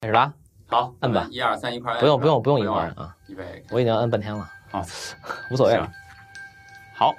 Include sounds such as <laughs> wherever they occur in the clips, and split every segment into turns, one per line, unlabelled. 开始了，
好，
摁吧
我们嗯一二三，一块儿摁。
不用不用
是吧
不用一块儿，啊，
预备，
我已经摁半天了，
好，
无所谓了
行。好，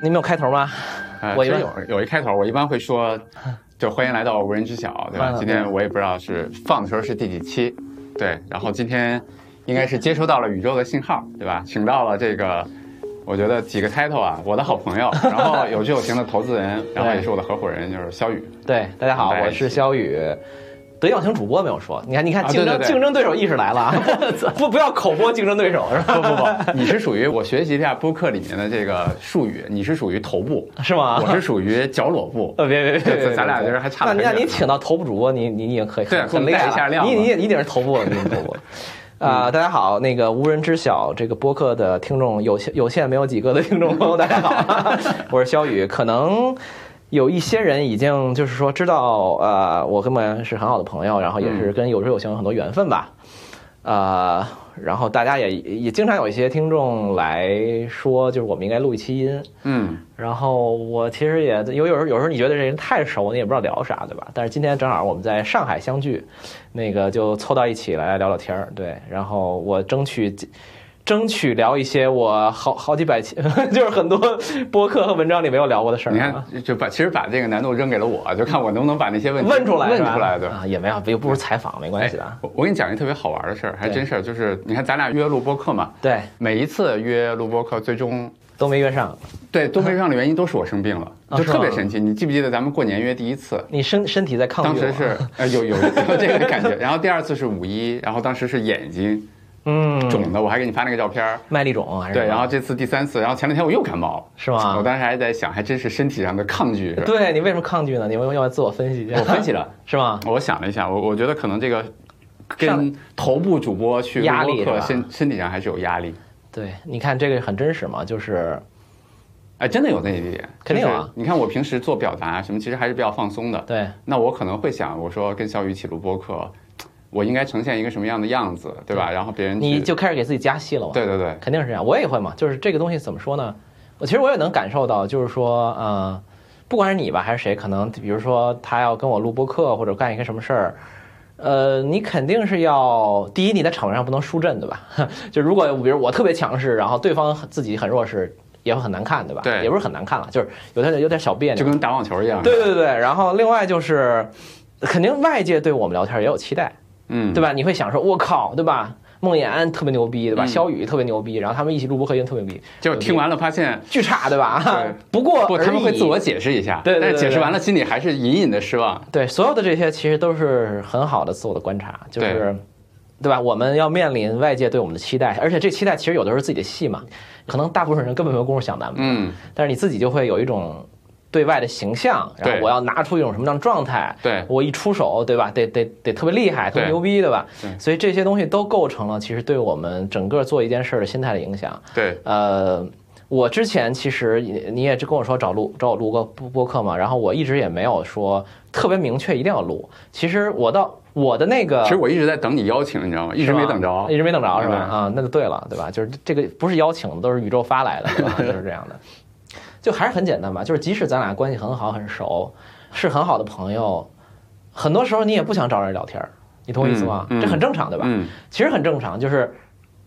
你们有开头吗？
呃
我一
这
般
有有一开头，我一般会说， <laughs> 就欢迎来到无人知晓，对吧？
嗯
今天我也不知道是放的时候是第几期，对，然后今天应该是接收到了宇宙的信号，对吧？请到了这个。我觉得几个 title 啊，我的好
<laughs>
朋友，然后有志有行的投资人，然后也是我的合伙人，就是肖宇。
对，大家好，
来
我是肖宇。得奖型主播没有说，你看，你看，
啊
竞争、
对对对
竞争对手意识来
<laughs>
了啊！不，不要口播竞争对手是吧？
不
<laughs>
不不，你是属于我学习一下播客里面的这个术语，你是属于头部，
是吗？
我是属于脚裸部。
呃，别别别别别，
这咱俩
别
这人还差得
那
很
那你
远
请到头部主播，你你你也可以
对
很
我
很
们
厉害
带一下
了
量
你
嘛
你你一定是头部，你是
<laughs>
头部。啊、大家好，那个无人知晓这个播客的听众有限有限没有几个的听众朋友，大家
<laughs>
好，我是肖宇。可能有一些人已经就是说知道，呃，我跟们是很好的朋友，然后也
嗯
是跟有志有行有很多缘分吧。呃，然后大家也也经常有一些听众来说，就是我们应该录一期音，
嗯，
然后我其实也因为有时候有时候你觉得这人太熟，你也不知道聊啥，对吧？但是今天正好我们在上海相聚，那个就凑到一起来聊聊天儿，对。然后我争取争取聊一些我好好几百期， <laughs> 就是很多播客和文章里没有聊过的事儿。啊
你看，就把其实把这个难度扔给了我，就看我能不能把那些问题
问出来是
问
吧，
出来对。哎
啊，也没有，不不如采访没关系的啊。
我我给你讲一个特别好玩的事儿，还
对
真事儿，就是你看咱俩约录播课嘛，
对，
每一次约录播课，最终
都没约上。
对都没上的原因都是我生病了，
啊
就是特别
吗哦
神奇。你记不记得咱们过年约第一次？
你身身体在抗拒
当
我。
时是呃有 <laughs> 有有这个
<laughs>
感觉，然后第二次是五一，然后当时是眼睛
嗯，
肿的，我还给你发那个照片儿。
麦粒肿啊还是什么
对，然后这次第三次，然后前两天我又感冒了，
嗯哎是吗
我当时还在想，还真是身体上的抗拒。是吧
对你为什么抗拒呢？你要要自我分析一下。
我分析了，
是吗？
我想了一下，我我觉得可能这个
上
跟头部主播去
压
录
力
播
是
客
吧
身身体上还是有压力。
对，你看这个很真实嘛，就是
哎，真的有那一点，
肯定有啊
就是你看我平时做表达什么，其实还是比较放松的。
对
那我可能会想，我说跟小雨一起录播客，我应该呈现一个什么样的样子，对吧？然后别人去
你就开始给自己加戏了嘛。，
对对对，
肯定是这样。我也会嘛，就是这个东西怎么说呢？我其实我也能感受到，就是说，呃，不管是你吧还是谁，可能比如说他要跟我录播客或者干一个什么事儿。呃，你肯定是要第一，你在场上不能输阵，对吧？ <laughs> 就如果比如我特别强势，然后对方自己很弱势，也会很难看，对吧？
对
也不是很难看了，就是有点有点小别扭
就。跟打网球一样。
对，对对，然后另外就是，肯定外界对我们聊天也有期待，
嗯，
对吧？你会想说，我靠，对吧？孟眼安特别牛逼，对吧？
嗯
肖宇特别牛逼，然后他们一起录播客也特别牛逼，
就听完了发现，
巨差，对吧？
对
<laughs> 不过
不，他们
而
会
已
自我解释一下，
对对对
但是解释
对
完了心里还是隐隐的失望。
对所有的这些其实都是很好的自我的观察，就是
对
对吧？我们要面临外界对我们的期待，而且这期待其实有的是自己的戏嘛，可能大部分人根本没有功夫想咱们，
嗯，
但是你自己就会有一种对外的形象，然后
对
我要拿出一种什么样的状态，
对，
我一出手，对吧？得得得特别厉害，特别
对
牛逼，对吧？
对
所以这些东西都构成了其实对我们整个做一件事儿的心态的影响。
对，
呃，我之前其实也你也就跟我说找录找我录个播播客嘛，然后我一直也没有说特别明确一定要录。其实我到我的那个
其实我一直在等你邀请，你知道吗？一直
是吧
没等着
一。直没等着是吧？
嗯
啊，那就对了，对吧？就是这个不是邀请，都是宇宙发来的，对
<laughs>
吧？就是这样的，就还是很简单吧。就是即使咱俩关系很好、很熟，是很好的朋友，很多时候你也不想找人聊天儿，你懂我意思吗？
嗯嗯
这很正常，对吧？
嗯，
其实很正常，就是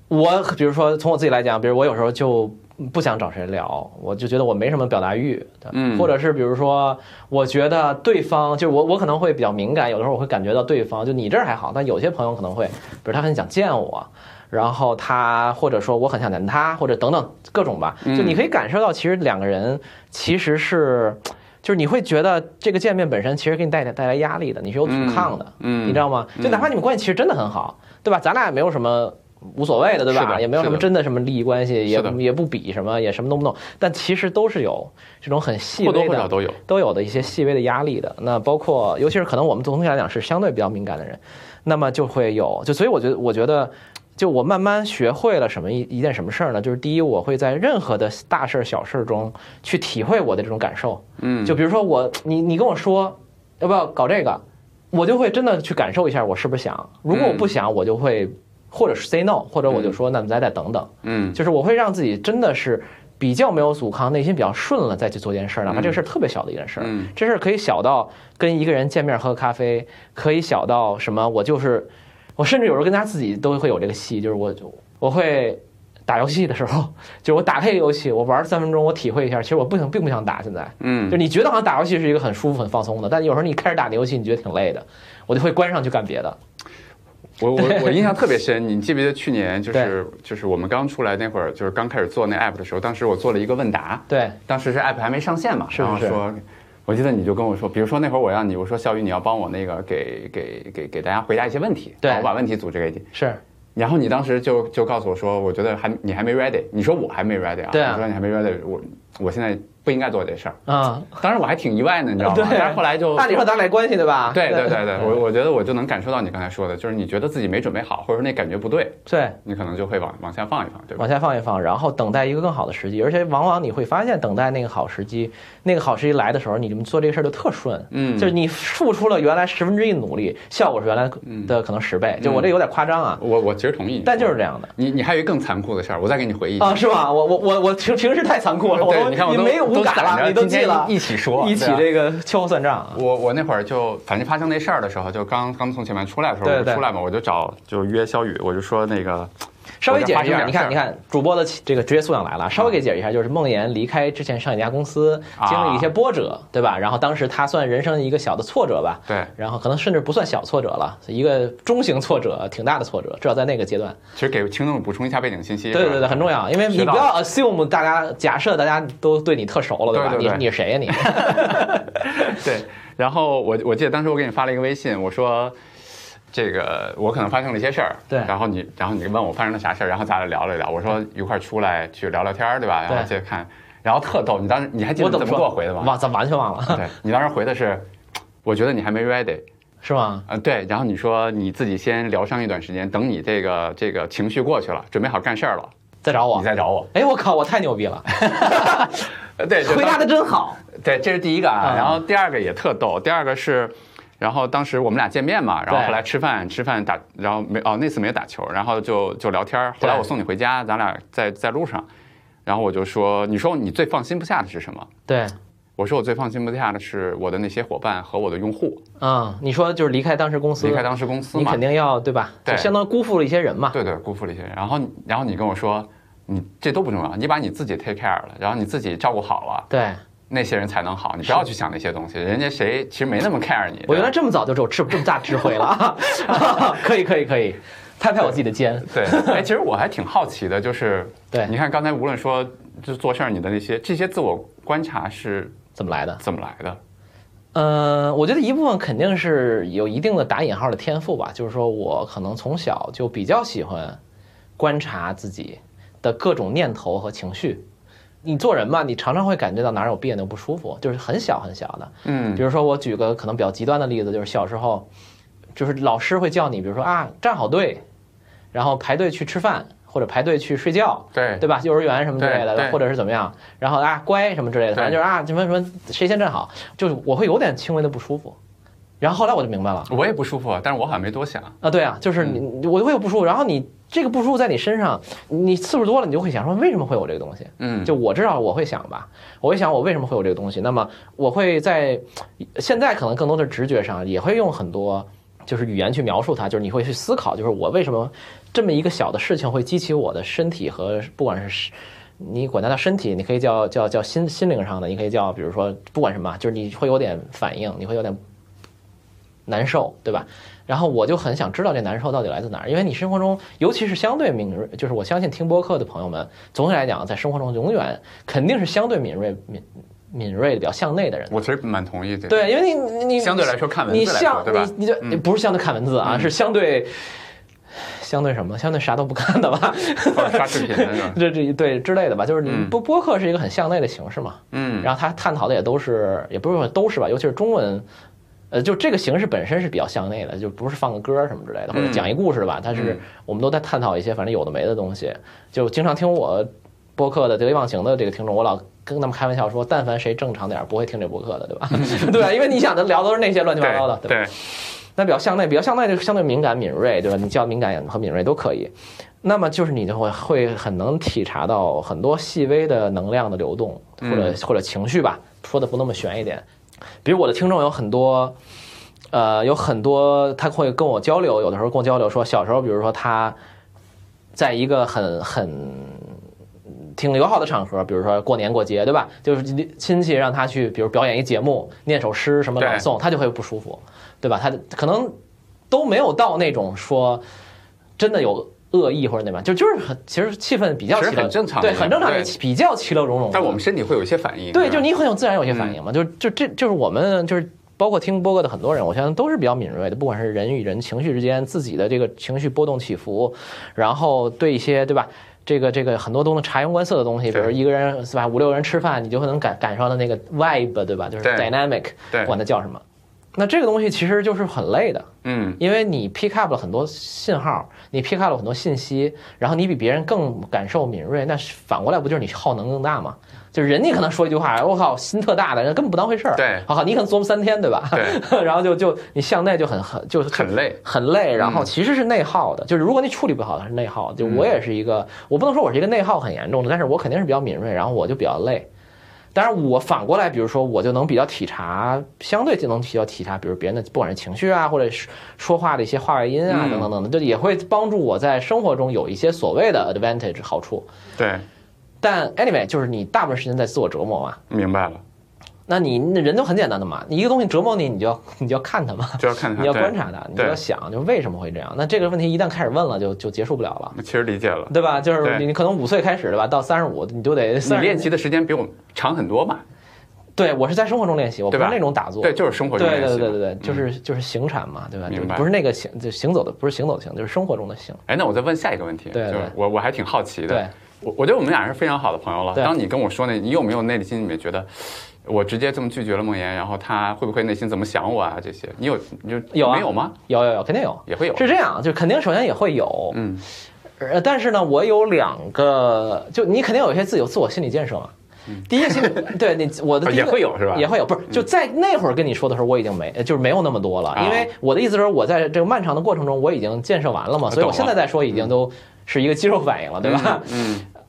我比如说从我自己来讲，比如我有时候就不想找谁聊，我就觉得我没什么表达欲，
嗯
或者是比如说，我觉得对方就是我，我可能会比较敏感，有的时候我会感觉到对方，就你这儿还好，但有些朋友可能会，比如他很想见我，然后他或者说我很想见他，或者等等各种吧，
嗯
就你可以感受到，其实两个人其实是，就是你会觉得这个见面本身其实给你带来带来压力的，你是有阻抗的，
嗯，
你知道吗？就哪怕你们关系其实真的很好，对吧？咱俩也没有什么无所谓的，对
是
吧？
的
也没有什么
是的
真的什么利益关系，也
是的
也不比什么，也什么都不弄。但其实都是有这种很细
或多
微
或少
的。
都有。
都有的一些细微的压力的，那包括尤其是可能我们总体来讲是相对比较敏感的人，那么就会有就所以我觉得我觉得就我慢慢学会了什么一一件什么事儿呢？就是第一，我会在任何的大事儿小事儿中去体会我的这种感受，
嗯，
就比如说我，你你跟我说要不要搞这个，我就会真的去感受一下我是不是想。如果我不想，我就会或者是 say no，或者我就说那咱再等等。
嗯
就是我会让自己真的是比较没有阻抗，内心比较顺了再去做这件事儿，哪怕这个事儿特别小的一件事儿。
嗯
这事儿可以小到跟一个人见面喝个咖啡，可以小到什么，我就是我甚至有时候跟他自己都会有这个戏，就是我我会打游戏的时候， <laughs> 就是我打开一个游戏，我玩儿三分钟，我体会一下，其实我不想并不想打现在。就
嗯，
你觉得好像打游戏是一个很舒服、很放松的，但有时候你开始打那游戏，你觉得挺累的，我就会关上去干别的。
我我
<laughs>
我印象特别深，你记不记得去年就是就是我们刚出来那会儿，就是刚开始做那 app 的时候，当时我做了一个问答，
对，
当时是 app 还没上线嘛，
是
然后
是
说，我记得你就跟我说，比如说那会儿我让你，我说小雨你要帮我那个给给给给大家回答一些问题，
对
然后我把问题组织给你，
是
<laughs> 然后你当时就就告诉我说，我觉得还你还没 ready，你说我还没 ready 啊，
对啊
你说你还没 ready，我我现在不应该做这事儿，
啊，
当时我还挺意外的，你知道吗？
<laughs> 对
但是后来就
按理说咱俩关系对 <laughs> 吧？
对对对对，我我觉得我就能感受到你刚才说的，就是你觉得自己没准备好，或者说那感觉不对，
对，
你可能就会往往下放一放，对吧？
往下放一放，然后等待一个更好的时机。而且往往你会发现，等待那个好时机，那个好时机来的时候，你们做这个事儿就特顺。
嗯
就是你付出了原来十分之一努力，效果是原来的可能十倍。就我这有点夸张啊，
我我其实同意你，
但就是这样的。
你你还有一个更残酷的事儿，我再给你回忆一下
啊，是吗？我我我我平平时太残酷了，我
嗯对，
都
你看我
你
都
没有无
都
感
攒
了，
着
你都
今
记
天
了，
一起说，
一起
对啊
这个秋后算账啊。
我我那会儿就反正发生那事儿的时候，就刚刚从前面出来的时候，
对
我就
对
出来嘛，我就找就约肖宇，我就说那个
稍微解释一下，
我这发生点
你
事儿
看，你看，主播的这个职业素养来了。稍微给解释一下，就是梦妍离开之前上一家公司，
啊
经历一些波折，对吧？然后当时她算人生一个小的挫折吧，
对，
然后可能甚至不算小挫折了，一个中型挫折，挺大的挫折，至少在那个阶段。
其实给听众补充一下背景信息，
对对
是
对，
吧
很重要，因为你
学到
不
了
要 assume 大家假设大家都对你特熟了，吧？
对对对
你你是谁呀、
<laughs>
你？
对。然后我我记得当时我给你发了一个微信，我说。这个我可能发生了一些事儿，
对
然后你，然后你问我发生了啥事儿，然后咱俩聊了一聊。我说一块儿出来去聊聊天儿，对吧？然后
对
接着看，然后特逗，你当时你还记得
我
你
怎
怎
说
么给我回的吗？
忘，怎完全忘了，
对你当时回的是，我觉得你还没 ready，
是吗？
啊，对，然后你说你自己先疗伤一段时间，等你这个这个情绪过去了，准备好干事儿了，
再找我
你。再找我。
哎，我靠，我太牛逼了，
呃 <laughs> 对，就
回答
当
的真好。
对，这是第一个啊。
啊
然后第二个也特逗，第二个是，然后当时我们俩见面嘛，然后
对
后来吃饭吃饭打，然后没哦那次没打球，然后就就聊天儿。后来
对
我送你回家，咱俩在在路上，然后我就说，你说你最放心不下的是什么？
对，
我说我最放心不下的是我的那些伙伴和我的用户，
嗯，你说就是离开当时公司，
离开当时公司
你
嘛
肯，定要对吧？
对
就相当于辜负了一些人嘛。
对对，辜负了一些人。然后你，然后你跟我说，你这都不重要，你把你自己 take care 了，然后你自己照顾好了，
对
那些人才能好。你不要去想那些东西，人家谁其实没那么 care 你。
我
对
原
吧
来这么早就有这这么大智慧了 <laughs>
<laughs>
啊，可以可以可以，拍拍我自己的肩。 <laughs>
对，哎，其实我还挺好奇的，就是
对
你看刚才无论说就是做事儿，你的那些这些自我观察是
怎么来的？
怎么来的？
嗯，我觉得一部分肯定是有一定的打引号的天赋吧，就是说我可能从小就比较喜欢观察自己的各种念头和情绪。你做人嘛，你常常会感觉到哪儿有别扭不舒服，就是很小很小的。
嗯
比如说，我举个可能比较极端的例子，就是小时候，就是老师会叫你，比如说啊，站好队，然后排队去吃饭，或者排队去睡觉，
对
对吧？幼儿园什么之类
对
的，
对
或者是怎么样，然后啊，乖什么之类的，反正就是啊，什么什么谁先站好，就是我会有点轻微的不舒服。然后后来我就明白了
我也不舒服，但是我好像没多想。
啊，对啊，就是你
嗯
我就会有不舒服，然后你这个不舒服在你身上，你次数多了，你就会想说为什么会有这个东西？
嗯，
就我知道我会想吧，我会想我为什么会有这个东西。那么我会在现在可能更多的直觉上，也会用很多就是语言去描述它，就是你会去思考，就是我为什么这么一个小的事情会激起我的身体和不管是你管它叫身体，你可以叫叫叫心心灵上的，你可以叫比如说不管什么，啊就是你会有点反应，你会有点难受，对吧？然后我就很想知道这难受到底来自哪儿，因为你生活中，尤其是相对敏锐，就是我相信听播客的朋友们，总体来讲，在生活中永远肯定是相对敏锐、敏敏锐的、比较向内的人。
我其实蛮同意这个。
对，因为你你你
相对来说看文
你
字来说，
像
对吧？
你你就、
嗯
不是相对看文字啊，
嗯
是相对相对什么？相对啥都不看的吧？ <laughs>
或者刷视频是吧？
这这对之类的吧，就是你
嗯
播播客是一个很向内的形式嘛，
嗯，
然后他探讨的也都是，也不是说都是吧，尤其是中文，呃，就这个形式本身是比较向内的，就不是放个歌儿什么之类的，或者
嗯
讲一故事吧。但是
嗯
我们都在探讨一些反正有的没的东西。就经常听我播客的得意忘形的这个听众，我老跟他们开玩笑说，但凡谁正常点儿，不会听这播客的，对吧？ <laughs> 对啊吧？因为你想的聊都是那些乱七八糟的，对吧？
对，
那比较向内，比较向内就相对敏感、敏锐，对吧？你叫敏感和敏锐都可以。那么就是你就会会很能体察到很多细微的能量的流动，或者或者情绪吧，说的不那么玄一点。比如我的听众有很多，呃，有很多他会跟我交流，有的时候跟我交流说，小时候比如说他在一个很很挺友好的场合，比如说过年过节，对吧？就是亲戚让他去，比如表演一节目，念首诗什么朗
对
诵，他就会不舒服，对吧？他可能都没有到那种说真的有恶意或者那吧，就就是很其实气氛比较
其实
其乐
很正常
对，
的
很正常，
对
比较其乐融融的。
但我们身体会有一些反应。
对，
吧
就你很有自然有些反
嗯
应嘛，就就这就是我们就是包括听播客的很多人，我相信都是比较敏锐的，不管是人与人情绪之间自己的这个情绪波动起伏，然后对一些对吧？这个这个很多都能察言观色的东西，比如
对
一个人是吧，五六人吃饭，你就会能感感受到那个 vibe，对吧？就是
对
dynamic，
对
管它叫什么。那这个东西其实就是很累的，
嗯，
因为你 pick up 了很多信号，你 pick up 了很多信息，然后你比别人更感受敏锐，那是反过来不就是你耗能更大吗？
嗯
就是人家可能说一句话，哎我靠，心特大的人根本不当回事儿，
对
好好，你可能琢磨三天，对吧？
对
<laughs> 然后就就你向内就很很就是
很累。
很累，然后
嗯
其实是内耗的，就是如果你处理不好，它是内耗。就我也是一个，我不能说我是一个内耗很严重的，但是我肯定是比较敏锐，然后我就比较累。当然，我反过来，比如说我就能比较体察，相对就能比较体察，比如别人的不管是情绪啊，或者是说话的一些话外音啊，
嗯
等等等等，就也会帮助我在生活中有一些所谓的 advantage 好处。
对，
但 anyway，就是你大部分时间在自我折磨嘛，
明白了，
那你那人就很简单的嘛，你一个东西折磨你，你就要你就要
<laughs>
看它嘛，
就要看他。
你要
对
观。察它，你就
对
要想，就是为什么会这样。那这个问题一旦开始问了，就就结束不了了，
其实理解了，
对吧？就是
对
你你可能五岁开始，对吧？到三十五，你就得
你
三
练习。的时间比我们长很多嘛？
对我是在生活中练习，我不是
对吧
那种打坐。
对，就是生活中
对
练习
对
嘛。
对对对，
嗯
就是就是行禅嘛，对吧？就
明白
不是那个行，就行走的，不是行走的行，就是生活中的行。
哎，那我再问下一个问题，
对
就
对
是我我还挺好奇的，
对
我我觉得我们俩是非常好的朋友了。
对
当你跟我说那，你有没有内心里面觉得我直接这么拒绝了梦妍，然后他会不会内心怎么想我啊？这些你有你就
有啊
没有吗？
有有有，肯定有。
也会有，
是这样，就肯定首先也会有，
嗯，
呃，但是呢，我有两个，就你肯定有一些自有自我心理建设嘛。第一个心理，
<laughs>
对你我
嗯
的
哦
第一
也
个
会有是吧？嗯
也会有，不是就在那会儿跟你说的时候，我已经没，呃就是没有那么多了，
啊
因为我的意思是，我在这个漫长的过程中，我已经建设完了嘛，所以
懂
我
了
现在再说已经都是一个肌肉反应了，对吧？
嗯？嗯，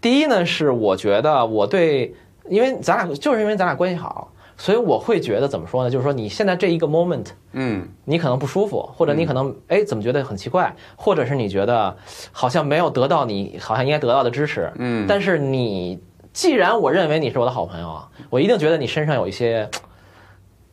第一呢，是我觉得我对，因为咱俩就是因为咱俩关系好，所以我会觉得怎么说呢？就是说你现在这一个 moment，
嗯，
你可能不舒服，或者你可能哎怎么觉得很奇怪，或者是你觉得好像没有得到你好像应该得到的支持，
嗯
但是你既然我认为你是我的好朋友，啊我一定觉得你身上有一些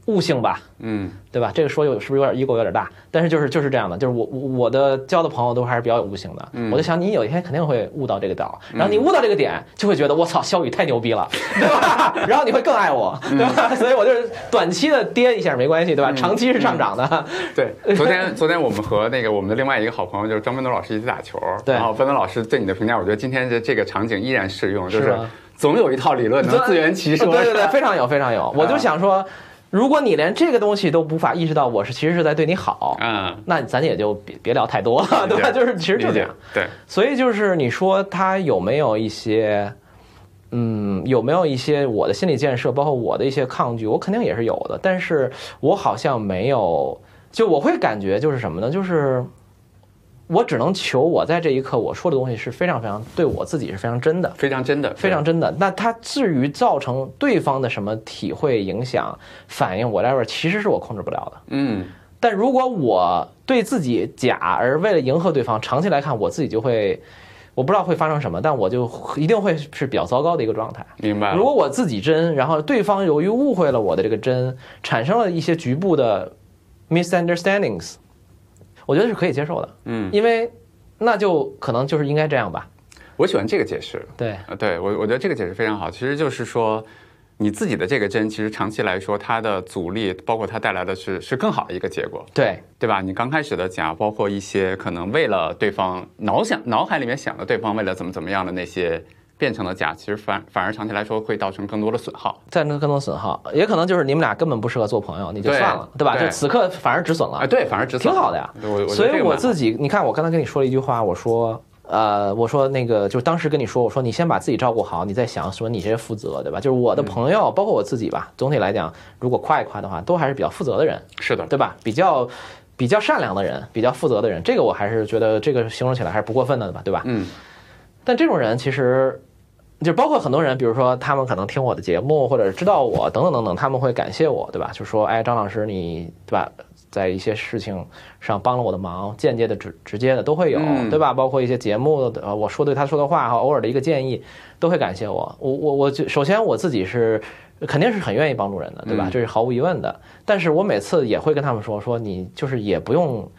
悟性吧，
嗯，
对吧？这个说有是不是有点 ego 有点大？但是就是就是这样的，就是我我我的交的朋友都还是比较有悟性的。
嗯
我就想你有一天肯定会悟到这个道，然后你悟到这个点，就会觉得我操，肖宇太牛逼
<laughs>
了，对吧？然后你会更爱我，
嗯
对吧？所以我就是短期的跌一下没关系，对吧？长期是
嗯
上涨的，
对。昨天昨天我们和那个我们的另外一个好朋友就是张奔东老师一起打球，
对
然后奔东老师对你的评价，我觉得今天这这个场景依然适用，就是是
吗
总有一套理论能自圆其说。
啊 <laughs> 对对
是啊
对，
吧
非常有非常有。我就想说，如果你连这个东西都无法意识到我是其实是在对你好，
嗯，
那咱也就别别聊太多了，对吧？
理解
就是其实
理
就这
解
样。，
对，
所以就是你说他有没有一些，嗯，有没有一些我的心理建设，包括我的一些抗拒，我肯定也是有的，但是我好像没有，就我会感觉就是什么呢？就是我只能求我在这一刻我说的东西是非常非常对我自己是非常真的。
非常真的，
非常真的。那它至于造成对方的什么体会、影响、反应，whatever，其实是我控制不了的。
嗯，
但如果我对自己假，而为了迎合对方，长期来看，我自己就会我不知道会发生什么，但我就一定会是比较糟糕的一个状态。
明白了。
如果我自己真，然后对方由于误会了我的这个真，产生了一些局部的 misunderstandings，我觉得是可以接受的，
嗯，
因为那就可能就是应该这样吧。
我喜欢这个解释。
对，
呃，对我我觉得这个解释非常好。其实就是说，你自己的这个针，其实长期来说，它的阻力，包括它带来的是是更好的一个结果，
对，
对吧？你刚开始的假，包括一些可能为了对方脑想脑海里面想的对方为了怎么怎么样的那些变成的假，其实反反而长期来说会造成更多的损耗。
造成更多损耗，也可能就是你们俩根本不适合做朋友，你就
对
算了，对吧？
对
就此刻反而止损了
啊，。对，反而只
挺好的呀
对我我觉
所
得这
以
个
我
蛮好
自己，你看，我刚才跟你说了一句话，我说，呃，我说那个，就当时跟你说，我说你先把自己照顾好，你再想说你这些负责，对吧？就是
嗯
我的朋友，包括我自己吧，总体来讲，如果夸一夸的话，都还是比较负责的人，
是的，
对吧？比较比较善良的人，比较负责的人，这个我还是觉得这个形容起来还是不过分的吧，对吧？
嗯，
但这种人其实。就包括很多人，比如说他们可能听我的节目，或者知道我等等等等，他们会感谢我，对吧？就说，哎，张老师你对吧，在一些事情上帮了我的忙，间接的、直直接的都会有，
嗯
对吧？包括一些节目的、呃我说对他说的话和偶尔的一个建议，都会感谢我。我我我就首先我自己是肯定是很愿意帮助人的，对吧？
嗯
这是毫无疑问的。但是我每次也会跟他们说，说你就是也不用。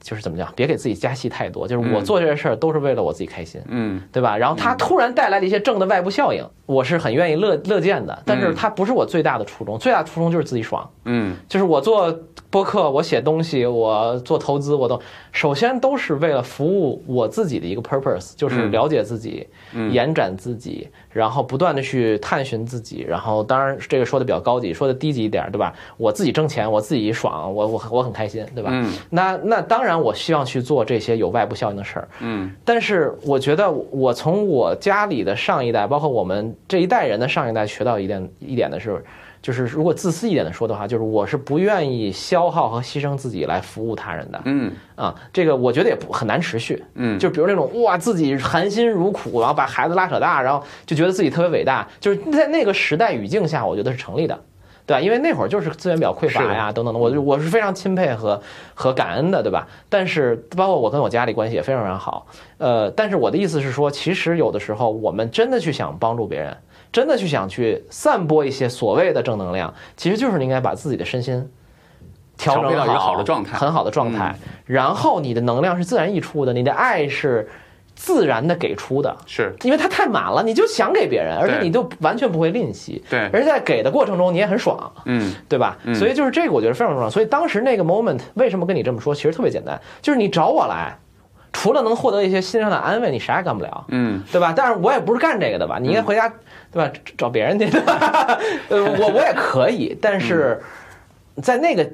就是怎么讲，别给自己加戏太多。就是我
嗯
做这些事儿都是为了我自己开心，
嗯，
对吧？然后它突然带来了一些正的外部效应，我是很愿意乐乐见的。但是它不是我最大的初衷，最大的初衷就是自己爽，
嗯，
就是我做播客，我写东西，我做投资，我都首先都是为了服务我自己的一个 purpose，就是
嗯
了解自己，延展自己，然后不断的去探寻自己。然后当然这个说的比较高级，说的低级一点，对吧？我自己挣钱，我自己爽，我我我很开心，对吧？
嗯
那那当然，我希望去做这些有外部效应的事儿。
嗯，
但是我觉得我从我家里的上一代，包括我们这一代人的上一代学到一点一点的是，就是如果自私一点的说的话，就是我是不愿意消耗和牺牲自己来服务他人的。
嗯，
啊，这个我觉得也不很难持续。
嗯
就比如那种哇，自己含辛茹苦，然后把孩子拉扯大，然后就觉得自己特别伟大，就是在那个时代语境下，我觉得是成立的。对吧？因为那会儿就是资源比较匮乏呀，等等的，我就我是非常钦佩和和感恩的，对吧？但是包括我跟我家里关系也非常非常好，呃，但是我的意思是说，其实有的时候我们真的去想帮助别人，真的去想去散播一些所谓的正能量，其实就是应该把自己的身心调整
调配到一个好的状态
很好的状态，
嗯
然后你的能量是自然溢出的，你的爱是自然的给出的，
是
因为它太满了，你就想给别人，而且
对
你就完全不会吝惜，
对，
而且在给的过程中你也很爽，
嗯
对吧？
嗯
所以就是这个，我觉得非常重要。所以当时那个 moment 为什么跟你这么说，其实特别简单，就是你找我来，除了能获得一些心上的安慰，你啥也干不了。
嗯，
对吧？但是我也不是干这个的吧？你应该回家，对吧？找找别人去。对吧 <laughs> 呃，我我也可以，但是
嗯
在那个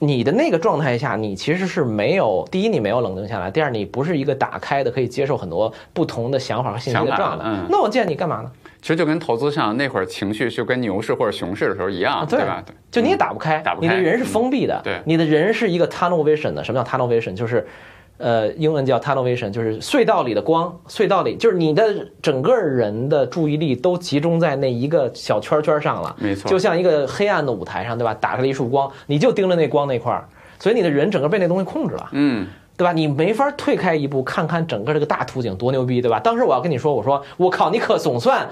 你的那个状态下，你其实是没有第一，你没有冷静下来；第二，你不是一个打开的，可以接受很多不同的想法和信息的
想法
状态。
嗯
那我见你干嘛呢？
其实就跟投资上那会儿情绪就跟牛市或者熊市的时候一样，
啊对
对吧？对，嗯
就你也打不开，
打不
你的
开
人是封闭的，
嗯对
你的人是一个 tunnel vision 的。什么叫 tunnel vision？就是，呃，英文叫 tunnel vision，就是隧道里的光，隧道里就是你的整个人的注意力都集中在那一个小圈圈上了，
没错
就像一个黑暗的舞台上，对吧？打开了一束光，你就盯着那光那块儿，所以你的人整个被那东西控制了。
嗯
对吧？你没法退开一步，看看整个这个大图景多牛逼，对吧？当时我要跟你说，我说我靠，你可总算，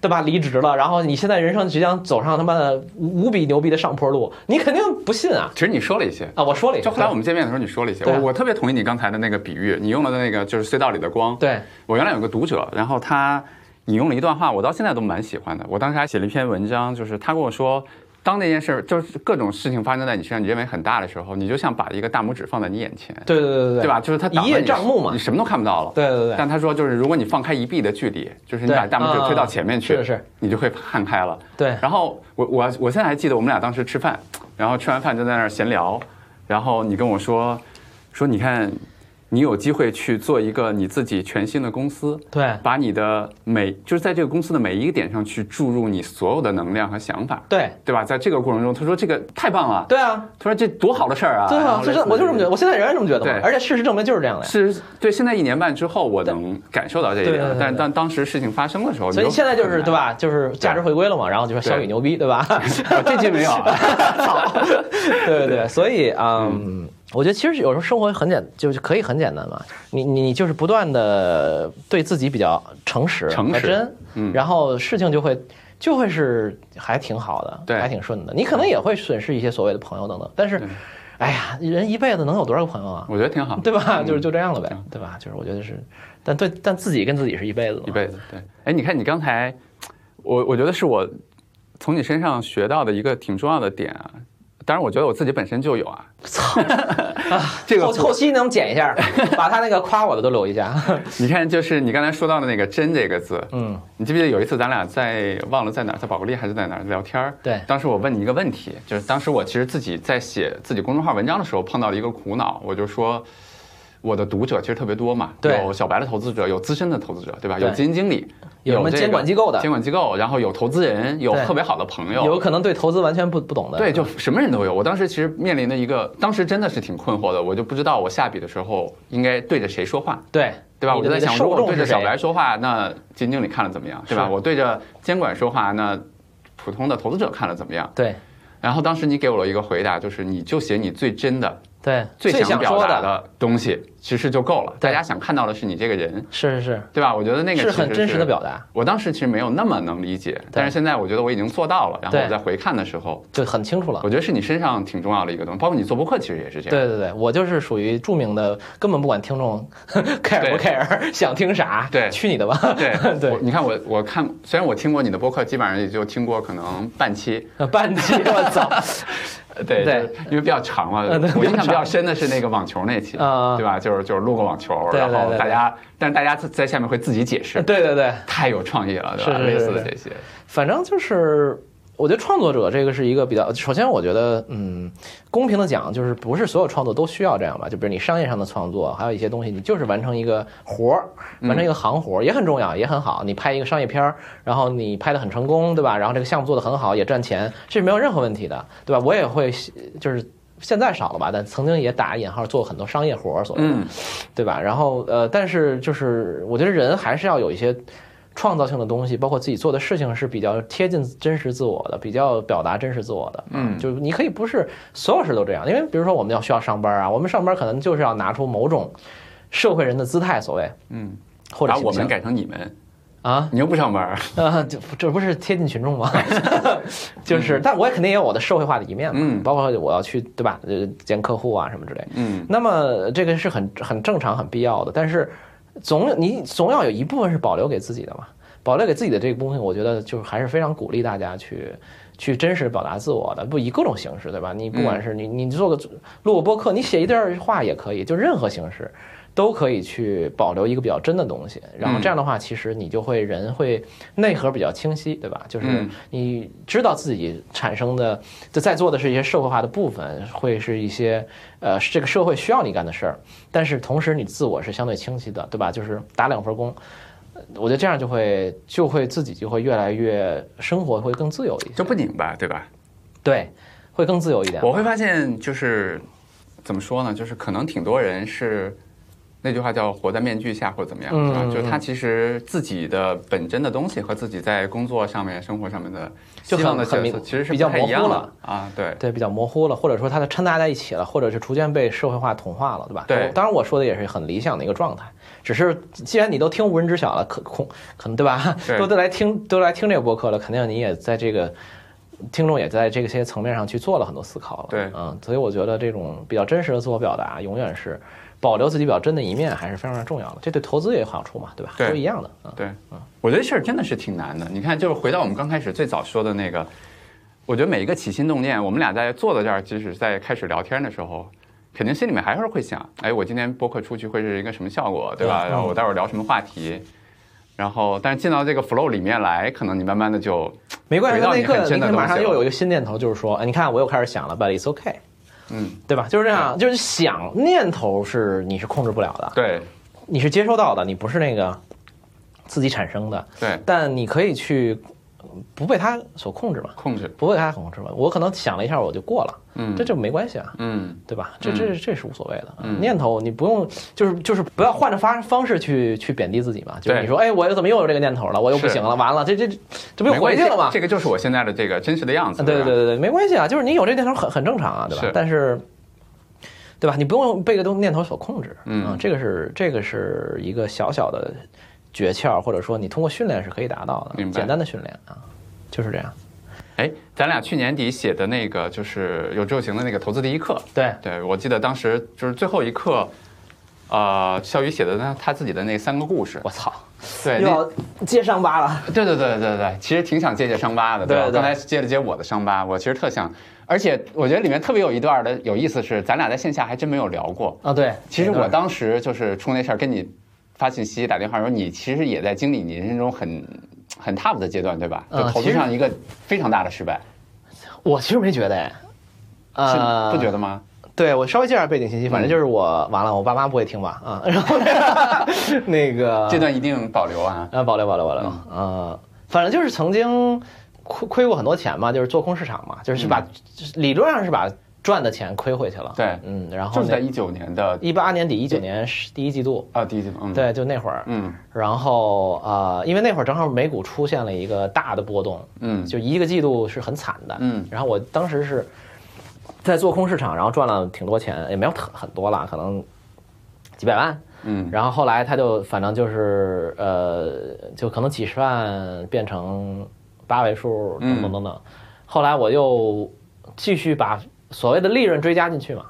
对吧？离职了，然后你现在人生即将走上他妈的无无比牛逼的上坡路，你肯定不信啊！
其实你说了一些，
啊，我说了一
就
句，
后来我们见面的时候你说了一些，
对啊
我我特别同意你刚才的那个比喻，你用了那个就是隧道里的光。
对
我原来有个读者，然后他引用了一段话，我到现在都蛮喜欢的。我当时还写了一篇文章，就是他跟我说，当那件事儿就是各种事情发生在你身上，你认为很大的时候，你就像把一个大拇指放在你眼前，
对对对对
对？吧？就是他挡
一叶
着你
障目嘛
你什么都看不到了。
对对对对
但他说，就是如果你放开一臂的距离，就是你
对
把大拇指推
啊
到前面去，
是是
你就会看开了。
<laughs> 对
然后我我我现在还记得我们俩当时吃饭，然后吃完饭就在那儿闲聊，然后你跟我说说你看，你有机会去做一个你自己全新的公司，
对
把你的每就是在这个公司的每一个点上去注入你所有的能量和想法，
对
对吧？在这个过程中，他说这个太棒了，
对啊，
他说这多好的事儿啊！
对
然
啊，
后
就是
类似
我就这么觉得，
于。
我现在仍然这么觉得嘛
对，
而且事实证明就是这样的呀。
是对，现在一年半之后，我能感受到这一
对对对
点
对，
但但当时事情发生的时候，
所以
就
现在就是
很
对吧？就是价值回归了嘛，然后就说小雨
对
牛
<laughs> 哦
逼，对吧？啊 <laughs>
难？我这期没有啊，
对对对，所以嗯，我觉得其实有时候生活很简，就是可以很简单嘛。你你你就是不断的对自己比较诚实、
诚实
和真，
嗯
然后事情就会就会是还挺好的，
对
还挺顺的。你可能也会损失一些所谓的朋友等等，但是
对，
哎呀，人一辈子能有多少个朋友啊？ <laughs>
我觉得挺好，
对吧？
嗯
就是就这样了呗
嗯，
对吧？就是我觉得是，但对，但自己跟自己是一辈子嘛，
一辈子。对，哎，你看你刚才，我我觉得是我从你身上学到的一个挺重要的点啊。当然，我觉得我自己本身就有啊。这个
后后期能剪一下， <laughs> 把他那个夸我的都留
<laughs>
一下。
你看，就是你刚才说到的那个“真”这个字，
嗯，
你记不记得有一次咱俩在忘了在哪儿，在宝格丽还是在哪儿聊天儿？
对
当时我问你一个问题，就是当时我其实自己在写自己公众号文章的时候碰到了一个苦恼，我就说。我的读者其实特别多嘛，
对
有小白的投资者，有资深的投资者，对吧？
对
有基金经理，
有什么
这个
监管机构的
监管机构，然后有投资人，有
对
特别好的朋友，
有可能对投资完全不不懂的，
对，就什么人都有。我当时其实面临的一个，当时真的是挺困惑的，我就不知道我下笔的时候应该对着谁说话。
对
对吧？我
你的你
就在
的
想，如
受
果我
众
对着
是
小
谁？
白说话，那基金经理看了怎么样，对吧？
是
我对着监管说话，那普通的投资者看了怎么样？
对
然后当时你给我了一个回答，就是你就写你最真的、
对，
最想
想
表
说
达
的，
的东西，其实就够了。
对
大家想看到的是你这个人，
是是是，
对吧？我觉得那个
是
其实
很真实的表达，
我当时其实没有那么能理解，但是现在我觉得我已经做到了。然后
对
我在回看的时候，
就很清楚了。
我觉得是你身上挺重要的一个东西，包括你做播客其实也是这样。
对对对，我就是属于著名的，根本不管听众 <laughs> care 不
对
care，想听啥，
对
去你的吧。
对
<laughs> 对
我你看我我看，虽然我听过你的播客，基本上也就听过可能半期，
半期，我操！对
对就是因为比较长嘛
嗯对。
我印象
比较长
比较深的是那个网球那期，
啊
对吧？就是就是录个网球，
对对
然后
对
大家，但是大家在下面会自己解
<laughs>
释
对，对对，
太有创意了，对吧？
是是是
类似的
是
这些，
反正就是，我觉得创作者这个是一个比较，首先我觉得，嗯，公平的讲，就是不是所有创作都需要这样吧？就比如你商业上的创作，还有一些东西，你就是完成一个活儿，完成一个行活儿也很重要，也很好。你拍一个商业片儿，然后你拍的很成功，对吧？然后这个项目做得很好，也赚钱，这是没有任何问题的，对吧？我也会就是。现在少了吧，但曾经也打引号做过很多商业活儿，所谓的
嗯，
对吧？然后呃，但是就是我觉得人还是要有一些创造性的东西，包括自己做的事情是比较贴近真实自我的，比较表达真实自我的。啊
嗯
就是你可以不是所有事都这样，因为比如说我们要需要上班啊，我们上班可能就是要拿出某种社会人的姿态，所谓
嗯，
或者
把
形
我们
象
改成你们，
啊。
你又不上班儿，
呃，这这不是贴近群众吗？
<laughs>
就是，但我也肯定也有我的社会化的一面嘛，
嗯
包括我要去对吧，呃，见客户啊什么之类的。
嗯，
那么这个是很很正常、很必要的，但是总有你总要有一部分是保留给自己的嘛。保留给自己的这个东西，我觉得就是还是非常鼓励大家去去真实表达自我的，不以各种形式，对吧？你不管是你你做个录个播客，你写一段话也可以，就任何形式都可以去保留一个比较真的东西。然后这样的话，其实你就会人会内核比较清晰，对吧？就是
嗯
你知道自己产生的就在做的是一些社会化的部分，会是一些呃这个社会需要你干的事儿，但是同时你自我是相对清晰的，对吧？就是打两份工。呃我觉得这样就会就会自己就会越来越生活会更自由一些
就，不拧巴，对吧？
对，会更自由一点。
我会发现就是怎么说呢，就是可能挺多人是。那句话叫“活在面具下”或者怎么样，是吧？
嗯嗯嗯
就是他其实自己的本真的东西和自己在工作上面、生活上面的
就
希望的
很
角
很
色
明
其实是
比较
不太一样
模糊
的
了
啊。对，
对，比较模糊了，或者说它的掺杂在一起了，或者是逐渐被社会化同化了，对吧？
对
当然我说的也是很理想的一个状态，只是既然你都听无人知晓了，可恐可能对吧？ <laughs>
对
都都来听都来听这个播客了，肯定你也在这个听众也在这些层面上去做了很多思考了。
对
嗯，所以我觉得这种比较真实的自我表达，永远是保留自己比较真的一面，还是非常非常重要的。这对投资也有好处嘛，对吧？
对
都一样的啊。
对，我觉得这事儿真的是挺难的。你看，就是回到我们刚开始最早说的那个，我觉得每一个起心动念，我们俩在坐在这儿，即使在开始聊天的时候，肯定心里面还是会想，哎，我今天播客出去会是一个什么效果，对吧？
对
然后我待会儿聊什么话题。然后，但是进到这个 flow 里面来，可能你慢慢的就
没关系，
回到
那一
你很
刻
真
你
的
看马上
东西
又
了
有一个新念头，就是说，哎，你看我又开始想了，but it's okay。
嗯，
对吧？就是这样，就是想念头是你是控制不了的，
对
你是接收到的，你不是那个自己产生的，
对
但你可以去嗯不被它所控制嘛，
控制，
不被它控制嘛。我可能想了一下我就过了，
嗯
这就没关系啊。
嗯，
对吧？这这这是无所谓的、念头，你不用就是就是不要换着方方式去去贬低自己嘛。就是
对
你说，哎，我又怎么又有这个念头了？我又不
是
行了，完了，这这这不又
没关
回
系
去了吗？
这个就是我现在的这个真实的样子。
对
吧
啊对对对，没关系啊，就是你有这念头很很正常啊，对吧？
是
但是对吧？你不用被这个东念头所控制，啊
嗯
这个是这个是一个小小的诀窍，或者说你通过训练是可以达到的，
明白
简单的训练啊，就是这样。
哎，咱俩去年底写的那个就是有志有行的那个投资第一课，
对，
对我记得当时就是最后一课，呃，肖宇写的他他自己的那三个故事，
我操，又
对，那
要接伤疤了。
对对对对对对，其实挺想接接伤疤的，吧？
对对
刚才接了接我的伤疤，我其实特想，而且我觉得里面特别有一段的有意思是，咱俩在线下还真没有聊过。
啊，对，
其实
哪
我
段
当时就是出那事儿跟你发信息打电话说，你其实也在经历你人生中很很 tough 的阶段，对吧？就
嗯
投
其
资
实
上一个非常大的失败，
我其实没觉得哎，
是
呃，
不觉得嗯吗？
对我稍微介绍一下背景信息，反正就是我完了，我爸妈不会听吧啊，然
<laughs>
后那个
这段一定保留啊。
啊，保留保留保留，
嗯
呃，反正就是曾经亏亏过很多钱嘛，就是做空市场嘛，就是把、就是理论上是把赚的钱亏回去了，
嗯对
嗯，然
就
后
是在
那
一九年的
一八年底一九年是第一季度，
啊第一季度，嗯，，
对，就那会儿，
嗯
然后呃，因为那会儿正好美股出现了一个大的波动，
嗯
就一个季度是很惨的，
嗯
然后我当时是在做空市场，然后赚了挺多钱，也没有很很多啦，可能几百万。
嗯
然后后来他就反正就是呃，就可能几十万变成八位数，等
嗯
等等等。后来我又继续把所谓的利润追加进去嘛，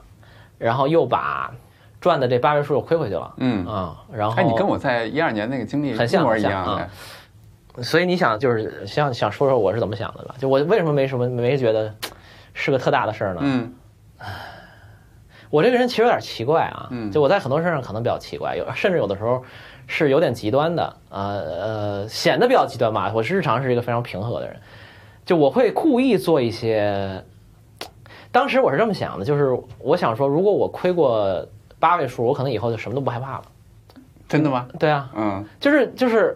然后又把赚的这八位数又亏回去了。
嗯，
啊、然后
哎，你跟我在一二年那个经历
很像
一模
很
一
像
样
啊
的，
所以你想，就是想想说说我是怎么想的吧？就我为什么没什么没觉得是个特大的事儿呢？
嗯
我这个人其实有点奇怪啊，
嗯
就我在很多事上可能比较奇怪，有甚至有的时候是有点极端的，呃呃，显得比较极端吧。我是日常是一个非常平和的人，就我会故意做一些。当时我是这么想的，就是我想说，如果我亏过八位数，我可能以后就什么都不害怕了。
真的吗？
对啊，
嗯
就是就是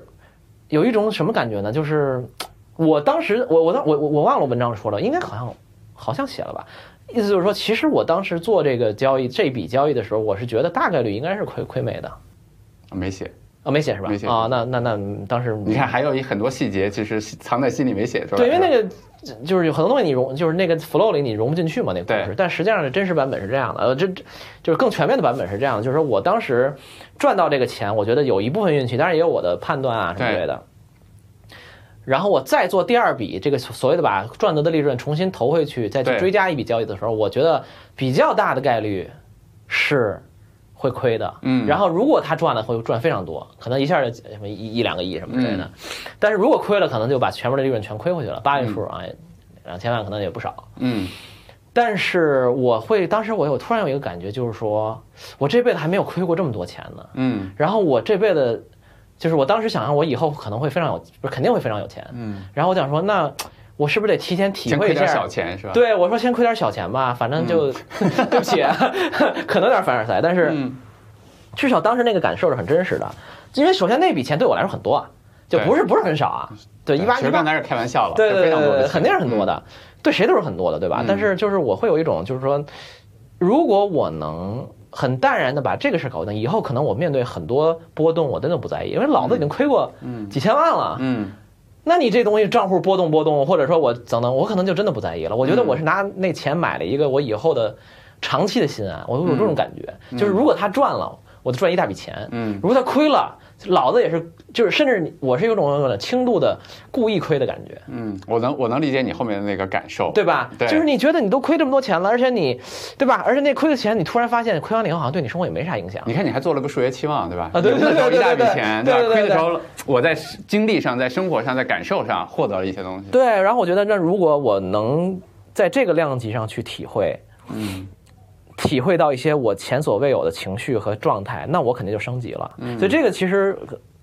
有一种什么感觉呢？就是我当时我我当我我我忘了文章说了，应该好像好像写了吧。意思就是说，其实我当时做这个交易这笔交易的时候，我是觉得大概率应该是亏亏没的啊、
没写。
没写是吧？
没写
啊，那那那当时
你看，还有一很多细节，其实藏在心里没写出来。
对，因为那
个
个就是有很多东西你融，就是那个 flow 里你融不进去嘛，那个故事
对。
但实际上真实版本是这样的，呃，这这就是更全面的版本是这样的，就是说我当时赚到这个钱，我觉得有一部分运气，当然也有我的判断啊什么之类的。然后我再做第二笔，这个所谓的把赚得的利润重新投回去，再去
对
追加一笔交易的时候，我觉得比较大的概率是会亏的。
嗯
然后如果他赚了，会赚非常多，可能一下就什么一一两个亿什么之类的。但是如果亏了，可能就把全部的利润全亏回去了，八位数啊，两千万可能也不少。
嗯
但是我会，当时我有突然有一个感觉，就是说我这辈子还没有亏过这么多钱呢。
嗯
然后我这辈子，就是我当时想象我以后可能会非常有，不是肯定会非常有钱。
嗯，
然后我想说，那我是不是得提前体
先
会
亏
一下
点小钱是吧？，
对，我说先亏点小钱吧，反正就、 <laughs> 对不起，啊可能有点凡尔赛，但是
嗯
至少当时那个感受是很真实的。因为首先那笔钱对我来说很多啊，就不是不是很少啊。对，一八
其
一
实
八
刚，才是开玩笑了，
对
就
对
非
对
常多
对，
的
对
钱
肯定是很多。的，对谁都是很多的，对吧
嗯？
但是就是我会有一种就是说，如果我能。很淡然的把这个事搞定，以后可能我面对很多波动，我真的不在意，因为老子已经亏过
嗯
几千万了，
嗯
那你这东西账户波动波动，或者说我等等，我可能就真的不在意了。我觉得我是拿
嗯
那钱买了一个我以后的长期的心安，我有这种感觉，就是如果他赚了，我就赚一大笔钱；
嗯
如果他亏了，老子也是，就是甚至我是有种有种轻度的故意亏的感觉，
嗯，我能我能理解你后面的那个感受。
对吧？
对
就是你觉得你都亏这么多钱了，而且你，对吧？而且那亏的钱，你突然发现亏完了以后，好像对你生活也没啥影响。
你看，你还做了个数学期望，对吧？
啊对对对
有一大
对对
笔
对
钱，
对
吧？
对对
亏的
对
时候，我在经历上、在生活上、在感受上获得了一些东西。
对，然后我觉得，那如果我能在这个量级上去体会，
嗯
体会到一些我前所未有的情绪和状态，那我肯定就升级了。所以这个其实，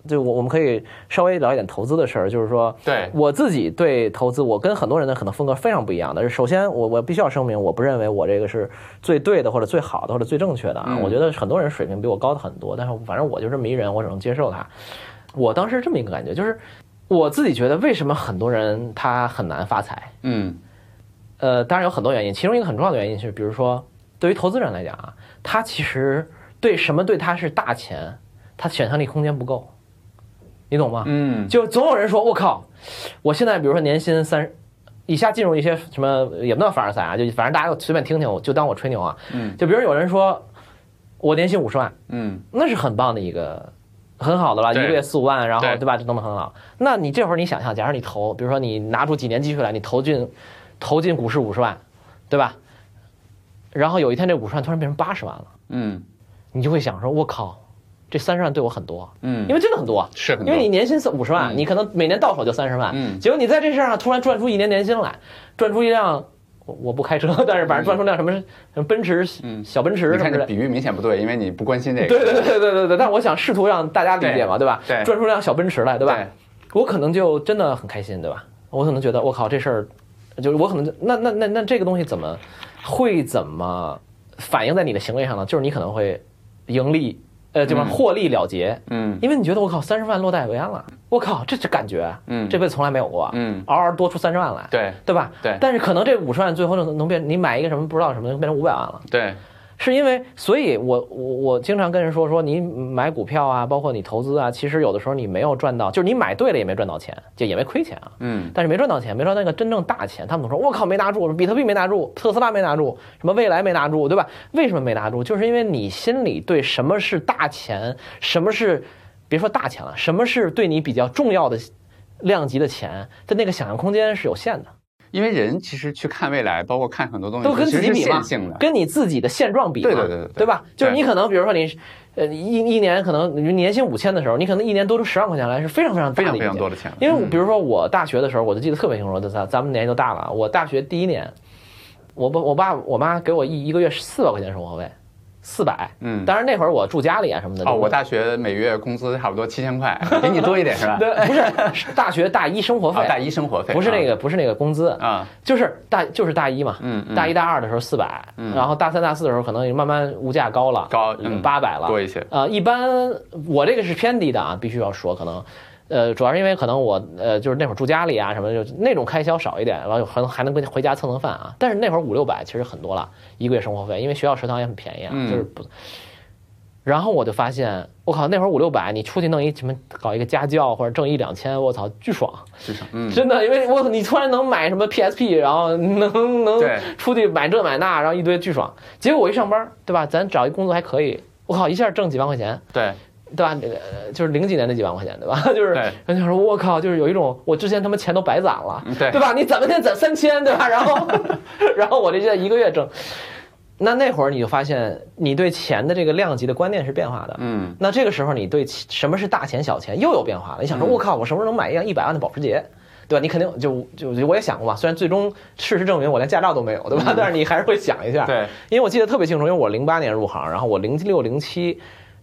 就我我们可以稍微聊一点投资的事儿，就是说，
对
我自己对投资，我跟很多人的可能风格非常不一样的。首先我，我必须要声明，我不认为我这个是最对的，或者最好的，或者最正确的啊。
嗯
我觉得很多人水平比我高的很多，但是反正我就这么一人，我只能接受他。我当时这么一个感觉，就是我自己觉得，为什么很多人他很难发财？
嗯
呃，当然有很多原因，其中一个很重要的原因是，比如说对于投资人来讲啊，他其实对什么对他是大钱，他想象力空间不够，你懂吗？
嗯
就总有人说，我靠，我现在比如说年薪三一下进入一些什么也不算凡尔赛啊，就反正大家就随便听听，我就当我吹牛啊。嗯，就比如有人说，我年薪五十万，
嗯，
那是很棒的一个很好的了，一
对
个月四五万，然后
对
对吧？这弄得很好。那你这会儿你想象，假如你投，比如说你拿出几年积蓄来，你投进投进股市五十万，对吧？然后有一天这五十万突然变成八十万了，
嗯
你就会想说，我靠，这三十万对我很多，
嗯，
因为真的很多。啊
是很
因
多
为你年薪是五十万，
嗯
你可能每年到手就三十万，
嗯
结果你在这事儿上突然赚出一年年薪来，赚出一辆我我不开车， <laughs> 但是反正赚出辆什么什么奔驰、
嗯
小奔驰
你
什么
看
之类
这
的。
比喻明显不对，因为你不关心这个。
对对对对对对对，但我想试图让大家理解嘛，对吧？
对
赚出辆小奔驰来，对
对
吧？我可能就真的很开心，对吧？我可能觉得我靠这事儿，就是我可能就那那那那这个东西怎么会怎么反映在你的行为上呢？就是你可能会盈利，呃，就是
嗯
获利了结，
嗯
因为你觉得我靠三十万落袋为安了，我靠这这感觉，
嗯
这辈子从来没有过，
嗯，
嗷嗷多出三十万来，
对
对吧？
对
但是可能这五十万最后能能变，你买一个什么不知道什么，能变成五百万了。
对，
是因为，所以我我我经常跟人说说，你买股票啊，包括你投资啊，其实有的时候你没有赚到，就是你买对了也没赚到钱，就也没亏钱啊，
嗯
但是没赚到钱，没赚到那个真正大钱。他们总说，我靠，没拿住，比特币没拿住，特斯拉没拿住，什么未来没拿住，对吧？为什么没拿住？就是因为你心里对什么是大钱，什么是别说大钱了，什么是对你比较重要的量级的钱的那个想象空间是有限的。
因为人其实去看未来，包括看很多东西，
都跟
其
自
实
己
是
比嘛
线性的。
跟你自己的现状比嘛，
对对对对对
吧？就是
对
你可能比如说你，呃，一一年可能你年薪五千的时候，你可能一年多出十万块钱来是非常非常
非
大的
常
一
非
笔
常
钱
多的钱了，
因为我比如说我大学的时候，我就记得特别清楚，咱咱们年纪都大了啊，我大学第一年，我爸我爸我妈给我一一个月四百块钱生活费，四百。
嗯，
当然那会儿我住家里啊什么的。
哦，我大学每月工资差不多七千
<laughs>
块，比你多一点是吧？ <laughs>
对不是是大学大一生活费
啊，，大一生活费
不是那
个
个不是那个工资，
啊，
就是大就是大一嘛。
嗯，嗯
大一大二的时候四百，然后大三大四的时候可能慢慢物价高了，
高嗯
八百了，
多一些，
呃，一般我这个是偏低的啊，必须要说，可能，呃，主要是因为可能我呃就是那会儿住家里啊什么的，就那种开销少一点，然后可能还能跟回家蹭蹭饭啊。但是那会儿五六百其实很多了，一个月生活费，因为学校食堂也很便宜啊，
嗯
就是不。然后我就发现，我靠，那会儿五六百，你出去弄一什么搞一个家教或者挣一两千，我操，巨爽！
至少嗯，
真的，因为我你突然能买什么 PSP，然后能能
对
出去买这买那，然后一堆巨爽。结果我一上班，对吧？咱找一工作还可以，我靠，一下挣几万块钱，
对
对吧？呃就是零几年那几万块钱，对吧？ <laughs> 就是
对嗯
人家说，我靠，就是有一种我之前他妈钱都白攒了，
对
对吧？你攒半天攒三千，对吧？ <laughs> 然后然后我这现在一个月挣，那那会儿你就发现你对钱的这个量级的观念是变化的，
嗯
那这个时候你对其什么是大钱小钱又有变化了。你想说，
嗯
我靠，我什么时候能买一辆一百万的保时捷？对吧？你肯定就就就我也想过嘛，虽然最终事实证明我连驾照都没有，对
嗯
吧？但是你还是会想一下。
对，
因为我记得特别清楚，因为我零八年入行，然后我零六零七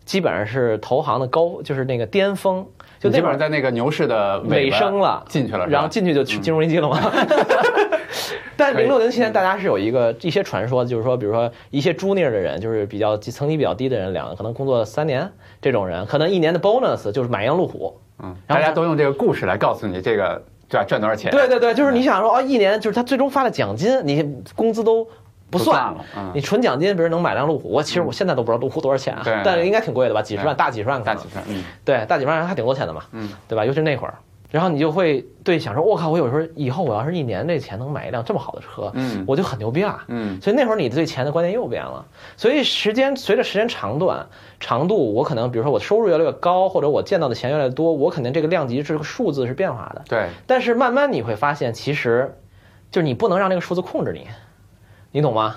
基本上是投行的高，就是那个巅峰，就
你基
那
本
会
上
儿
在那个牛市的
尾
巴
声了
进去了，是吧嗯
然后进去就去金融危机了嘛。
<laughs>
但
可以嗯
零六零七年，大家是有一个一些传说，就是说，比如说一些 junior 的人，就是比较层级比较低的人，两可能工作三年这种人，可能一年的 bonus 就是买一辆路虎。
嗯，
然
大
后
家都用这个故事来告诉你这个赚赚多少钱，
对对对，就是你想说哦，一年就是他最终发的奖金，你工资都不
不算
算
了嗯
你纯奖金，比如能买辆路虎，我其实我现在都不知道路虎多少钱啊，
对
但是应该挺贵的吧，几十万
对
大几十万可
大
能，
几十，嗯
对，大几万还挺多钱的嘛，
嗯，
对吧？尤其是那会儿，然后你就会对想说，我靠，我有时候以后我要是一年这钱能买一辆这么好的车，
嗯
我就很牛逼了。
嗯
所以那会儿你对钱的观念又变了，所以时间随着时间长短长度，我可能比如说我收入越来越高，或者我见到的钱越来越多，我肯定这个量级这个数字是变化的。
对，
但是慢慢你会发现，其实就是你不能让这个数字控制你，你懂吗？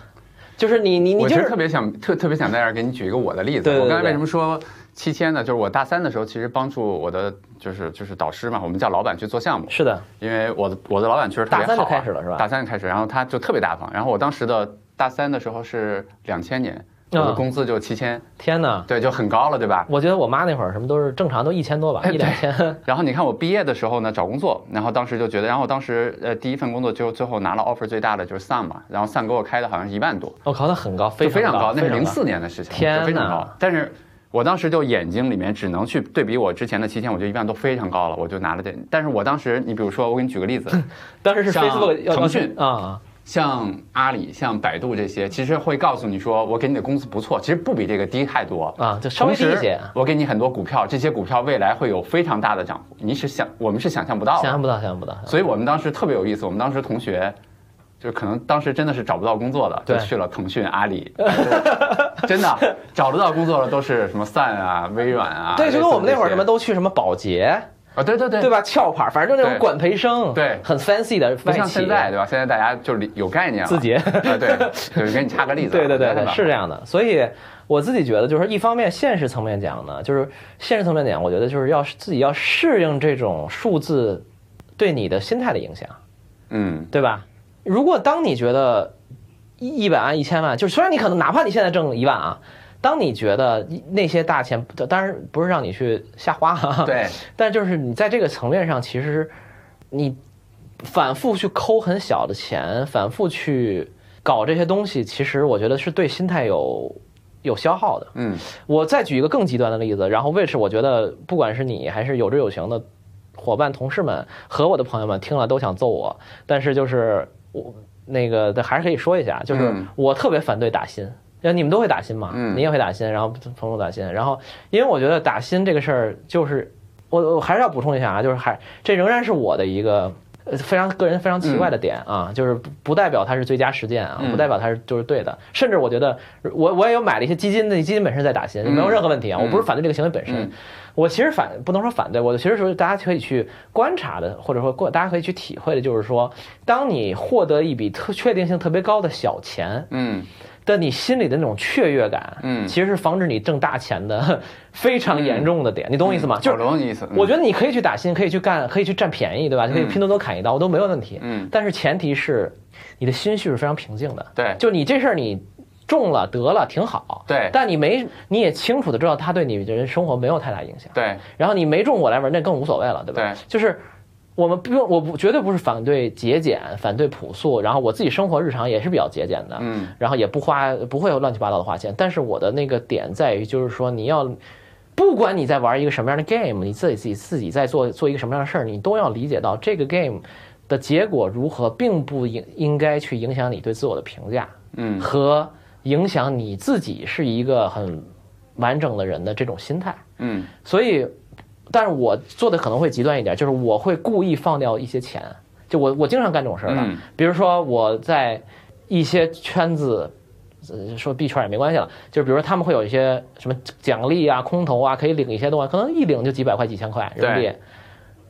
就是你你你
我
就
其实
是
特别想特特别想在这儿给你举一个我的例子。啊
对对对
我刚才为什么说七千呢？就是我大三的时候，其实帮助我的就是就是导师嘛，我们叫老板去做项目，
是的，
因为我的我的老板确实特别好、
大
啊
三就开始了是吧
大三就开始，然后他就特别大方。然后我当时的大三的时候是两千年，我的
嗯
工资就七千、
天哪！
对，就很高了，对吧？
我觉得我妈那会儿什么都是正常，都一千多吧，
哎
一两千。
然后你看我毕业的时候呢，找工作，然后当时就觉得，然后我当时呃第一份工作就最后拿了 offer 最大的就是 Sun 嘛，然后 Sun 给我开的好像是一万多，
我靠，那很高，非
就非常
高，
那是
非常
零四年的事情，
天
就非常
哪
高。但是我当时就眼睛里面只能去对比我之前的七千，我就一万都非
<laughs>
常高了，我就拿了这。但是我当时，你比如说，我给你举个例子，
当时是
像
Facebook 要
腾讯
要啊，
像阿里、像百度这些，其实会告诉你说，我给你的工资不错，其实不比这个低太多
啊就稍微低一些
同时我给你很多股票，这些股票未来会有非常大的涨幅，你是想我们是想象不到
想
的。
象不到，想象不到。
所以我们当时特别有意思，我们当时同学。就可能当时真的是找不到工作的，就
对
去了腾讯、阿里，
<laughs>
真的找不到工作的都是什么 Sun 啊、微软啊。
对，就跟我们那会儿什
什
么
么
都去什么保洁，
啊，对对对
对吧？壳牌，反正就那种
对
管培生，
对
很 fancy 的
不
外
像
企，
现在对吧？现在大家就理有概念了，
字节。
啊，对，就是给你插个例子
<laughs>
啊，
对对对
对
对，
吧
是这样的。所以我自己觉得，就是一方面现实层面讲呢，就是现实层面讲，我觉得就是要自己要适应这种数字对你的心态的影响，
嗯，
对吧？如果当你觉得一一百万、一千万，就是虽然你可能哪怕你现在挣一万啊，当你觉得那些大钱，当然不是让你去瞎花啊，
对，
<laughs> 但就是你在这个层面上，其实你反复去抠很小的钱，反复去搞这些东西，其实我觉得是对心态有有消耗的。
嗯，
我再举一个更极端的例子，然后 which 我觉得不管是你还是有志有行的伙伴、同事们和我的朋友们听了都想揍我，但是就是我那个但还是可以说一下，就是
嗯
我特别反对打新。呃，你们都会打新嘛？
嗯
你也会打新，然后朋友打新，然后因为我觉得打新这个事儿，就是我我还是要补充一下啊，就是还这仍然是我的一个呃非常个人非常奇怪的点啊，就是不不代表它是最佳实践啊，
嗯
不代表它是就是对的，甚至我觉得我我也有买了一些基金，那基金本身在打新，
嗯
没有任何问题啊，
嗯
我不是反对这个行为本身，
嗯
我其实反不能说反对，我其实说大家可以去观察的，或者说过大家可以去体会的，就是说，当你获得一笔特确定性特别高的小钱，
嗯，
但你心里的那种雀跃感，
嗯
其实是防止你挣大钱的非常严重的点，你懂我意思吗？就是
我懂你意思。嗯
我觉得你可以去打新，可以去干，可以去占便宜，对吧？可以拼多多砍一刀都没有问题。
嗯
但是前提是你的心绪是非常平静的。
对
就你这事儿你中了得了挺好，
对
但你没你也清楚的知道它对你的人生活没有太大影响。
对，
然后你没中我来玩，那更无所谓了，对吧？
对
就是我们不用，我不绝对不是反对节俭，反对朴素，然后我自己生活日常也是比较节俭的，
嗯，
然后也不花不会有乱七八糟的花钱，但是我的那个点在于就是说你要。不管你在玩一个什么样的 game，你自己自己自己在做做一个什么样的事儿，你都要理解到
嗯
这个 game 的结果如何，并不应应该去影响你对自我的评价。
嗯
和影响你自己是一个很完整的人的这种心态。
嗯
所以，但是我做的可能会极端一点，就是我会故意放掉一些钱，就我我经常干这种事儿的。
嗯
比如说我在一些圈子，呃说币圈也没关系了，就是比如说他们会有一些什么奖励啊、空投啊，可以领一些东西，可能一领就几百块、几千块人民币。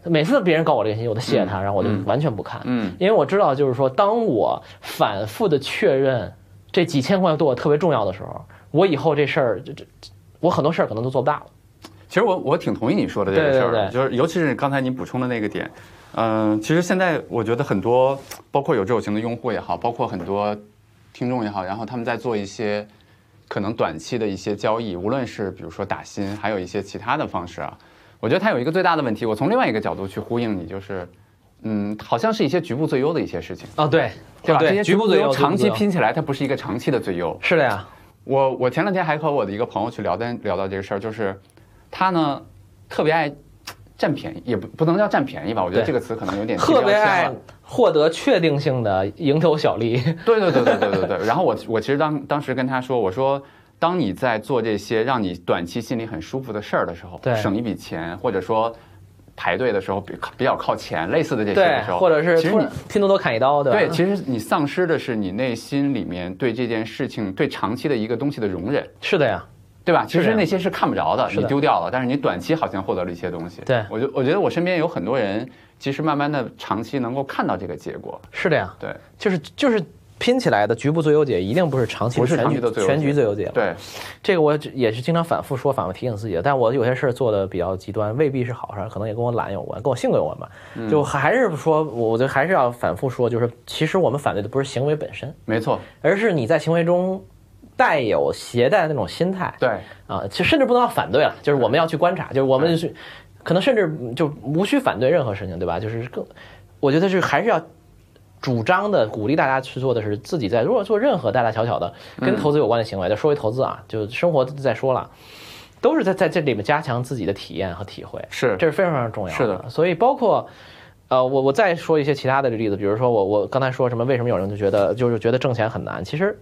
每次别人告我这个信息，我都谢他，然后我就完全不看。
嗯
因为我知道，就是说，当我反复的确认这几千块对我特别重要的时候，我以后这事儿，这这这我很多事儿可能都做不大了。
其实我我挺同意你说的这个
对对
事儿的，
对
就是尤其是刚才你补充的那个点，嗯、其实现在我觉得很多，包括有这种型的用户也好，包括很多听众也好，然后他们在做一些可能短期的一些交易，无论是比如说打新，还有一些其他的方式啊，我觉得它有一个最大的问题，我从另外一个角度去呼应你，就是，嗯，好像是一些局部最优的一些事情，
啊，对，
对吧？这些
局部
最
最优，
长期
局部最优
拼起来，它不是一个长期的最优，
是的呀，
我我前两天还和我的一个朋友去聊，但聊到这个事儿，就是他呢特别爱嘖占便宜，也不不能叫占便宜吧，我觉得
对
这个词可能有点贴
特别
标签
爱
了
获得确定性的蝇头小利。
对对对对对对对。然后我我其实当当时跟他说，我说当你在做这些让你短期心里很舒服的事儿的时候
对，
省一笔钱，或者说排队的时候比比较靠前，类似的这些
对
的时，候，
或者是
其实
突
你
然拼多多砍一刀，对吧？
对，其实你丧失的是你内心里面对这件事情、对长期的一个东西的容忍。
是的呀，
对吧？
是
其
这
实
样
那些是看不着的，
是的
你丢掉了，但是你短期好像获得了一些东西。
对
我就我觉得我身边有很多人，其实慢慢的长期能够看到这个结果。
是的呀，
对
就是就是拼起来的局部最优解，一定不是长期
不是
全
长
局
期的最优解
全局最优解了。
对，
这个我也是经常反复说，反复提醒自己的。但我有些事儿做的比较极端，未必是好事儿，可能也跟我懒有关，跟我性格有关吧。
嗯
就还是说，我我觉得还是要反复说，就是其实我们反对的不是行为本身，
没错，
而是你在行为中带有携带的那种心态。
对
啊，其实甚至不能叫反对了，就是我们要去观察，就是我们去，可能甚至就无需反对任何事情，对吧？就是更，我觉得是还是要主张的鼓励大家去做的是自己在如果做任何大大小小的跟投资有关的行为，就说回投资啊，就生活再说了，都是在在这里面加强自己的体验和体会，
是
这是非常非常重要
是的
所以包括。呃，我我再说一些其他的例子，比如说我我刚才说什么，为什么有人就觉得就是觉得挣钱很难？其实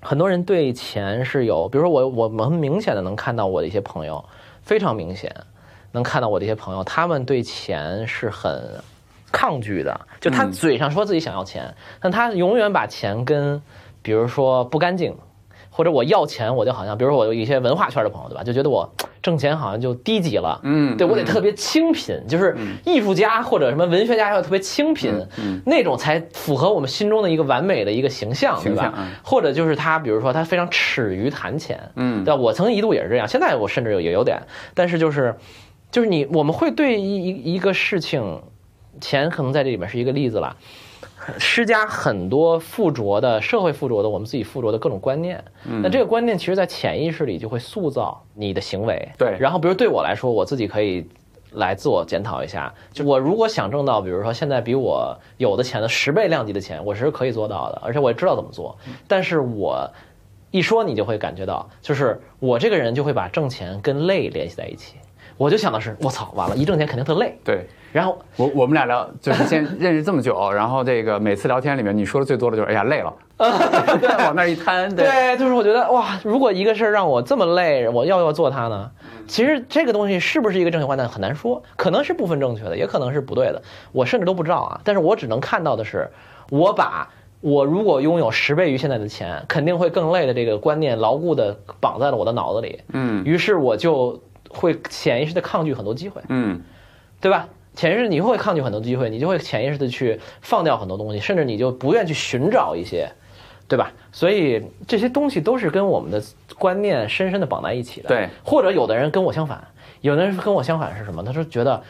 很多人对钱是有，比如说我我们明显的能看到我的一些朋友，非常明显能看到我的一些朋友，他们对钱是很抗拒的，就他
嗯
嘴上说自己想要钱，但他永远把钱跟比如说不干净。或者我要钱，我就好像，比如说我有一些文化圈的朋友，对吧？就觉得我挣钱好像就低级了，
嗯，
对我得
嗯
特别清贫，就是艺术家或者什么文学家要特别清贫，
嗯
那种才符合我们心中的一个完美的一个形象，
形
对
象
吧？
嗯
或者就是他，比如说他非常耻于谈钱，
嗯
对吧？我曾一度也是这样，现在我甚至也有点，但是就是就是你我们会对一一一个事情，钱可能在这里面是一个例子了。施加很多附着的社会附着的我们自己附着的各种观念，那这个观念其实，在潜意识里就会塑造你的行为。
对
然后比如对我来说，我自己可以来自我检讨一下，就我如果想挣到，比如说现在比我有的钱的十倍量级的钱，我是可以做到的，而且我也知道怎么做。但是我一说，你就会感觉到，就是我这个人就会把挣钱跟累联系在一起。我就想的是，我操，完了，一挣钱肯定特累。
对。
然后
我我们俩聊就是先认识这么
<laughs>
久，然后这个每次聊天里面你说的最多的就是哎呀累
<laughs>
了，往那儿一摊，
对，就是我觉得哇，如果一个事儿让我这么累，我要不要做它呢？其实这个东西是不是一个正确判断很难说，可能是部分正确的，也可能是不对的，我甚至都不知道啊。但是我只能看到的是，我把我如果拥有十倍于现在的钱，肯定会更累的这个观念牢固的绑在了我的脑子里，
嗯
于是我就会潜意识的抗拒很多机会。
嗯
对吧？潜意识你会抗拒很多机会，你就会潜意识的去放掉很多东西，甚至你就不愿去寻找一些，对吧？所以这些东西都是跟我们的观念深深的绑在一起的。
对，
或者有的人跟我相反，有的人跟我相反是什么？他说觉得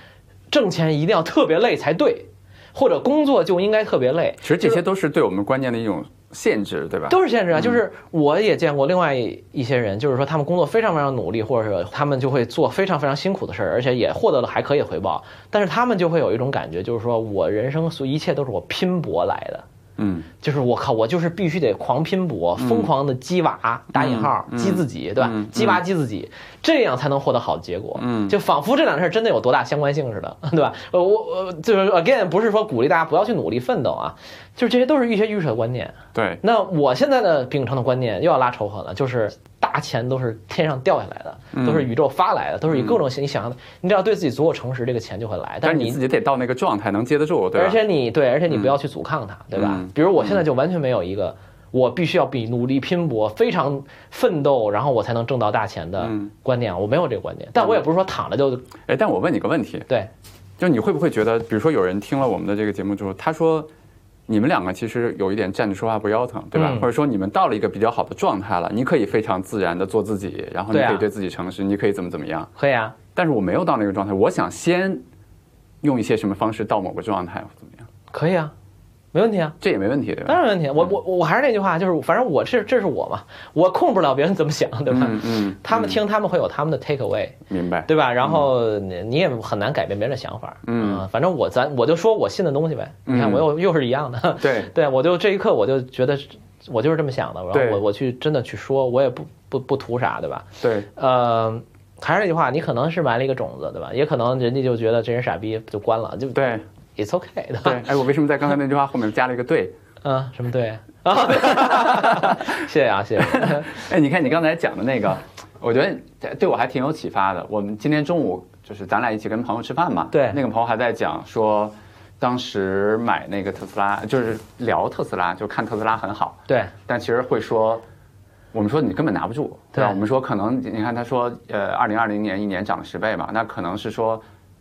挣钱一定要特别累才对，或者工作就应该特别累，
其实这些都是对我们观念的一种限制，对吧？
都是限制啊。就是我也见过另外一些人，就是说他们工作非常非常努力，或者是他们就会做非常非常辛苦的事儿，而且也获得了还可以的回报，但是他们就会有一种感觉，就是说我人生所一切都是我拼搏来的。
嗯
就是我靠，我就是必须得狂拼搏，疯狂的鸡娃打引号
嗯
鸡自己，对吧
嗯？
鸡娃鸡自己，这样才能获得好结果。
嗯
就仿佛这两件事真的有多大相关性似的， <laughs> 对吧？呃，我我就是 again 不是说鼓励大家不要去努力奋斗啊，就是这些都是一些预设的观念。
对，
那我现在的秉承的观念又要拉仇恨了，就是大钱都是天上掉下来
嗯
的，都是宇宙发来的，都是以各种形你想象的，你只要对自己足够诚实，这个钱就会来。但
但
是
是
你
你自己得到那个状态，能接得住，对吧？嗯
而且你对，而且你不要去阻抗它，对吧？比如我现在就完全没有一个我必须要比努力拼搏、非常奋斗，然后我才能挣到大钱的
嗯
观念，我没有这个观念。但我也不是说躺着就
哎，但我问你个问题，
对，
就你会不会觉得，比如说有人听了我们的这个节目之后，他说你们两个其实有一点站着说话不腰疼，对吧？
嗯
或者说你们到了一个比较好的状态了，你可以非常自然的做自己，然后你
对啊
可以对自己诚实，你可以怎么怎么样。
可以啊，
但是我没有到那个状态，我想先用一些什么方式到某个状态或怎么样，
可以啊，没问题啊。
这也没问题，对
当
吧？
然没问题，啊我我我还是那句话，就是反正我这这是我嘛，我控制不了别人怎么想，对吧？
嗯嗯，
他们听他们会有他们的 take away，
明白。
对吧？然后你你也很难改变别人的想法，
嗯
啊反正我咱我就说我信的东西呗。你看
嗯
我又又是一样的，
对
<laughs> 对，我就这一刻我就觉得我就是这么想的，然
对
后我我去真的去说，我也不不不图啥，对吧？
对，
呃，还是那句话，你可能是埋了一个种子，对吧？也可能人家就觉得这人傻逼就关了，就
对
，it's okay，对 <laughs>
对
吧？，
哎，我为什么在刚才那句话后面加了一个对？
嗯，什么对啊？ <laughs> 谢谢啊，谢谢。 <laughs>
哎，你看你刚才讲的那个，我觉得对我还挺有启发的。我们今天中午就是咱俩一起跟朋友吃饭嘛，
对
那个朋友还在讲说，当时买那个特斯拉，就是聊特斯拉，就看特斯拉很好，
对，
但其实会说，我们说你根本拿不住，吧？
对
我们说可能你看他说，呃，二零二零年一年涨了十倍嘛，那可能是说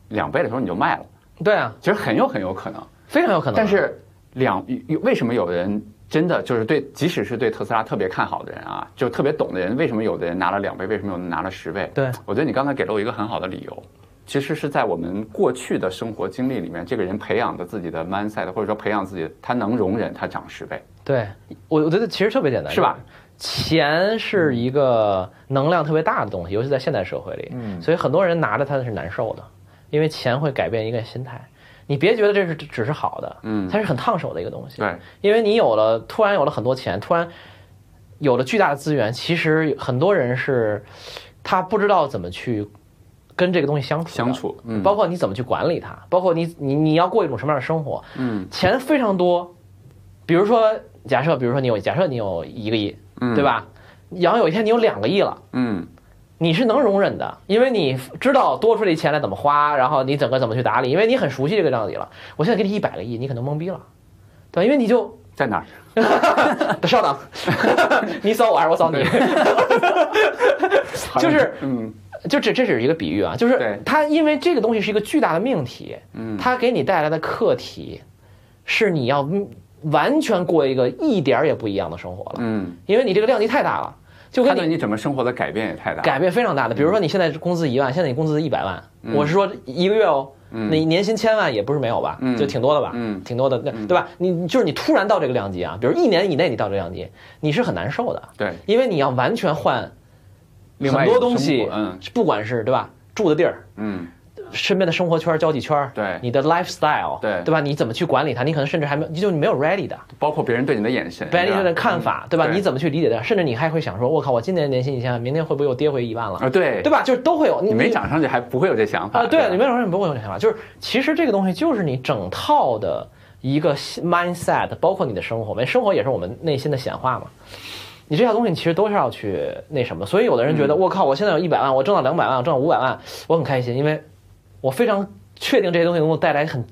两倍的时候你就卖了，
对啊，
其实很有很有可能。
非常有可能啊。
但是两有为什么有人真的就是对，即使是对特斯拉特别看好的人啊，就特别懂的人，为什么有的人拿了两倍，为什么有的人拿了十倍？
对
我觉得你刚才给了我一个很好的理由，其实是在我们过去的生活经历里面，这个人培养的自己的 mindset，或者说培养自己，他能容忍他涨十倍。
对，我我觉得其实特别简单，
是吧？
钱是一个能量特别大的东
嗯
西，尤其在现代社会里，所以很多人拿着它是难受的，因为钱会改变一个人心态。你别觉得这是只是好的，
嗯
它是很烫手的一个东西，
对，
因为你有了突然有了很多钱，突然有了巨大的资源，其实很多人是他不知道怎么去跟这个东西相处的
相，处，嗯，
包括你怎么去管理它，包括你你你要过一种什么样的生活，
嗯
钱非常多。比如说，假设，比如说你有，假设你有一个亿，
嗯，
对？吧？然后有一天你有两个亿了，
嗯，
你是能容忍的，因为你知道多出这钱来怎么花，然后你整个怎么去打理，因为你很熟悉这个账底了。我现在给你一百个亿，你可能懵逼了，对吧？因为你就 <laughs>
在哪儿？
稍等， <laughs> 你扫我还是我扫你？就是
嗯
<laughs> 就这这只是一个比喻啊，就是
对
它因为这个东西是一个巨大的命题，
嗯，
它给你带来的课题是你要完全过一个一点儿也不一样的生活了，
嗯，
因为你这个量级太大了，就
他
跟
对
你
你整个生活的改变也太大了，嗯
改变非常大的。比如说你现在工资一万，现在你工资一百万，我是说一个月哦，你年薪千万也不是没有吧，
嗯
就挺多的吧，
嗯
挺多的，对对吧？你就是你突然到这个量级啊，比如一年以内你到这个量级，你是很难受的，
对，
因为你要完全换
另外
很
一
多
种
东
生
西
活，嗯
不管是对吧，住的地儿。
嗯，
身边的生活圈、交际圈，
对
你的 lifestyle，
对
对吧？你怎么去管理它？你可能甚至还没有，就你没有 ready 的
包括别人对你的眼神，
，ready 的
对吧嗯
看法，对吧？
对
你怎么去理解它？甚至你还会想说，我靠，我今年年薪一千万，明天会不会又跌回一万了？
啊，对
对，吧？就是都会有，你
你没
你
涨上去还不会有这想
嗯
法
啊，对，你
吧
没有人不会有这想法，就是其实这个东西就是你整套的一个 mindset，包括你的生活，没生活也是我们内心的显化嘛。你这套东西其实都是要去那什么，所以有的人觉
嗯
得我靠，我现在有一百万，我挣到两百万，我挣到五百万，我很开心，因为我非常确定这些东西能够带来很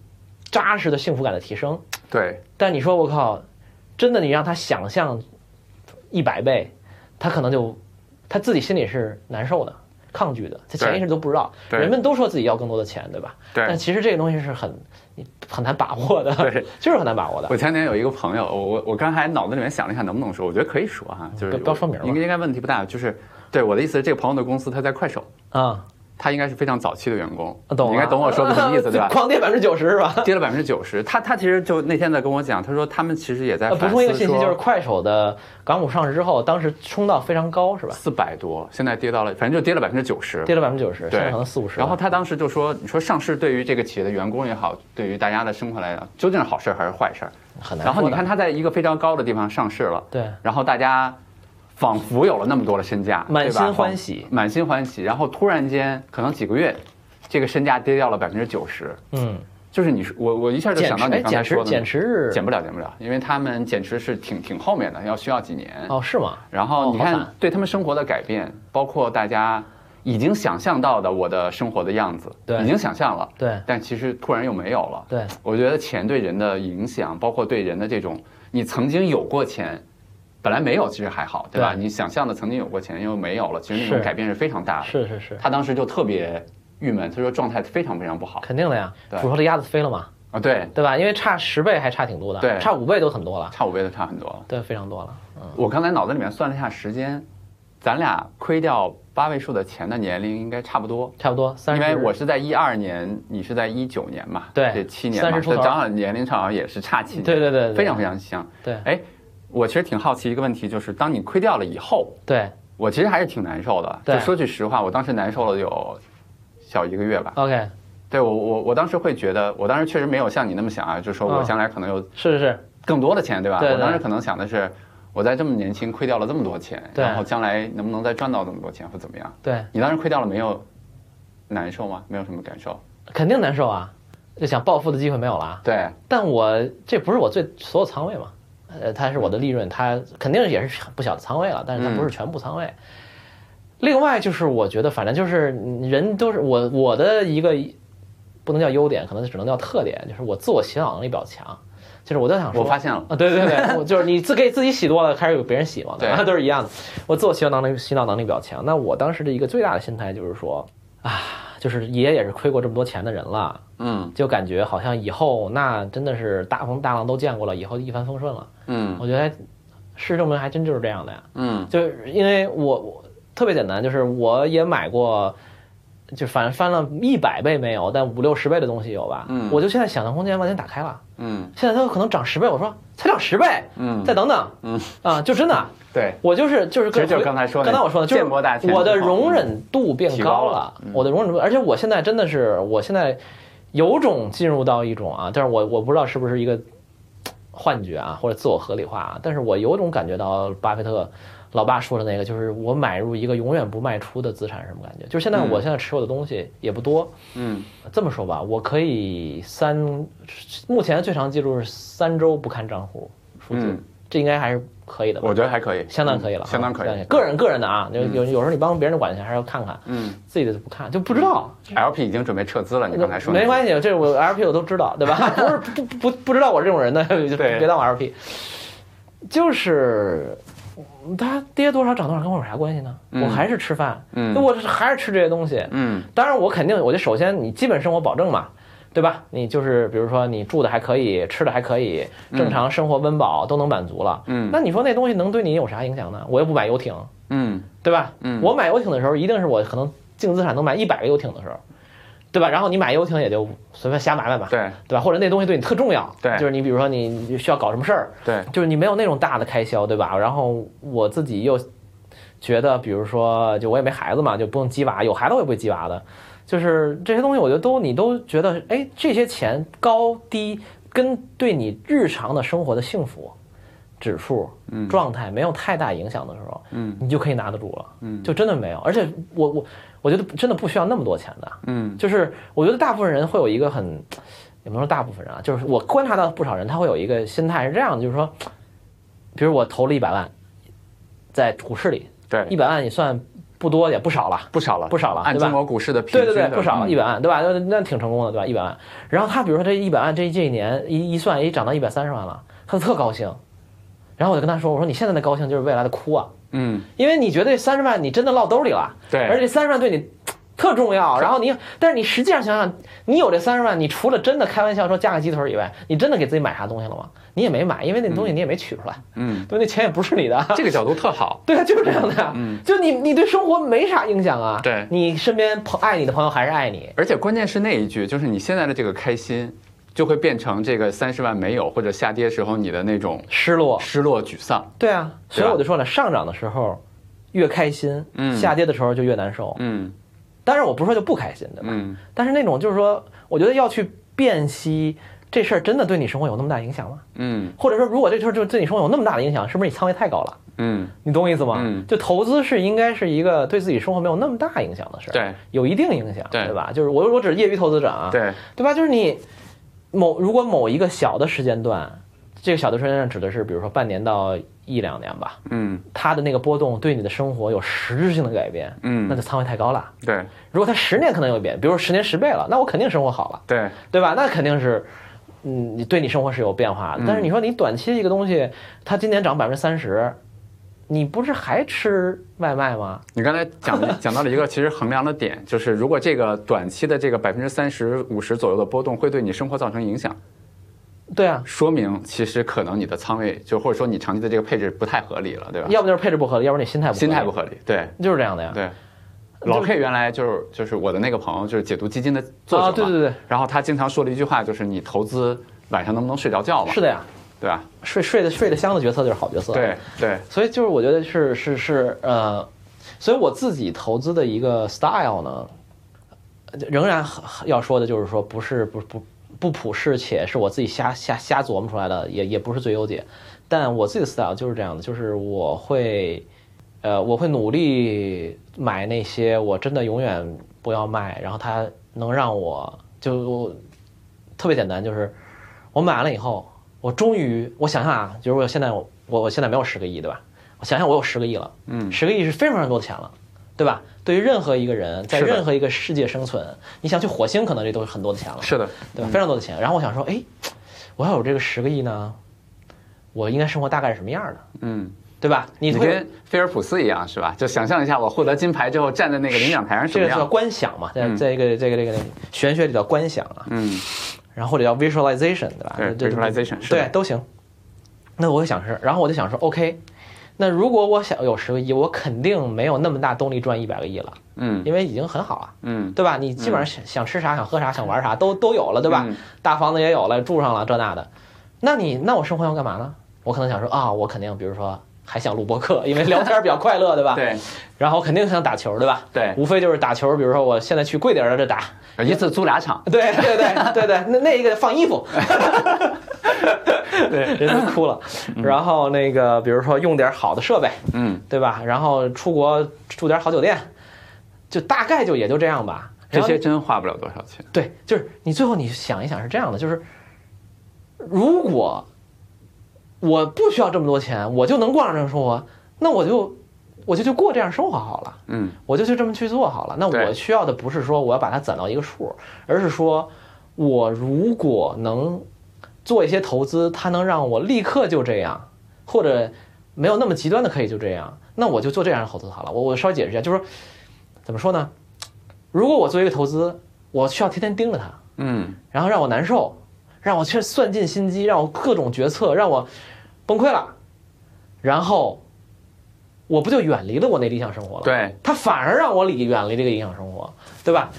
扎实的幸福感的提升。
对，
但你说我靠，真的你让他想象一百倍，他可能就他自己心里是难受的、抗拒的，他潜意识都不知道。
对
人们都说自己要更多的钱，对吧？
对
但其实这个东西是很你很难把握的，
对，
<laughs> 就是很难把握的。
我前年有一个朋友，我我我刚才脑子里面想了一下能不能说，我觉得可以说哈，就是
不不要说名儿吧
应该应该问题不大，就是对我的意思是这个朋友的公司他在快手，
啊，
他应该是非常早期的员工，
懂了
你应该懂我说的什么
<laughs>
意思对吧？
狂跌百分之九十是吧？
跌了百分之九十，他他其实就那天在跟我讲，他说他们其实也在
<laughs> 呃，补
反
充一个
思
信息，就是
说
快手的港股上市之后，当时冲到非常高，是吧？
四百多，现在跌到了，反正就跌了百分之九十，
跌了百分之九十，
对
现在可能四五十。
然后他当时就说：“你说上市对于这个企业的员工也好，对于大家的生活来讲，究竟是好事儿还是坏事儿？
很难
然后
说
你
的
看，他在一个非常高的地方上市了，
对
然后大家仿佛有了那么多的身价，
满
对吧
心欢喜
仿满心欢喜。然后突然间，可能几个月，这个身价跌掉了百分之九十。
嗯，
就是你说我我一下就
减
想
持
到
哎
你刚才
减持
说的，
减持日
减不了，减不了，因为他们减持是挺挺后面的，要需要几年。
哦是吗？
然
哦
后你
好
看
惨
对他们生活的改变，包括大家已经想象到的我的生活的样子，
对
已经想象了，
对
但其实突然又没有了。
对，
我觉得钱对人的影响，包括对人的这种，你曾经有过钱，本来没有其实还好，对吧？
对
你想象的曾经有过钱又没有了，其实那
是
种改变是非常大的。
是是是，
他当时就特别郁闷，他说状态非常非常不好
肯定的呀。
对
捕捉的鸭子飞了嘛，
啊，对，
对吧？因为差十倍还差挺多的，
对
差五倍都很多了，
差五倍都差很多了。
对，非常多了。嗯，
我刚才脑子里面算了一下时间，咱俩亏掉八位数的钱的年龄应该差不多。
差不多三
因
十。
为我是在一二年，你是在一九年嘛，
对
这七年
30
嘛，
出
这
头
正好年龄上好也是差七年，
对对对对
非常非常像。
对
哎，我其实挺好奇一个问题，就是当你亏掉了以后，
对
我其实还是挺难受的。
对
就说句实话，我当时难受了有小一个月吧。
，OK，
对我我我当时会觉得，我当时确实没有像你那么想啊，就说我
嗯
将来可能有
是是是，
更多的钱，对吧？
对对
我当时可能想的是，我在这么年轻亏掉了这么多钱，
对
然后将来能不能再赚到这么多钱或怎么样？
对，
你当时亏掉了没有难受吗？没有什么感受？
肯定难受啊，就想暴富的机会没有了啊。
对。
但我这不是我最所有仓位嘛，呃，它是我的
嗯
利润，它肯定也是不小的仓位了，但是它不是全部仓位。另外就是我觉得，反正就是人都是我我的一个不能叫优点，可能只能叫特点，就是我自我洗脑能力比较强。就是我在想说，
我发现了
啊，对对对，我 <laughs> 就是你自给自己洗多了，开始有别人洗嘛，
对
吧？都是一样的。我自我洗脑能力洗脑能力比较强。那我当时的一个最大的心态就是说，啊，就是爷也是亏过这么多钱的人了，
嗯
就感觉好像以后那真的是大风大浪都见过了，以后一帆风顺了。
嗯
我觉得还事实证明还真就是这样的呀。
嗯
就是因为我我特别简单，就是我也买过，就反正翻了一百倍没有，但五六十倍的东西有吧。
嗯
我就现在想象空间完全打开了，
嗯
现在它有可能涨十倍，我说才涨十倍，
嗯，
再等等，
嗯
啊，就真的。
对，
我就是就是
其
跟
实就是
回
刚才说的
刚才我说的，就是
见过大钱
我的
就好
容忍度变
嗯提
高
高
了
了，嗯
我的容忍度，而且我现在真的是，我现在有种进入到一种啊，但是我我不知道是不是一个幻觉啊，或者自我合理化啊。但是我有种感觉到巴菲特老爸说的那个，就是我买入一个永远不卖出的资产，什么感觉？就是现在
嗯
我现在持有的东西也不多，
嗯
这么说吧，我可以三，目前最长记录是三周不看账户数字，
嗯
这应该还是可以的吧？
我觉得还可以，
相当可以了哈，
嗯相当可以。
个人个人的啊，有有有时候你帮别人管一下，还是要看看
嗯
自己的就不看，就不知道。
，LP 已经准备撤资了，你刚才说那
没
个
关系，这我 LP 我都知道，对吧？ <laughs> 不是不不不知道我这种人的，就
对
别当我 LP。就是嗯它跌多少涨多少跟我有啥关系呢？
嗯
我还是吃饭，
嗯
我还是吃这些东西。
嗯
当然，我肯定，我觉得首先你基本生活保证嘛，对吧？你就是比如说你住的还可以，吃的还可以，正常生活温饱都能满足了。
嗯
那你说那东西能对你有啥影响呢？我又不买游艇，
嗯
对吧？
嗯
我买游艇的时候，一定是我可能净资产能买一百个游艇的时候，对吧？然后你买游艇也就随便瞎买买吧，
对
对吧？或者那东西对你特重要，
对
就是你比如说你你需要搞什么事儿，
对
就是你没有那种大的开销，对吧？然后我自己又觉得，比如说，就我也没孩子嘛，就不用鸡娃，有孩子我也不会鸡娃的。就是这些东西，我觉得都你都觉得，哎，这些钱高低跟对你日常的生活的幸福指数、状态没有太大影响的时候，
嗯，
你就可以拿得住了，
嗯
就真的没有。而且我我我觉得真的不需要那么多钱的，
嗯
就是我觉得大部分人会有一个很，也不能说大部分人啊，就是我观察到不少人，他会有一个心态是这样的，就是说，比如我投了一百万，在股市里，一
对，
百万也算不多也不少了，
不少了
不少了
按
对吧
中国股市的平
对
均的
对对，不少了，
嗯
一百万，对吧？那那挺成功的，对吧？一百万，然后他比如说这一百万这这一年一一算，一涨到一百三十万了，他就特高兴，然后我就跟他说，我说你现在的高兴就是未来的哭啊，
嗯
因为你觉得这三十万你真的落兜里了，
对
而且这三十万对你特重要。然后你，但是你实际上想想，你有这三十万，你除了真的开玩笑说加个鸡腿以外，你真的给自己买啥东西了吗？你也没买，因为那东西你也没取出来，
嗯，
对，那钱也不是你的。 <laughs>
这个角度特好，
对啊，就是这样的呀。
嗯
就你，你对生活没啥影响啊。
对
你身边朋爱你的朋友还是爱你。
而且关键是那一句，就是你现在的这个开心，就会变成这个三十万没有或者下跌时候你的那种
失落，
失落、沮丧。
对啊，所以
对吧
我就说了，上涨的时候越开心，
嗯
下跌的时候就越难受。
嗯
当然，我不是说就不开心，对吧？
嗯
但是那种就是说，我觉得要去辨析这事儿真的对你生活有那么大影响吗？
嗯
或者说，如果这事儿就对你生活有那么大的影响，是不是你仓位太高了？
嗯，
你懂我意思吗？
嗯
就投资是应该是一个对自己生活没有那么大影响的事儿，
对，
有一定影响，
对
吧？就是我我只是业余投资者啊，
对，
对吧？就是你某如果某一个小的时间段，这个小的时间段指的是比如说半年到一两年吧，
嗯
它的那个波动对你的生活有实质性的改变，
嗯
那就仓位太高了。
对
如果它十年可能有变，比如说十年十倍了，那我肯定生活好了。
对
对吧？那肯定是，嗯，你对你生活是有变化
嗯
的。但是你说你短期一个东西，它今年涨百分之三十，你不是还吃外卖吗？
你刚才讲的讲到了一个其实衡量的点，就是如果这个短期的这个百分之三十五十左右的波动会对你生活造成影响，
对啊，
说明其实可能你的仓位就或者说你长期的这个配置不太合理了，对吧？
要不就是配置不合理，要不然你心态不合理
心态不合理，对
就是这样的呀。
对。
就
老 K 原来就是就是我的那个朋友，就是解读基金的作者嘛、
啊对对对。
然后他经常说了一句话，就是你投资晚上能不能睡着觉嘛？
是的呀，
对吧？
睡睡的睡得香的决策就是好决策。
对对，
所以就是我觉得是是是呃，所以我自己投资的一个 style 呢，呃仍然很很要说的就是说不是不不不普世，且是我自己瞎瞎瞎琢磨出来的，也也不是最优解。但我自己的 style 就是这样的，就是我会呃我会努力买那些我真的永远不要卖，然后它能让我就我特别简单，就是我买完了以后，我终于我想想啊，就是我现在我我我现在没有十个亿，对吧？我想想我有十个亿了，
嗯
十个亿是非常非常多的钱了，对吧？对于任何一个人，在
是的
任何一个世界生存，你想去火星，可能这都是很多的钱了，
是的，
对吧？非常多的钱。然后我想说，哎，我要有这个十个亿呢，我应该生活大概是什么样的，
嗯，
对吧？你
你
会
跟菲尔普斯一样是吧？就想象一下我获得金牌之后站在那个领奖台上什
这
么
个叫
样？
观想嘛，在
嗯
在这个这个这个玄学里叫观想啊，
嗯
然后或者叫 visualization，对吧？
对
啊这这
visualization，是的
对都行。那我会想是，然后我就想说，OK，那如果我想有十个亿，我肯定没有那么大动力赚一百个亿了，
嗯
因为已经很好啊了，
嗯，
对吧？你基本上想想吃啥、想喝啥、想玩啥都都有了，对吧
嗯？
大房子也有了，住上了这那的，那你那我生活要干嘛呢？我可能想说啊，我肯定比如说还想录播客，因为聊天比较快乐，对吧？。
对，
然后我肯定想打球，对吧？
对
无非就是打球，比如说我现在去贵点儿的这打，
一次租俩场，
对对对对对，那那一个放衣服， <laughs> 对，人都哭了。然后那个，比如说用点好的设备，
嗯，
对吧？然后出国住点好酒店，就大概就也就这样吧。
这
然后
些真花不了多少钱。
对，就是你最后你想一想是这样的，就是如果我不需要这么多钱，我就能过上这种生活，那我就我就就过这样生活好了，
嗯，
我就就这么去做好了。那
对
我需要的不是说我要把它攒到一个数，而是说我如果能做一些投资，它能让我立刻就这样，或者没有那么极端的可以就这样，那我就做这样的投资好了。我我稍微解释一下，就是说怎么说呢？如果我做一个投资，我需要天天盯着它，
嗯，
然后让我难受，让我去算尽心机，让我各种决策，让我崩溃了，然后我不就远离了我那理想生活了？，
对，
他反而让我离远离这个理想生活，对吧？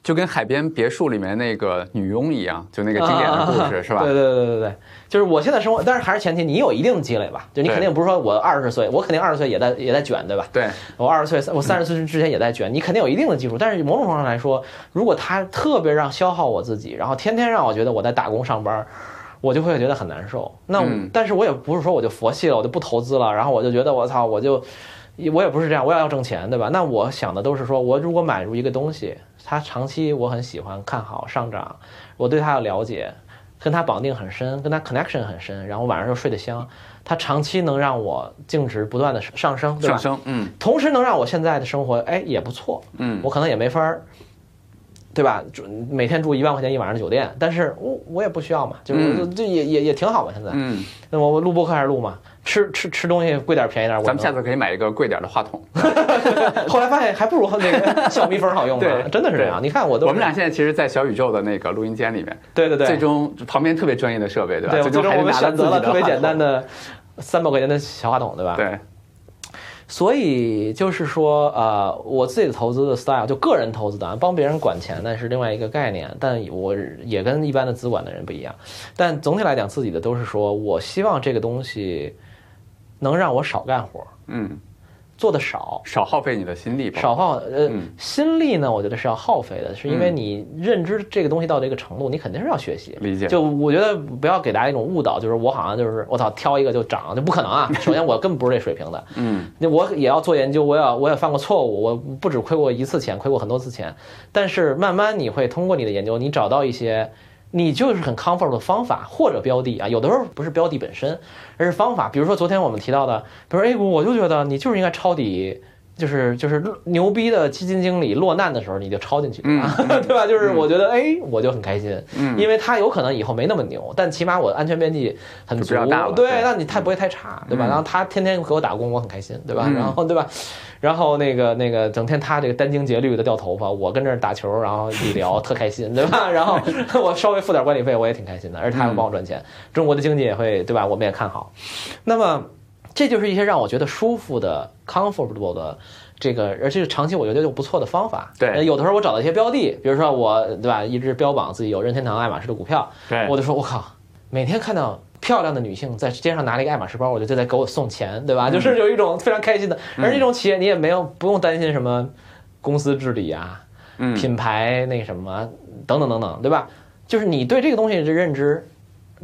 就跟海边别墅里面那个女佣一样，就那个经典的故事、
啊
是吧？
对对对对对，就是我现在生活，但是还是前提你有一定的积累吧，就你
对
肯定不是说我二十岁，我肯定二十岁也在也在卷，对吧？
对，
我二十岁，我三十岁之前也在卷，你肯定有一定的基础。但是某种程度上来说，如果他特别让消耗我自己，然后天天让我觉得我在打工上班，我就会觉得很难受。那我、
嗯
但是我也不是说我就佛系了，我就不投资了，然后我就觉得我操，我就我也不是这样，我也要挣钱，对吧？那我想的都是说，我如果买入一个东西，它长期我很喜欢、看好、上涨，我对它的了解。跟它绑定很深，跟它 connection 很深，然后晚上又睡得香，它长期能让我净值不断的上升，对吧
上？升，嗯
同时能让我现在的生活哎也不错，
嗯，
我可能也没法儿，对吧？住每天住一万块钱一晚上的酒店，但是我我也不需要嘛，就是我
嗯
这也也也挺好嘛。现在，
嗯，
那我我录播客还是录嘛，吃吃吃东西贵点儿便宜点儿，我
咱们下
能
次可以买一个贵点的话筒。
后来发现还不如那
<laughs>
个小蜜蜂好用呢
对，
真的是这样。你看我都
我们
是
俩现在其实，在小宇宙的那个录音间里面，
对对对，
最终旁边特别专业的设备，对吧？
对
最
最终
还
我
是
们
拿
选
自
择
己
了特别简单
的
的三百块钱的小话筒，对吧？
话筒，。对，
所以就是说，呃，我自己的投资的 style 就个人投资的，帮别人管钱那是另外一个概念，但我也跟一般的资管的人不一样。但总体来讲，自己的都是说我希望这个东西能让我少干活，
嗯，
做的少。
少耗费你的心力吧。
少耗呃、
嗯
心力呢，我觉得是要耗费的，是因为你认知这个东西到这个程度，你肯定是要学习。
理解
就我觉得不要给大家一种误导，就是我好像就是我操挑一个就涨，就不可能啊！首先我根本不是这水平的，
嗯，
那我也要做研究，我也要我也犯过错误，我不只亏过一次钱，亏过很多次钱。但是慢慢你会通过你的研究，你找到一些你就是很 comfort 的方法或者标的啊，有的时候不是标的本身，而是方法。比如说昨天我们提到的，比如说 A 股，我就觉得你就是应该抄底。就是就是牛逼的基金经理落难的时候，你就抄进去，
嗯 <laughs>
对吧？就是我觉得，哎，我就很开心，
嗯
因为他有可能以后没那么牛，但起码我安全边际很
就比
足
较大了，对
对，那你他不会太差，对吧？
嗯
然后他天天给我打工，我很开心，对吧？
嗯
然后对吧？然后那个那个，整天他这个殚精竭虑的掉头发，我跟这儿打球，然后理疗特开心，对
<laughs>
吧？然后我稍微付点管理费，我也挺开心的，而
嗯
且他还帮我赚钱，中国的经济也会，对吧？我们也看好。那么这就是一些让我觉得舒服的、comfortable 的这个，而且长期我觉得就不错的方法。
对
呃有的时候我找到一些标的，比如说我对吧，一直标榜自己有任天堂、爱马仕的股票，
对
我就说我靠，每天看到漂亮的女性在街上拿了一个爱马仕包，我就就在给我送钱，对吧？就是有一种非常开心的，而这种企业你也没有不用担心什么公司治理啊、
嗯
品牌那什么等等等等，对吧？就是你对这个东西的认知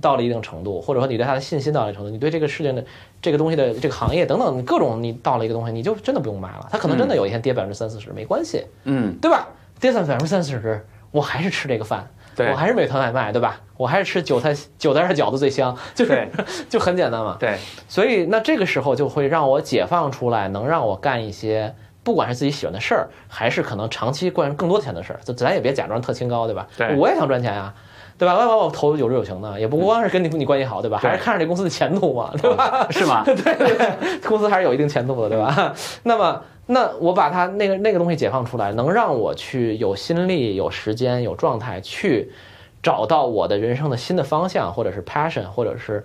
到了一定程度，或者说你对它的信心到了一定程度，你对这个事情的这个东西的这个行业等等各种你到了一个东西，你就真的不用买了。它可能真的有一天跌百分之三四十没关系，
嗯，
对吧？跌三百分之三四十，我还是吃这个饭，
对
我还是美团外卖，对吧？我还是吃韭菜韭菜馅饺子最香，就是
对
就很简单嘛。 <laughs>
对，
所以那这个时候就会让我解放出来，能让我干一些。不管是自己喜欢的事儿，还是可能长期赚更多钱的事儿，就咱也别假装特清高，对吧？
对嗯
我也想赚钱啊，对吧？万一我投入有志有情呢，也不光是跟你你关系好，对吧？
对
还是看上这公司的前途嘛，对吧？
是吗？
对对对， <laughs> 公司还是有一定前途的，对吧？ <laughs> 那么，那我把它那个那个东西解放出来，能让我去有心力、有时间、有状态去找到我的人生的新的方向，或者是 passion，或者是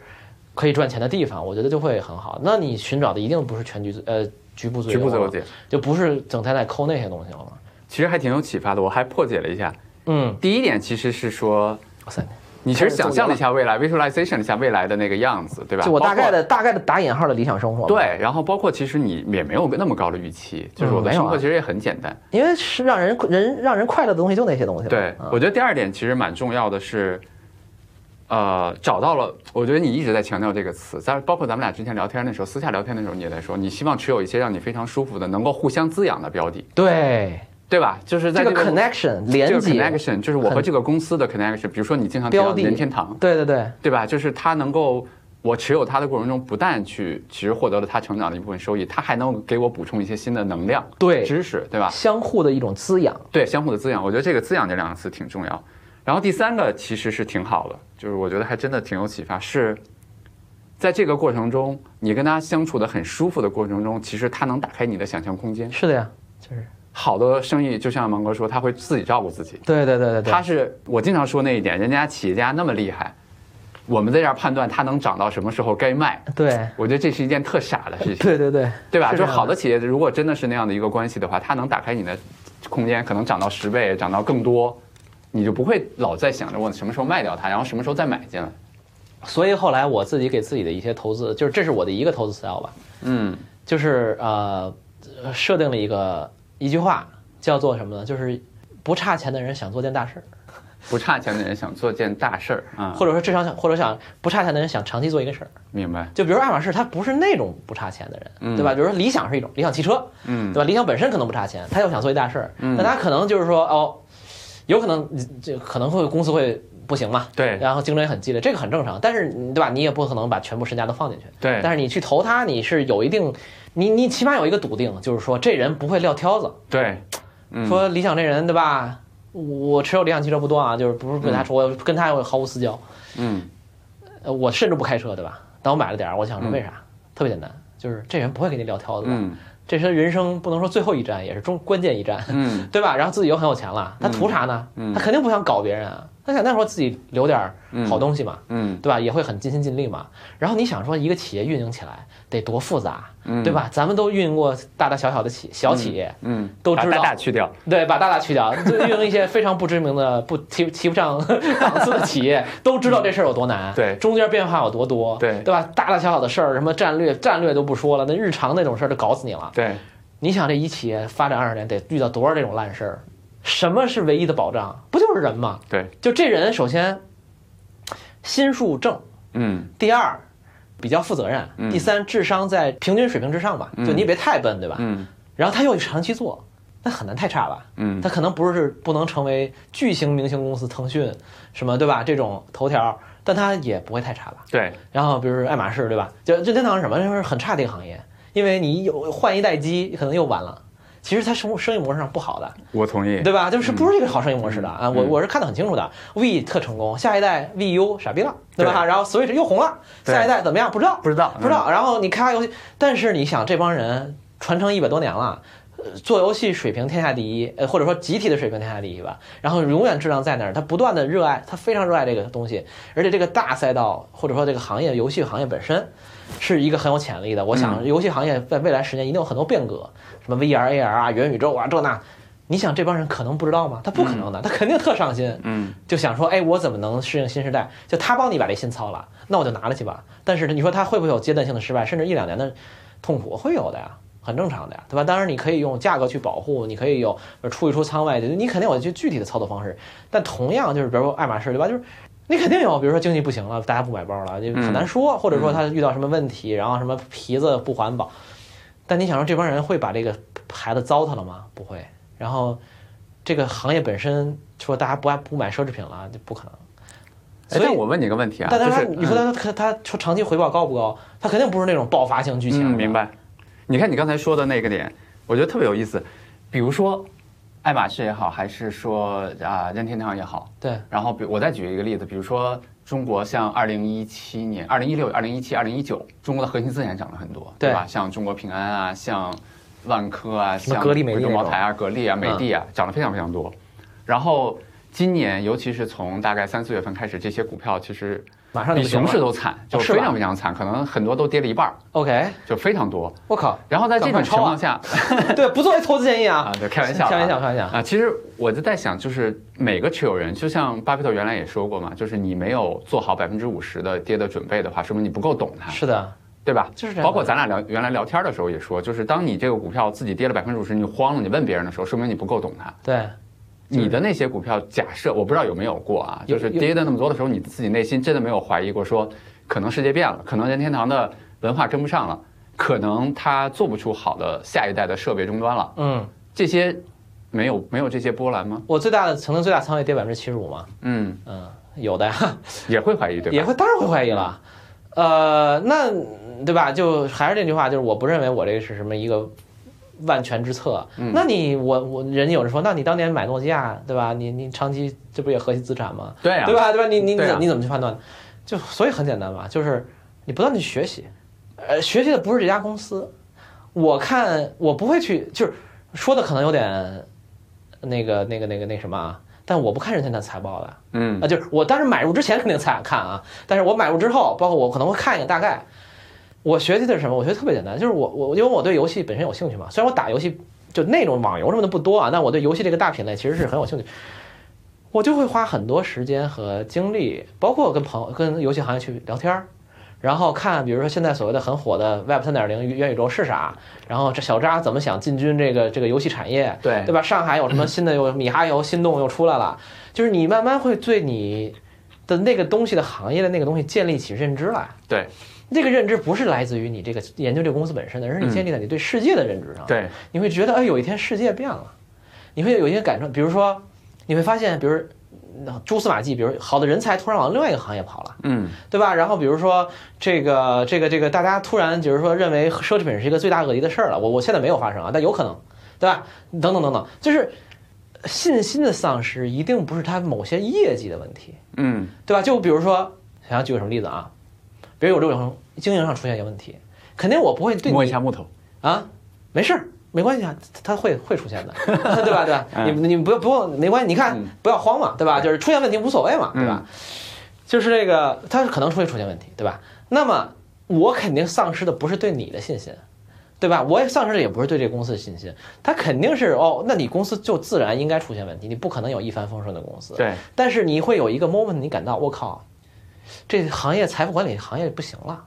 可以赚钱的地方，我觉得就会很好。那你寻找的一定不是全局呃局部自由，
局部自由，解，
就不是整天在抠那些东西了嘛。
其实还挺有启发的。我还破解了一下，
嗯，
第一点其实是说，
哇塞，
你其实想象了一下未来，visualization 了一下未来的那个样子，对吧？
就我大概
包括。
的大概的打引号的理想生活嘛，
对，然后包括其实你也没有那么高的预期，就是我
嗯
的
没有
生活
啊
其实也很简单。
因为是让人人让人快乐的东西就那些东西了。
对
嗯，
我觉得第二点其实蛮重要的是，呃，找到了。我觉得你一直在强调这个词，但是包括咱们俩之前聊天的时候，私下聊天的时候，你也在说，你希望持有一些让你非常舒服的、能够互相滋养的标的，
对，
对吧？就是在
这
这
个
个
connection
这
连
个
接
connection，就是我和
很
这个公司的 connection。比如说你经常提
标
到
的
任天堂，
对对对，
对吧？就是它能够。我持有它的过程中，不但去其实获得了它成长的一部分收益，它还能给我补充一些新的能量、
对
知识，对吧？
相互的一种滋养。
对，相互的滋养，我觉得这个“滋养”这两个词挺重要。然后第三个其实是挺好的，就是我觉得还真的挺有启发，是在这个过程中，你跟他相处的很舒服的过程中，其实他能打开你的想象空间。
是的呀，就是
好的生意就像芒哥说，他会自己照顾自己。
对对对对对
他，是我经常说那一点，人家企业家那么厉害，我们在这儿判断他能涨到什么时候该卖，
对
我觉得这是一件特傻的事情。
对对对，
对吧？
是
就
这样
好的企业，如果真的是那样的一个关系的话，它能打开你的空间，可能涨到十倍，涨到更多，你就不会老在想着我什么时候卖掉它，然后什么时候再买进来。
所以后来我自己给自己的一些投资，就是这是我的一个投资 style 吧，
嗯，
就是呃，设定了一个一句话，叫做什么呢？就是不差钱的人想做件大事儿，
不差钱的人想做件大事儿啊，
或者说至少想，或者想不差钱的人想长期做一个事儿。
明白？
就比如爱马仕，它不是那种不差钱的人，
嗯
对吧？比如说理想是一种，理想汽车，
嗯
对吧？理想本身可能不差钱，他又想做一大事儿，
嗯
那他可能就是说，哦，有可能这可能会公司会不行嘛，
对
然后竞争也很激烈，这个很正常。但是对吧，你也不可能把全部身家都放进去，
对
但是你去投他，你是有一定，你你起码有一个笃定，就是说这人不会撂挑子，
对，嗯
说理想这人对吧？我持有理想汽车不多啊，就是不是跟他说，我跟他毫无私交，
嗯
呃，我甚至不开车，对吧？但我买了点儿，我想说
嗯
为啥？特别简单，就是这人不会给你撂挑子的，
嗯
这是人生不能说最后一站，也是中关键一站，
嗯
<laughs> 对吧？然后自己又很有钱了，他图啥呢？
嗯
他肯定不想搞别人啊，他想那会儿自己留点儿好东西嘛，
嗯，
对吧？也会很尽心尽力嘛。然后你想说一个企业运营起来得多复杂，
嗯
对？吧？咱们都运营过大大小小的企小企业，
嗯，
都
把
知道
大大去掉，
对，把大大去掉，就运营一些非常不知名的、不提提不上 <laughs> 档次的企业，都知道这事儿有多难，
对
中间变化有多多，
对
对吧？大大小小的事儿，什么战略战略都不说了，那日常那种事儿都搞死你了。
对，
你想这一企业发展二十年，得遇到多少这种烂事儿？什么是唯一的保障？不就是人吗？
对，
就这人首先心术正，
嗯
第二比较负责任，
嗯
第三智商在平均水平之上吧，就你别太笨，对吧？
嗯
然后他又长期做，那很难太差吧？
嗯
他可能不是不能成为巨型明星公司，腾讯什么对吧？这种头条，但他也不会太差吧？
对，
然后比如说爱马仕对吧？就任天堂是什么？就是很差的一个行业，因为你有换一代机，可能又完了。其实它生生意模式上不好的，
我同意。
对吧？就是不是一个好生意模式的啊！我
嗯
我是看得很清楚的。V 特成功，下一代 VU 傻逼了，对吧？
对
然后 Switch 又红了，
对
下一代怎么样？不知道，
不知道嗯
不知道。然后你开发游戏，但是你想这帮人传承一百多年了。呃做游戏水平天下第一，呃，或者说集体的水平天下第一吧。然后永远质量在那儿，他不断的热爱，他非常热爱这个东西，而且这个大赛道或者说这个行业，游戏行业本身是一个很有潜力的。我想游戏行业在未来十年一定有很多变革，什么 VR、AR 啊、元宇宙啊这那。你想这帮人可能不知道吗？他不可能的，他肯定特上心，
嗯
就想说，哎，我怎么能适应新时代？就他帮你把这心操了，那我就拿了去吧。但是你说他会不会有阶段性的失败，甚至一两年的痛苦？会有的呀，很正常的呀，对吧？当然你可以用价格去保护，你可以有呃出一出仓位，你肯定有一些具体的操作方式。但同样就是，比如说爱马仕，对吧？就是你肯定有，比如说经济不行了，大家不买包了，就很难说，或者说他遇到什么问题，然后什么皮子不环保。但你想说这帮人会把这个孩子糟蹋了吗？不会。然后这个行业本身说大家不爱不买奢侈品了，就不可能。所
哎
以
但我问你个问题啊，
但
就
他
是
你说他他他说长期回报高不高？他肯定不是那种爆发性巨
嗯，
强。
明。白。你看你刚才说的那个点，我觉得特别有意思。比如说，爱马仕也好，还是说啊、任天堂也好，
对
然后比我再举一个例子，比如说中国像二零一七年、二零一六、二零一七、二零一九，中国的核心资产涨了很多，
对
吧？像中国平安啊，像万科啊，
什么
像
格力美的嗯
贵州
那
茅
种
台啊、格力啊、美的啊，涨了非常非常多。然后今年，尤其是从大概三四月份开始，这些股票其实
马上就
比
不行
熊市
了。哦
都惨，就是非
吧
常非常惨，可能很多都跌了一半儿，
OK，
就非常多。
我靠， <laughs>
然后在这种情况下，
对，不作为投资建议啊
啊，，对，开玩笑啊，
开玩笑，开玩笑。
啊。其实我就在想，就是每个持有人，就像巴菲特原来也说过嘛，就是你没有做好百分之五十的跌的准备的话，说明你不够懂它，
是的，
对吧？
就是这样的
包括咱俩聊原来聊天的时候也说，就是当你这个股票自己跌了百分之五十，你慌了，你问别人的时候，说明你不够懂它。
对，
你的那些股票，假设我不知道有没有过啊，
有
就是
有
跌的那么多的时候，你自己内心真的没有怀疑过说，可能世界变了，可能任天堂的文化跟不上了，可能它做不出好的下一代的设备终端了，
嗯，
这些没有没有这些波澜吗？
我最大的曾经最大仓位跌百分之七十五嘛，
嗯，
嗯，有的呀，
也会怀疑
<laughs>
对
也
吧？
会当然会怀疑了，呃，那对吧？就还是那句话，就是我不认为我这个是什么一个万全之策。
嗯
那你我我人有人说，那你当年买诺基亚对吧？你你长期这不也核心资产吗？
对啊，
对吧？对吧？你你你
对啊
怎你怎么去判断？就所以很简单嘛，就是你不断地去学习，呃，学习的不是这家公司。我看我不会去，就是说的可能有点那个那个那个那什么啊，但我不看任天堂财报的。
嗯
啊，就是我当时买入之前肯定看看啊，但是我买入之后，包括我可能会看一个大概。我学习的是什么？我学的特别简单，就是我我因为我对游戏本身有兴趣嘛，虽然我打游戏就那种网游什么的不多啊，但我对游戏这个大品类其实是很有兴趣。我就会花很多时间和精力，包括跟朋友、跟游戏行业去聊天儿，然后看，比如说现在所谓的很火的 Web 三点零元宇宙是啥，然后这小扎怎么想进军这个这个游戏产业，
对
对吧？上海有
嗯
什么新的，有米哈游、心动又出来了，就是你慢慢会对你的那个东西的行业的那个东西建立起认知来。
对，
这个认知不是来自于你这个研究这个公司本身的，而是你
嗯
建立在你对世界的认知上。
对，
你会觉得，哎，有一天世界变了，你会有一些感受，比如说，你会发现，比如嗯蛛丝马迹，比如好的人才突然往另外一个行业跑了，
嗯
对吧？然后比如说这个这个这个，大家突然就是说认为奢侈品是一个罪大恶极的事儿了，我我现在没有发生啊，但有可能，对吧？等等等等，就是信心的丧失一定不是它某些业绩的问题，
嗯
对吧？就比如说，想要举个什么例子啊？比如有这种经营上出现一些问题，肯定我不会对你
摸一下木头，
啊，没事儿，没关系啊，它它会会出现的， <laughs> 对吧？对吧？你你不用不用，没关系，你看、
嗯
不要慌嘛，对吧？就是出现问题无所谓嘛，
嗯
对吧？就是这个，它是可能会出现问题，对吧？那么我肯定丧失的不是对你的信心。对吧？我也丧失的也不是对这公司的信心，它肯定是哦，那你公司就自然应该出现问题，你不可能有一帆风顺的公司。
对，
但是你会有一个 moment，你感到我靠，这行业财富管理行业不行了，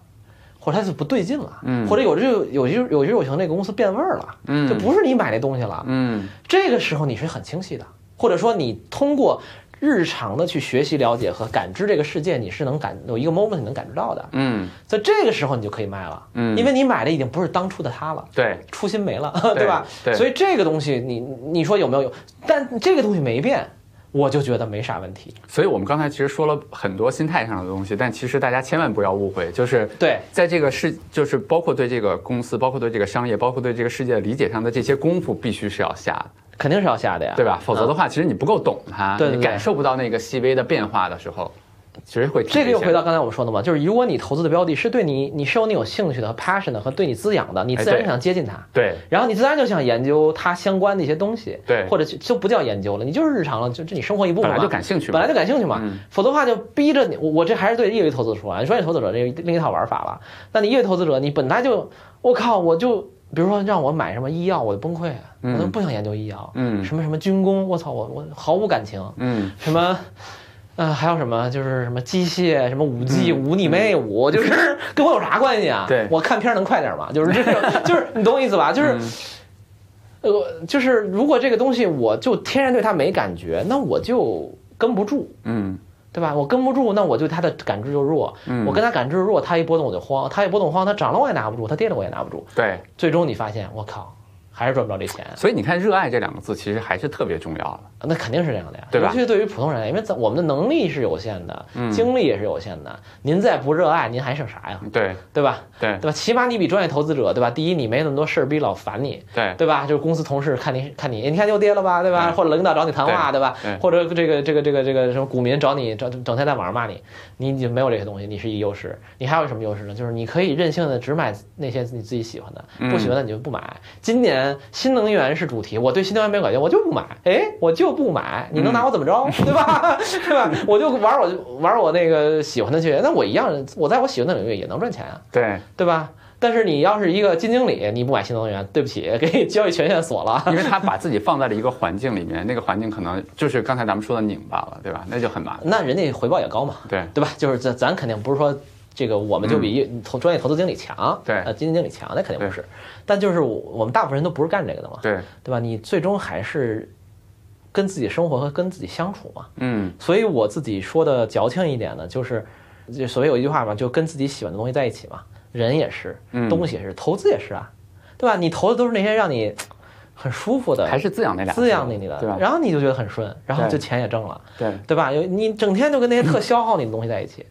或者它是不对劲了，
嗯
或者有这有有有有行这个公司变味儿了，
嗯
就不是你买那东西了。
嗯
这个时候你是很清晰的，或者说你通过日常的去学习、了解和感知这个世界，你是能感有一个 moment 你能感知到的。
嗯
在这个时候你就可以卖了，
嗯
因为你买的已经不是当初的它了。
对
初心没了，
对
吧？
对
所以这个东西你，你你说有没有有？但这个东西没变，我就觉得没啥问题。
所以我们刚才其实说了很多心态上的东西，但其实大家千万不要误会，就是
对，
在这个世，就是包括对这个公司，包括对这个商业，包括对这个世界的理解上的这些功夫，必须是要下的，
肯定是要下的呀，
对吧？否则的
嗯
话，其实你不够懂它，
对对对
你感受不到那个细微的变化的时候，其实会
这个又回
到
到刚才我们说的嘛，就是如果你投资的标的是对你，你是有你有兴趣的和 passion 的和对你滋养的，你自然
哎对
就想接近它，
对
然后你自然就想研究它相关的一些东西，
对
或者就就不叫研究了，你就是日常了，就这你生活一部
本
分
来
嘛，
就感兴趣嘛，
本来就感兴趣嘛，
嗯
否则的话就逼着你，我我这还是对业余投资者说啊，你专业投资者这另一套玩法了。那你业余投资者，你本来就，我靠，我就比如说让我买什么医药，我就崩溃，我都不想研究医药，
嗯
什么什么军工，我操，我我毫无感情，
嗯
什么。呃，还有什么就是什么机械，什么五 G、五你妹五，就是跟我有啥关系啊？
嗯 <laughs> 对嗯
我看片儿能快点吗？就是这种，
<laughs>
就是你懂我意思吧？就是，呃，就是如果这个东西我就天然对它没感觉，那我就跟不住，
嗯
对吧？我跟不住，那我就它的感知就弱。
嗯
我跟它感知弱，它一波动我就慌，它一波动慌，它涨了我也拿不住，它跌了我也拿不住。
对。
最终你发现，我靠，还是赚不着这钱。
所以你看，热爱这两个字其实还是特别重要的。
那肯定是这样的呀，
对吧
尤其是对于普通人，因为咱我们的能力是有限的，
嗯
精力也是有限的。您再不热爱，您还剩啥呀？
对
对吧？
对
对吧？起码你比专业投资者，对吧？第一，你没那么多事儿逼老烦你，
对
对吧？就是公司同事看你看你，哎你看又跌了吧，对吧？
嗯
或者领导找你谈话，
对
对吧
对？
或者这个这个这个这个什么股民找你整整天在网上骂你，你你没有这些东西，你是一优势。你还有什么优势呢？就是你可以任性的只买那些你自己喜欢的，不喜欢的你就不买。今年新能源是主题，我对新能源没有感觉，我就不买。哎，我就不买，你能拿我怎么着？对吧？ <laughs> 对吧？我就玩我就玩我那个喜欢的去，那我一样，我在我喜欢的领域也能赚钱啊。 <laughs>
对，
对吧？但是你要是一个基金经理，你不买新能源，对不起， <laughs> 给你交易权限锁了。
因为他把自己放在了一个环境里面，那个环境可能就是刚才咱们说的拧巴了，对吧？那就很麻烦。
那人家回报也高嘛，
对
对吧？就是咱咱肯定不是说这个我们就比投专业投资经理强，
嗯对
呃，基金经理强，那肯定不是。但就是我我们大部分人都不是干这个的嘛，
对
对吧？你最终还是跟自己生活和跟自己相处嘛。
嗯
所以我自己说的矫情一点呢，就是，就所谓有一句话嘛，就跟自己喜欢的东西在一起嘛。人也是，
嗯
东西也是，投资也是啊，对吧？你投的都是那些让你嘖很舒服的，
还是滋养那俩
嗯
字
滋养你的，
对吧？
然后你就觉得很顺，然后
对
就钱也挣了，
对
对吧？有你整天就跟那些特消耗你的东西在一起，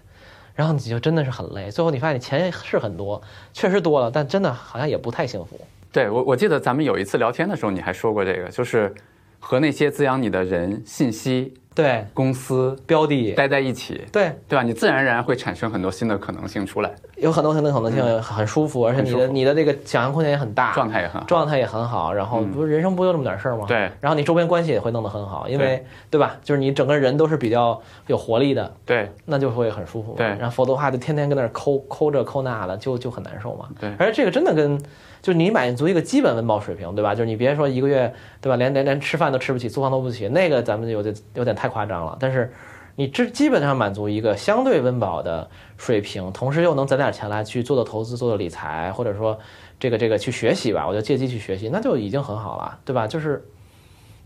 然后你就真的是很累。最后你发现你钱是很多，确实多了，但真的好像也不太幸福。
对，我我记得咱们有一次聊天的时候，你还说过这个，就是和那些滋养你的人、信息、
对，
公司
标的，
待在一起，
对，
对吧？你自然而然会产生很多新的可能性出来，
有很多很多可能性，很舒服，而且你
嗯很舒
的
服
你的这个想象空间也很大，
状态也很好。
状态也很好，然后不是人生不就这么点事儿吗？
对
然后你周边关系也会弄得很好，因为对吧？就是你整个人都是比较有活力的，
对
那就会很舒服嘛。
对
然后否则的话就天天跟那儿抠抠这抠那的，就就很难受嘛。
对
而且这个真的跟就是你满足一个基本温饱水平，对吧？就是你别说一个月，对吧？连连连吃饭都吃不起，租房都不起，那个咱们有点有点太夸张了。但是你这基本上满足一个相对温饱的水平，同时又能攒点钱来去做做投资、做做理财，或者说这个这个去学习吧，我就借机去学习，那就已经很好了，对吧？就是。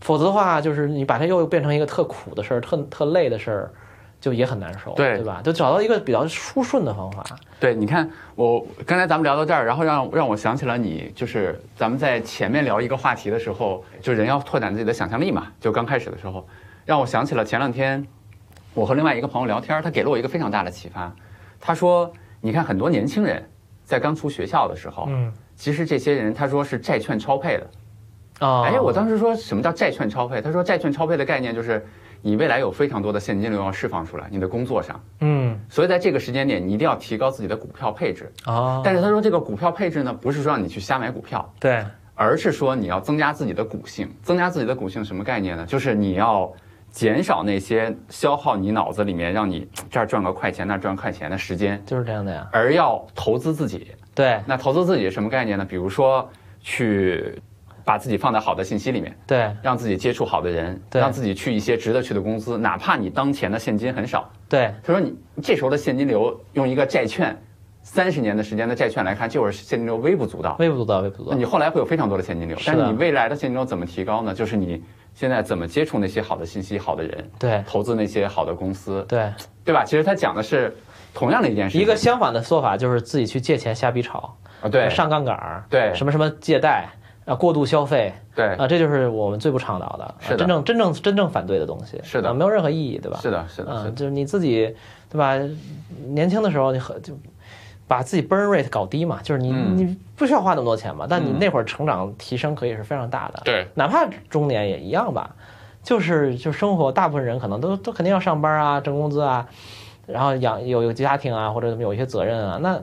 否则的话，就是你把它又变成一个特苦的事儿、特特累的事儿，就也很难受，
对
对吧？就找到一个比较舒顺的方法。
对，你看我刚才咱们聊到这儿，然后让让我想起了你，就是咱们在前面聊一个话题的时候，就人要拓展自己的想象力嘛，就刚开始的时候，让我想起了前两天我和另外一个朋友聊天，他给了我一个非常大的启发。他说，你看很多年轻人在刚出学校的时候，
嗯，
其实这些人他说是债券超配的。
啊，
哎，我当时说什么叫债券超配？他说债券超配的概念就是你未来有非常多的现金流要释放出来，你的工作上，
嗯
所以在这个时间点你一定要提高自己的股票配置。
啊，
但是他说这个股票配置呢，不是说让你去瞎买股票，
对，
而是说你要增加自己的股性。增加自己的股性什么概念呢？就是你要减少那些消耗你脑子里面让你这儿赚个快钱那儿赚块钱的时间，
就是这样的呀，
而要投资自己。
对
那投资自己是什么概念呢？比如说去把自己放在好的信息里面。
对
让自己接触好的人，
对
让自己去一些值得去的公司，哪怕你当前的现金很少，
对
他说你这时候的现金流用一个债券，三十年的时间的债券来看，就是现金流微不足道。
微不足道，微不足
那
道
你，后来会有非常多的现金流，
是的
但是你未来的现金流怎么提高呢？就是你现在怎么接触那些好的信息、好的人，
对
投资那些好的公司，
对，
对吧？其实他讲的是同样的一件事情，
一个相反的做法就是自己去借钱瞎逼炒，
啊，对
上杠杆儿，
对
什么什么借贷啊，过度消费
对，
啊，这就是我们最不倡导的，啊
是的
真正真正真正反对的东西，
是的
啊没有任何意义，对吧？
是的，是的，是
嗯，
的，
就是你自己，对吧？年轻的时候你很就把自己 burn rate 搞低嘛，就是你、
嗯
你不需要花那么多钱嘛，但你那会儿成长提升可以是非常大的，
对，
哪怕中年也一样吧。就是就生活，大部分人可能都都肯定要上班啊，挣工资啊，然后养有有家庭啊，或者有一些责任啊，那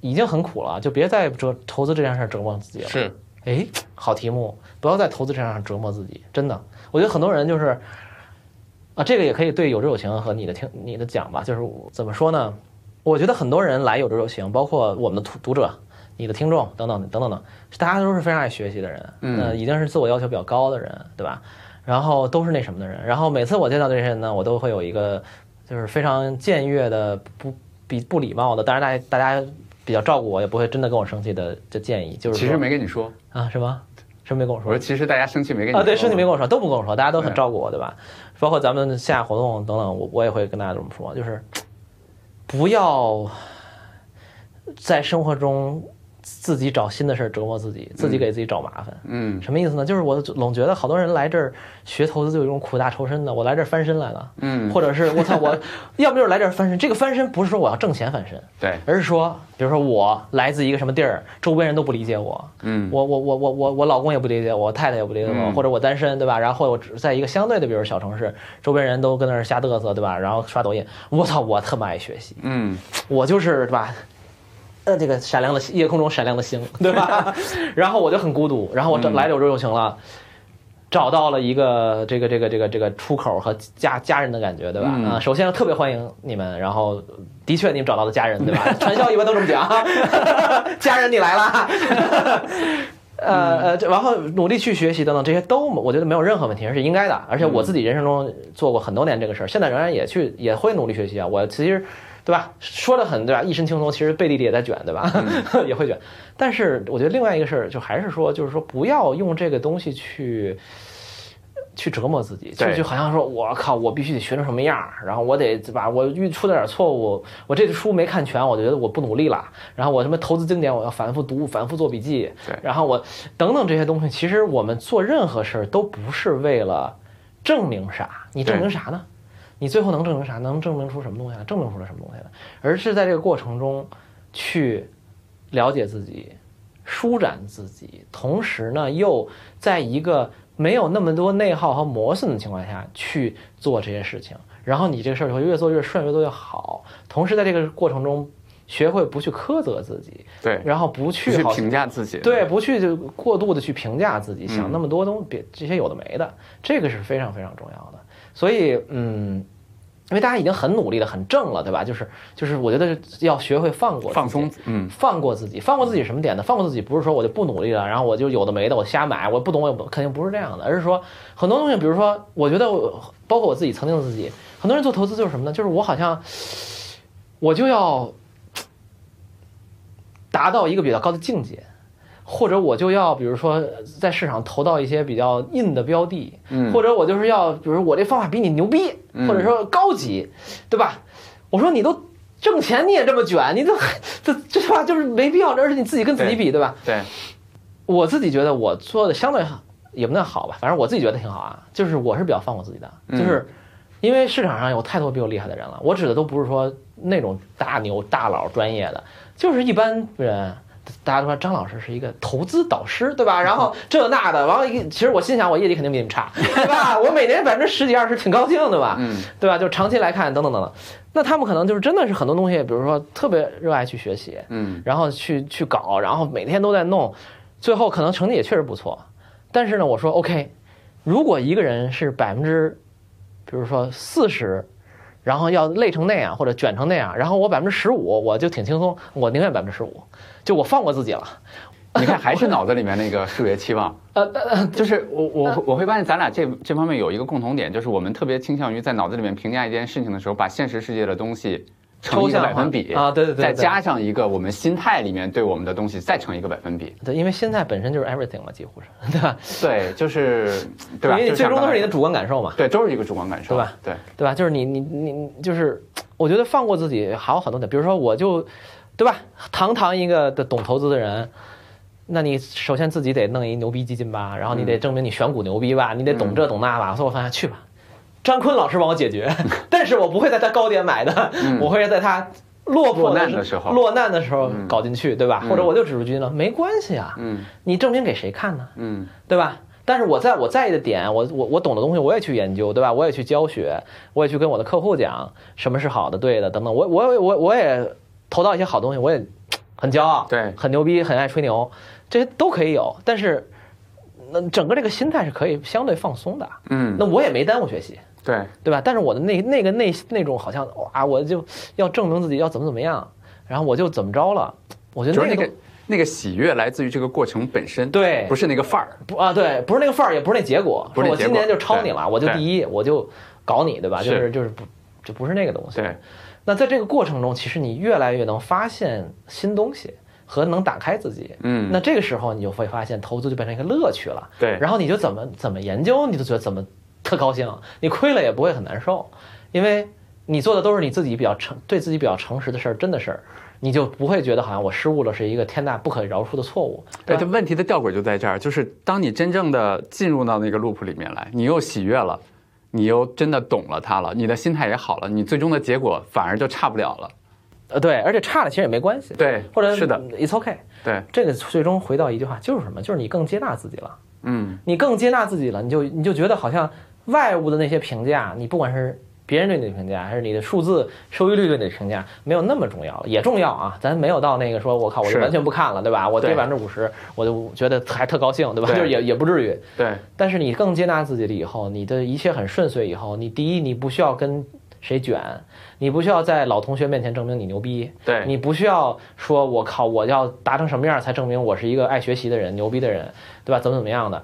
已经很苦了，就别再折投资这件事儿折磨自己了。
是
哎，好题目，不要在投资这上折磨自己，真的。我觉得很多人就是，啊，这个也可以对有志有行和你的听你的讲吧，就是我怎么说呢？我觉得很多人来有志有行，包括我们的读读者、你的听众等等等等等，大家都是非常爱学习的人，
嗯
呃，一定是自我要求比较高的人，对吧？然后都是那什么的人，然后每次我见到这些人呢，我都会有一个就是非常僭越的不比不礼貌的，当然大家大家比较照顾我，也不会真的跟我生气的这建议，就是
其
说
实没跟你说，
啊，什么？什么没跟我
我
说
说其实大家生气没跟你说
啊？对，是你没跟
我，
我说，都不跟我说，大家都很
对
照顾我，对吧？包括咱们线下活动等等，我我也会跟大家这么说，就是不要在生活中自己找新的事儿折磨自己，自己给自己找麻烦。
嗯
什么意思呢？就是我总觉得好多人来这儿学投资就有一种苦大仇深的，我来这儿翻身来了，
嗯，
或者是我操
<laughs>
我，要不就是来这儿翻身。这个翻身不是说我要挣钱翻身，
对，
而是说，比如说我来自一个什么地儿，周边人都不理解我，
嗯
我我我我我我老公也不理解我，我太太也不理解我，
嗯
或者我单身，对吧？然后我只在一个相对的，比如小城市，周边人都跟那儿瞎嘚瑟，对吧？然后刷抖音，我操，我特么爱学习，
嗯
我就是对吧？呃，这个闪亮的星夜空中闪亮的星，对
<laughs>
吧？然后我就很孤独，然后
嗯
我找来柳州就行了，找到了一个这个这个这个这个出口和家家人的感觉，对吧？
嗯
啊，首先特别欢迎你们，然后的确你们找到了家人，对吧？传销一般都这么讲， <laughs> 家人你来啦。呃呃，这然后努力去学习等等，这些都我觉得没有任何问题，而是应该的。而且我自己人生中做过很多年这个事儿，现在仍然也去也会努力学习啊。我其实对吧，说的很对吧，一身轻松，其实背地里也在卷，对吧？ <laughs> 也会卷。但是我觉得另外一个事儿，就还是说，就是说不要用这个东西去去折磨自己，就
对
就好像说，我靠，我必须得学成什么样儿，然后我得把我遇出了点错误，我这书没看全，我觉得我不努力了，然后我什么投资经典，我要反复读，反复做笔记，
对
然后我等等这些东西，其实我们做任何事儿都不是为了证明啥，你证明啥呢？你最后能证明啥？能证明出什么东西来？证明出了什么东西来？而是在这个过程中去了解自己，舒展自己，同时呢，又在一个没有那么多内耗和磨损的情况下去做这些事情，然后你这个事儿就会越做越顺，越做越好。同时，在这个过程中，学会不去苛责自己，
对，
然后不
不
去
去
好
评价自己，
对，不去就过度的去评价自己，想那么多东别这些有的没的，这个是非常非常重要的。所以，嗯，因为大家已经很努力了，很正了，对吧？就是就是，我觉得要学会放过自己
放松，嗯，
放过自己，放过自己什么点呢？放过自己不是说我就不努力了，然后我就有的没的我瞎买，我不懂我也不肯定不是这样的，而是说很多东西，比如说我觉得我包括我自己曾经的自己，很多人做投资就是什么呢？就是我好像我就要达到一个比较高的境界。或者我就要，比如说在市场投到一些比较硬的标的，
嗯
或者我就是要，比如说我这方法比你牛逼，或者说高级，对吧？我说你都挣钱你也这么卷，你这这这话就是没必要，而且你自己跟自己比，对吧？
对，
我自己觉得我做的相对好也不算好吧，反正我自己觉得挺好啊。就是我是比较放过自己的，就是因为市场上有太多比我厉害的人了。我指的都不是说那种大牛、大佬、专业的，就是一般人。大家都说张老师是一个投资导师，对吧？然后这那的，完了一个，其实我心想，我业绩肯定比你们差，对吧？我每年百分之十几二十，挺高兴的吧？
嗯，
对吧？就长期来看，等等等等，那他们可能就是真的是很多东西，比如说特别热爱去学习，
嗯，
然后去去搞，然后每天都在弄，最后可能成绩也确实不错。但是呢，我说 OK，如果一个人是百分之，比如说四十，然后要累成那样或者卷成那样，然后我百分之十五，我就挺轻松，我宁愿百分之十五，就我放过自己了。
你看还是脑子里面那个数学期望，
<laughs> 呃，呃
就是我我我会发现咱俩这这方面有一个共同点，就是我们特别倾向于在脑子里面评价一件事情的时候，把现实世界的东西乘
抽
一个
象
百
化
分比
啊对对对
再
对
加上一个我们心态里面对我们的东西再乘一个百分比，
对，因为心态本身就是 everything 嘛，几乎是，对吧？
对，就是对吧？
因为
就
你最
像
终
刚
都是
才
你的主观感受嘛。
对，都是一个主观感受，
对吧？
对，
对吧？就是你你你你就是，我觉得放过自己还有很多点，比如说我就，对吧？堂堂一个的懂投资的人，那你首先自己得弄一牛逼基金吧，然后你
嗯
得证明你选股牛逼吧，你得懂这懂那吧。所以我发现去吧，张坤老师帮我解
<laughs>
决，但是我不会在他高点买的，我会在他。落魄
嗯落难的时候
落难的时候搞进去，对吧？或者我就指数基金了，没关系啊。
嗯
你证明给谁看呢？
嗯
对吧？但是我在我在意的点，我我我懂的东西，我也去研究，对吧？我也去教学，我也去跟我的客户讲什么是好的、对的等等。我我我我也投到一些好东西，我也很骄傲，
对
很牛逼，很爱吹牛，这些都可以有。但是，那整个这个心态是可以相对放松的。
嗯，
那我也没耽误学习，
对，
对吧？但是我的那那个内那种好像哇，我就要证明自己要怎么怎么样，然后我就怎么着了。我觉得
主要
那
那
个
个那个喜悦来自于这个过程本身，
对
不是那个范儿，
不啊，对，不是那个范儿，也不是那结果，
不是那
我
结果
今年就超你了，
对
我就
对
第一，我就搞你，对吧？
是
就是就是不，就不是那个东西。
对，
那在这个过程中，其实你越来越能发现新东西和能打开自己。
嗯
那这个时候你就会发现，投资就变成一个乐趣了。
对
然后你就怎么怎么研究，你就觉得怎么特高兴，你亏了也不会很难受，因为你做的都是你自己比较诚，对自己比较诚实的事儿，真的事儿，你就不会觉得好像我失误了是一个天大不可饶恕的错误。
对，
吧
这问题的吊诡就在这儿，就是当你真正的进入到那个 loop 里面来，你又喜悦了，你又真的懂了它了，你的心态也好了，你最终的结果反而就差不了了。
呃，对，而且差了其实也没关系。
对，
或者
是的，
，it's okay。
对，
这个最终回到一句话，就是什么？就是你更接纳自己了，
嗯，
你更接纳自己了，你就你就觉得好像外物的那些评价，你不管是别人对你的评价，还是你的数字收益率对你的评价，没有那么重要了，也重要啊。咱没有到那个说我靠，我就是完全不看了，对吧？我跌
对
百分之五十，我就觉得还特高兴，对吧？
对
就是也也不至于。
对，
但是你更接纳自己了以后，你的一切很顺遂以后，你第一你不需要跟谁卷，你不需要在老同学面前证明你牛逼，
对
你不需要说我靠我要达成什么样才证明我是一个爱学习的人、牛逼的人，对吧？怎么怎么样的。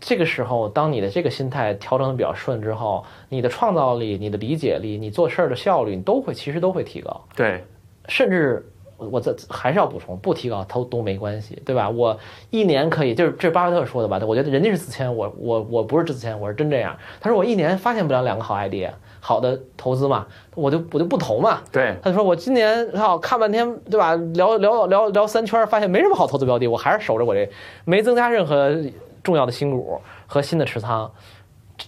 这个时候，当你的这个心态调整的比较顺之后，你的创造力、你的理解力、你做事儿的效率，你都会其实都会提高。
对，
甚至我我这还是要补充，不提高都都没关系，对吧？我一年可以，就是这是巴菲特说的吧？我觉得人家是自谦，我我我不是自谦，我是真这样。他说我一年发现不了两个好 idea，好的投资嘛，我就我就不投嘛。
对，
他就说我今年操看半天，对吧？聊聊聊聊三圈，发现没什么好投资标的，我还是守着我这，没增加任何重要的新股和新的持仓。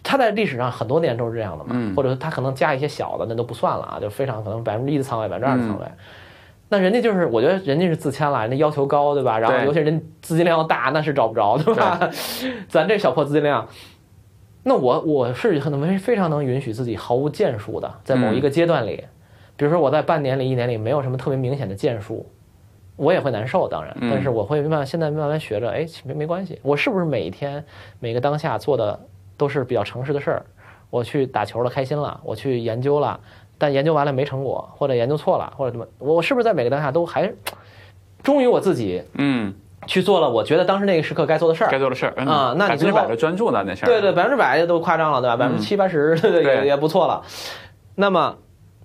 他在历史上很多年都是这样的嘛，
嗯
或者他可能加一些小的，那都不算了啊，就非常可能百分之一的仓位，百分之二的仓
嗯
位。那人家就是，我觉得人家是自谦了，人家要求高，对吧？然后
对
尤其人资金量大，那是找不着，对吧？咱这小破资金量，那我我是很能非常能允许自己毫无建树的，在某一个阶段里，比如说我在半年里、一年里没有什么特别明显的建树，我也会难受，当然，
嗯
但是我会慢慢现在慢慢学着，哎，其实没没关系，我是不是每一天每个当下做的都是比较诚实的事儿？我去打球了，开心了，我去研究了，但研究完了没成果，或者研究错了，或者怎么，我我是不是在每个当下都还忠于我自己
嗯，
去做了我觉得当时那个时刻该做的事儿
该？做的事儿嗯
啊那你
百分
最
之
后
百的专注了那事儿，
对对，，百分之百都夸张了，对吧？百分之七八
<laughs>
十也
对
也不错了。那么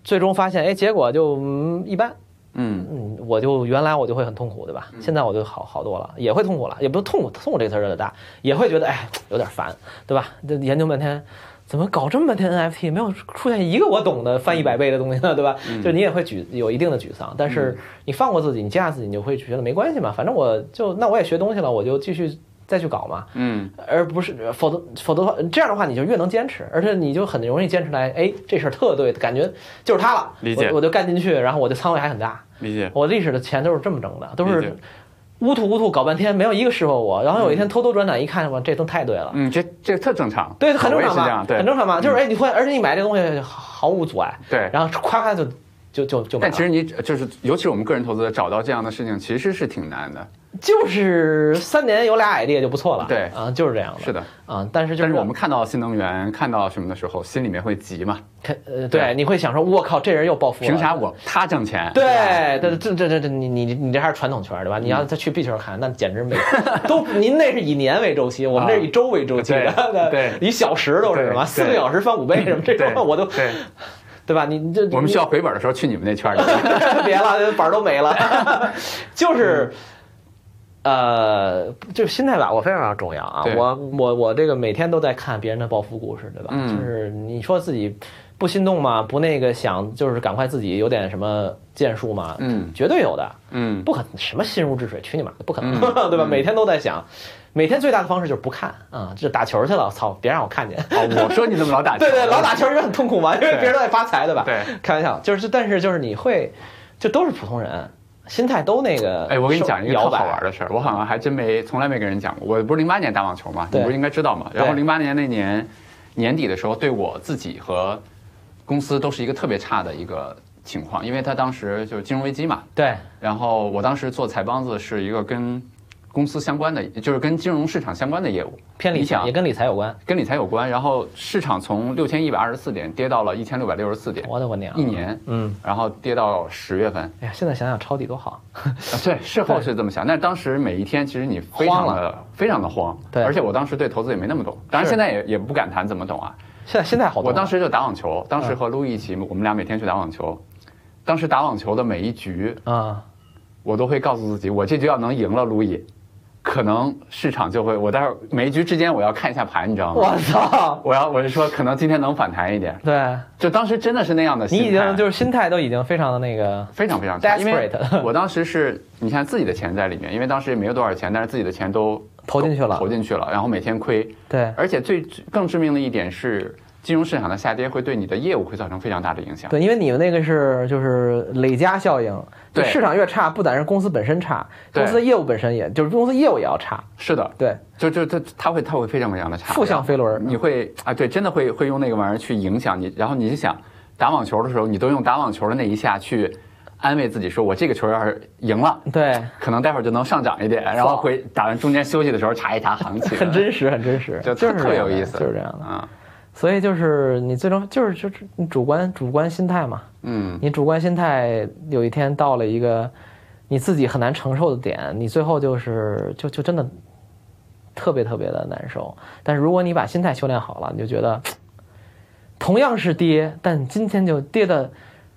最终发现，哎，结果就、嗯、一般。
嗯，
嗯，我就原来我就会很痛苦，对吧？现在我就好好多了，也会痛苦了，也不是痛苦，痛苦这个词儿有点大，也会觉得哎有点烦，对吧？这研究半天，怎么搞这么半天 NFT，没有出现一个我懂的
嗯
翻一百倍的东西呢，对吧？就是你也会沮有一定的沮丧，但
嗯
是你放过自己，你接纳自己，你就会觉得没关系嘛，反正我就那我也学东西了，我就继续再去搞嘛，
嗯，
而不是否则否则的话这样的话你就越能坚持，而且你就很容易坚持来，哎，这事儿特对，感觉就是它了，
理解
我，我就干进去，然后我的仓位还很大。
理解，
我历史的钱都是这么挣的，都
理解
是乌吐乌吐搞半天，没有一个适合我。然后有一天偷偷转胆一看，哇，这都太对了，
嗯，这这特正常，
对，很
我
正
也
常
是这
嘛
样，，对嗯
很，正常嘛。就是哎，你会，而且你买这东西毫无阻碍，
对。
然后夸夸就就就就买
但其
了，
实你就是，尤其是我们个人投资者，找到这样的事情其实是挺难的。
就是三年有俩 idea 就不错了，
对
啊，就是这样的，
是的，
啊，但是就
但
是
是我们看到新能源、看到什么的时候，心里面会急嘛？
看呃，
对
对，你会想说，我靠，这人又暴富了，
凭啥我他挣钱？
对，
嗯
这这这这这你你你这还是传统圈儿对吧？你要再去币圈儿看，那简直
<laughs>
没都。您那是以年为周期，我们这是以周为周期 <laughs>
啊
的，
对
以小时都是什么
对
四个小时翻五倍
<laughs>
什么这种，我都
对，
对吧？你你这
我们需
要
要回本的时候去你们那圈里。
<laughs> 别了， <laughs> 板儿都
<laughs>
没了，
嗯
就是。呃，就是心态把握非常非常重要啊
对！
我我我这个每天都在看别人的暴富故事，对吧？
嗯
就是你说自己不心动嘛，不那个想，就是赶快自己有点什么建树嘛，
嗯
绝对有的。 <laughs>
嗯，
不可能什么心如止水，去你妈的，不可能，
嗯
<laughs> 对吧？
嗯
每天都在想，每天最大的方式就是不看啊，这、打球去了，操，别让我看见。
哦，我说你怎么老打球？
<laughs> 对对，老打球就很痛苦嘛，因为别人都在发财，对吧？
对，
开玩笑，就是但是就是你会，就都是普通人，心态都那个。
哎，我跟你讲一个特
摇摆
好玩的事儿，我好像还真没从来没跟人讲过。我不是零八年打网球嘛，你
对
不是应该知道嘛？然后
对
零八年那年年底的时候，对我自己和公司都是一个特别差的一个情况，因为他当时就是金融危机嘛，
对
然后我当时做财帮子是一个跟公司相关的，就是跟金融市场相关的业务，
偏理
你
财
想
也跟理财有关。
跟理财有关。然后市场从六千一百二十四点跌到了一千六百六十四点，
我的我娘！
一年，
嗯，
然后跌到十月份。
哎呀，现在想想抄底多好。
啊对，事后是这么想，但是当时每一天其实你非常
慌
的非常的慌，
对
而且我当时对投资也没那么懂，当然
是
现在也也不敢谈怎么懂啊。
现在现在好多了。
我当时就打网球，当时和陆毅一起，我们俩每天去打网球。当时打网球的每一局，
啊，
我都会告诉自己，我这局要能赢了路易，可能市场就会，我待会儿每一局之间我要看一下盘，你知道吗？
我
<laughs>
操！
我要我是说，可能今天能反弹一点。
对
就当时真的是那样的
你
心态，
已经就是心态都已经非常的那个，
非常非常差，因为
Desperate
我当时是你看自己的钱在里面，因为当时也没有多少钱，但是自己的钱都
投进去了
投进去了，然后每天亏，
对
而且最更致命的一点是，金融市场的下跌会对你的业务会造成非常大的影响。
对，因为你们那个是就是累加效应，就
对
市场越差，不但是公司本身差，
对
公司的业务本身也就是公司业务也要差，
是的，
对，
就就它它会它会非常非常的差，
负向飞轮儿
然后你会啊，对，真的会会用那个玩意儿去影响你。然后你就想打网球的时候，你都用打网球的那一下去安慰自己，说我这个球要是赢了，
对，
可能待会儿就能上涨一点。然后回打完中间休息的时候查一查行情，
很真实，很真实，
就
就是
特
这样
有
的
意思
就是这样的。
啊，
所以就是你最终就是就是你主观主观心态嘛，
嗯，
你主观心态有一天到了一个你自己很难承受的点，你最后就是就就真的特别特别的难受。但是如果你把心态修炼好了，你就觉得同样是跌，但今天就跌的，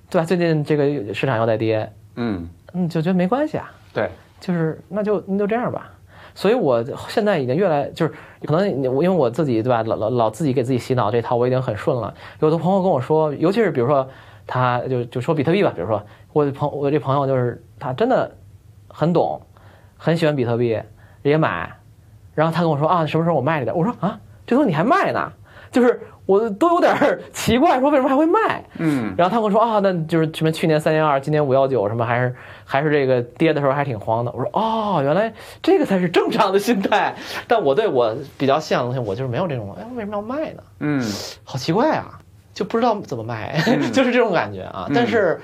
对吧？最近这个市场又在跌，
嗯，
嗯，就觉得没关系啊，
对，
就是那就那就这样吧。所以我现在已经越来就是可能你我因为我自己对吧，老老老自己给自己洗脑这套我已经很顺了。有的朋友跟我说，尤其是比如说他就就说比特币吧，比如说我的朋我这朋友就是他真的很懂，很喜欢比特币，也买。然后他跟我说啊，什么时候我卖了点？我说啊，这东西你还卖呢？就是我都有点儿 <laughs> 奇怪，说为什么还会卖？
嗯，
然后他跟我说啊，那就是什么去年三幺二，今年五幺九，什么还是还是这个跌的时候还挺慌的。我说哦，原来这个才是正常的心态。但我对我比较像的东西，我就是没有这种，哎，为什么要卖呢？
嗯，
好奇怪啊，就不知道怎么卖，
嗯
<laughs> 就是这种感觉啊。但是。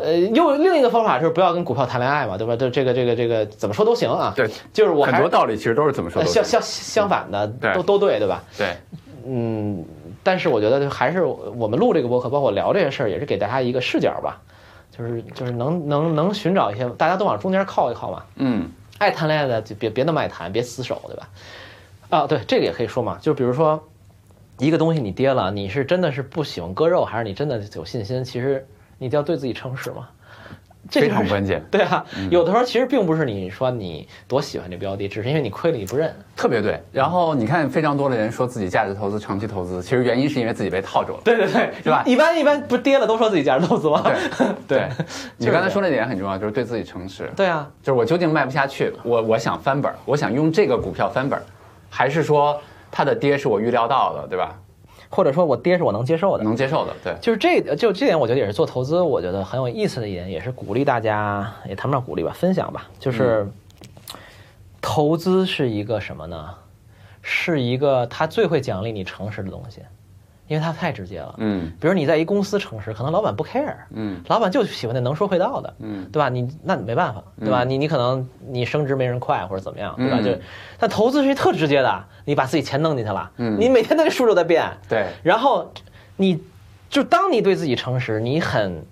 呃，又另一个方法就是不要跟股票谈恋爱嘛，对吧？这这个这个这个怎么说都行啊。
对，
就是我
很
还
多
是
道理其实都是怎么说
呃
都
相
是
相相反的
对
都都对，对吧？
对，
嗯，但是我觉得还是我们录这个播客，包括聊这些事儿，也是给大家一个视角吧，就是就是能能能寻找一些，大家都往中间靠一靠嘛。
嗯，
爱谈恋爱的就别别那么爱谈，别死守，对吧？啊，对，这个也可以说嘛，就比如说一个东西你跌了，你是真的是不喜欢割肉，还是你真的有信心？其实你就要对自己诚实嘛。这
非
就是
常嗯关键，
<laughs> 对啊，有的时候其实并不是你说你多喜欢这标的，只是因为你亏了你不认。
特别对。
然后你看，非常多的人说自己价值投资、长期投资，其实原因是因为自己被套住了。
对对对，
是吧
一般一般不是跌了都说自己价值投资吗？
<laughs> 对，
就是
你
这样
刚才说那点很重要，就是对自己诚实。
对啊，
就是我究竟卖不下去，我我想翻本儿，我想用这个股票翻本儿，还是说它的跌是我预料到的，对吧？
或者说我跌是我能接受
嗯
的。
能接受的，对，
就是这，就这点，我觉得也是做投资，我觉得很有意思的一点，也是鼓励大家，也谈不上鼓励吧，分享吧。就是、
嗯
投资是一个什么呢？是一个它最会奖励你诚实的东西，因为它太直接了。
嗯
比如你在一公司诚实，可能老板不 care，
嗯
老板就喜欢那能说会道的，
嗯，
对吧？你那你没办法，对吧？你你可能你升职没人快或者怎么样，
嗯
对吧？就但投资是一特直接的，你把自己钱弄进去了，
嗯
你每天那个数都在变，
对，
然后你就当你对自己诚实，你很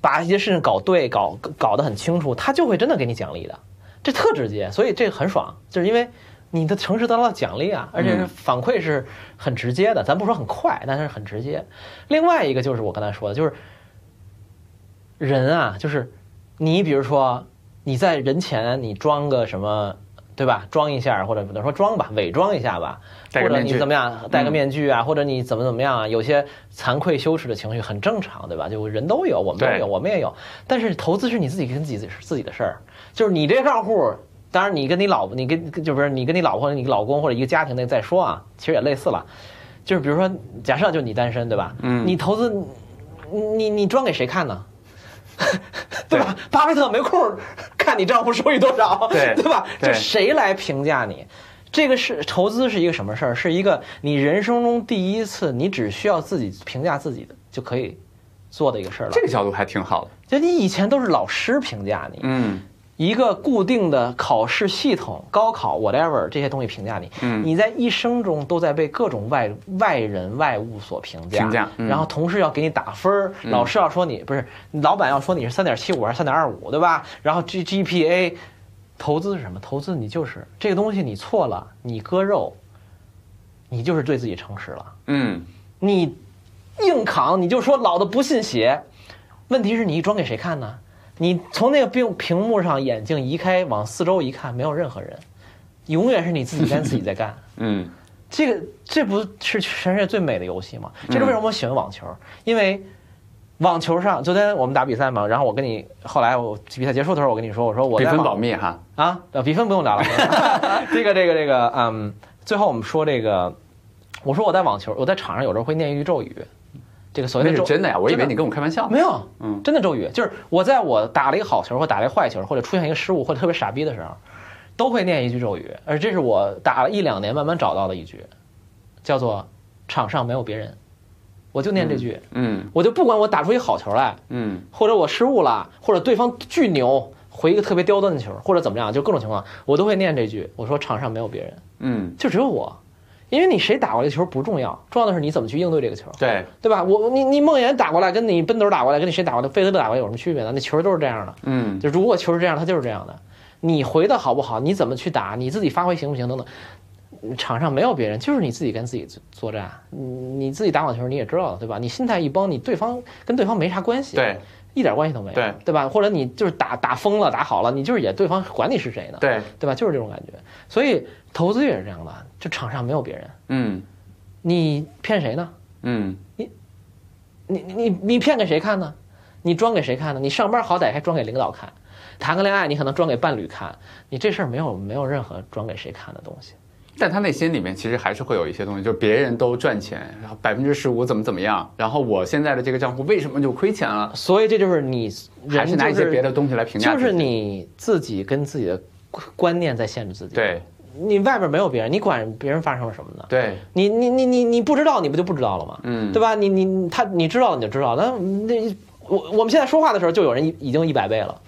把一些事情搞对、搞搞得很清楚，他就会真的给你奖励的，这特直接，所以这个很爽，就是因为。你的诚实得到了奖励啊，而且是
嗯
反馈是很直接的，咱不说很快，但是很直接。另外一个就是我刚才说的，就是人啊，就是你比如说你在人前你装个什么，对吧？装一下或者不能说装吧，伪装一下吧，
戴个
或者
面具嗯
你怎么样戴个面具啊，或者你怎么怎么样啊，有些惭愧羞耻的情绪很正常，对吧？就人都有，我们都
对
有，我们也有。但是投资是你自己跟自己的自己的事儿，就是你这账户。当然，你跟你老婆，你跟就不是你跟你老婆、你老公或者一个家庭那再说啊，其实也类似了。就是比如说，假设就你单身对吧？嗯，你投资，你你你装给谁看呢？ <laughs> 对吧？巴菲特没空儿看你账户收益多少，
对
<laughs> 对吧？
对
这谁来评价你？这个是投资是一个什么事儿？是一个你人生中第一次，你只需要自己评价自己的就可以做的一个事儿了
这。个角度还挺好的。
就你以前都是老师评价你，
嗯
一个固定的考试系统，高考 whatever 这些东西评价你，
嗯
你在一生中都在被各种外外人外物所评价，
评价嗯
然后同事要给你打分儿，老师要说你不是，老板要说你是三点七五还是三点二五，对吧？然后 G G P A，投资是什么？投资你就是这个东西，你错了，你割肉，你就是对自己诚实了。
嗯，
你硬扛，你就说老子不信邪。问题是你装给谁看呢？你从那个屏屏幕上眼睛移开，往四周一看，没有任何人，永远是你自己干自己在
<laughs>
干。
嗯，
这个这不是全世界最美的游戏吗？
嗯
这是为什么我喜欢网球？因为网球上昨天我们打比赛嘛，然后我跟你后来我比赛结束的时候，我跟你说，我说我
比
在
分
网
保密哈，
啊，呃，比分不用聊了。这个这个这个，嗯，最后我们说这个，我说我在网球，我在场上有时候会念一句咒语，这个所谓
那
的
是
咒
真的呀，我以为
真的
你跟我开玩笑。
没有，嗯，真的咒语就是我在我打了一个好球或打了一个坏球，或者出现一个失误或者特别傻逼的时候，都会念一句咒语，而这是我打了一两年慢慢找到的一句，叫做“场上没有别人”，我就念这句，
嗯
我就不管我打出一个好球来，
嗯
或者我失误了，或者对方巨牛回一个特别刁钻的球，或者怎么样，就各种情况，我都会念这句。我说场上没有别人，
嗯，
就只有我，因为你谁打过来球不重要，重要的是你怎么去应对这个球，
对，
对吧？我你你梦魇打过来，跟你奔斗打过来，跟你谁打过来，费德勒打过来有什么区别呢？那球都是这样的，
嗯
就如果球是这样，它就是这样的。你回的好不好，你怎么去打，你自己发挥行不行等等。场上没有别人，就是你自己跟自己作作战。你你自己打网球你也知道了，对吧？你心态一崩，你对方跟对方没啥关系。
对，
一点关系都没有，
对
对吧？或者你就是打打疯了，打好了，你就是也对方管你是谁呢，
对，
对吧？就是这种感觉。所以投资也是这样的，就场上没有别人，
嗯
你骗谁呢？
嗯，
你你你你骗给谁看呢？你装给谁看呢？你上班好歹还装给领导看，谈个恋爱你可能装给伴侣看，你这事儿没有没有任何装给谁看的东西。
但他内心里面其实还是会有一些东西，就别人都赚钱，然后百分之十五怎么怎么样，然后我现在的这个账户为什么就亏钱了？
所以这就是你人
还是拿一些别的东西来评价
就
自己，
是你自己跟自己的观念在限制自己。，
对
你外边没有别人，你管别人发生了什么呢？
对，
你你你你你不知道，你不就不知道了吗？
嗯
对吧？你你他你知道你就知道，那那我我们现在说话的时候，就有人已已经一百倍了，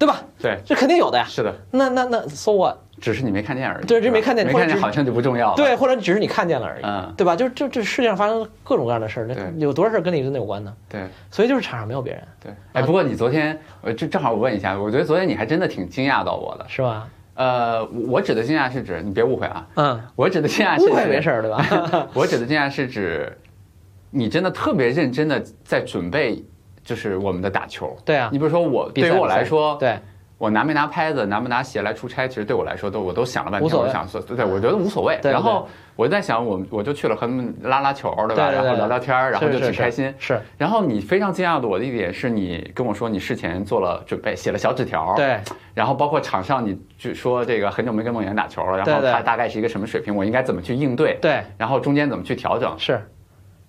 对吧？
对，
这肯定有的呀。
是的，
那那那，so what？
只是你没看见而已，
对只是
吧
没看见
没看
或者
见
只
好像就不重要了，
对，或者只是你看见了而已，
嗯
对吧？就就这世界上发生各种各样的事儿，那
对
有多少事儿跟你真的有关呢？
对
所以就是场上没有别人，
对，哎，不过你昨天，呃，这正好我问一下，我觉得昨天你还真的挺惊讶到我的，
是吧？
呃，我我指的惊讶是指，你别误会啊，
嗯，
我指的惊讶是指
误会没事，儿，对
<laughs>
吧？
我指的惊讶是指，你真的特别认真的在准备，就是我们的打球。
对啊
你，比如说我，
比赛
对于我来说，
对，
我拿没拿拍子，拿不拿鞋来出差，其实对我来说都我都想了半
无
天，
所谓
我想说，对，我觉得无所谓。
对
然后我在想，我我就去了和他们拉拉球，对
对对
吧？
对
然后聊聊天儿，然后
是
就是挺
是
开心。
是
然后你非常惊讶的我的一点是你跟我说你事前做了准备，写了小纸条，
对
然后包括场上你就说这个很久没跟梦岩打球了，然
对
后
对
他大概是一个什么水平，我应该怎么去应对，
对
然后中间怎么去调整，
是，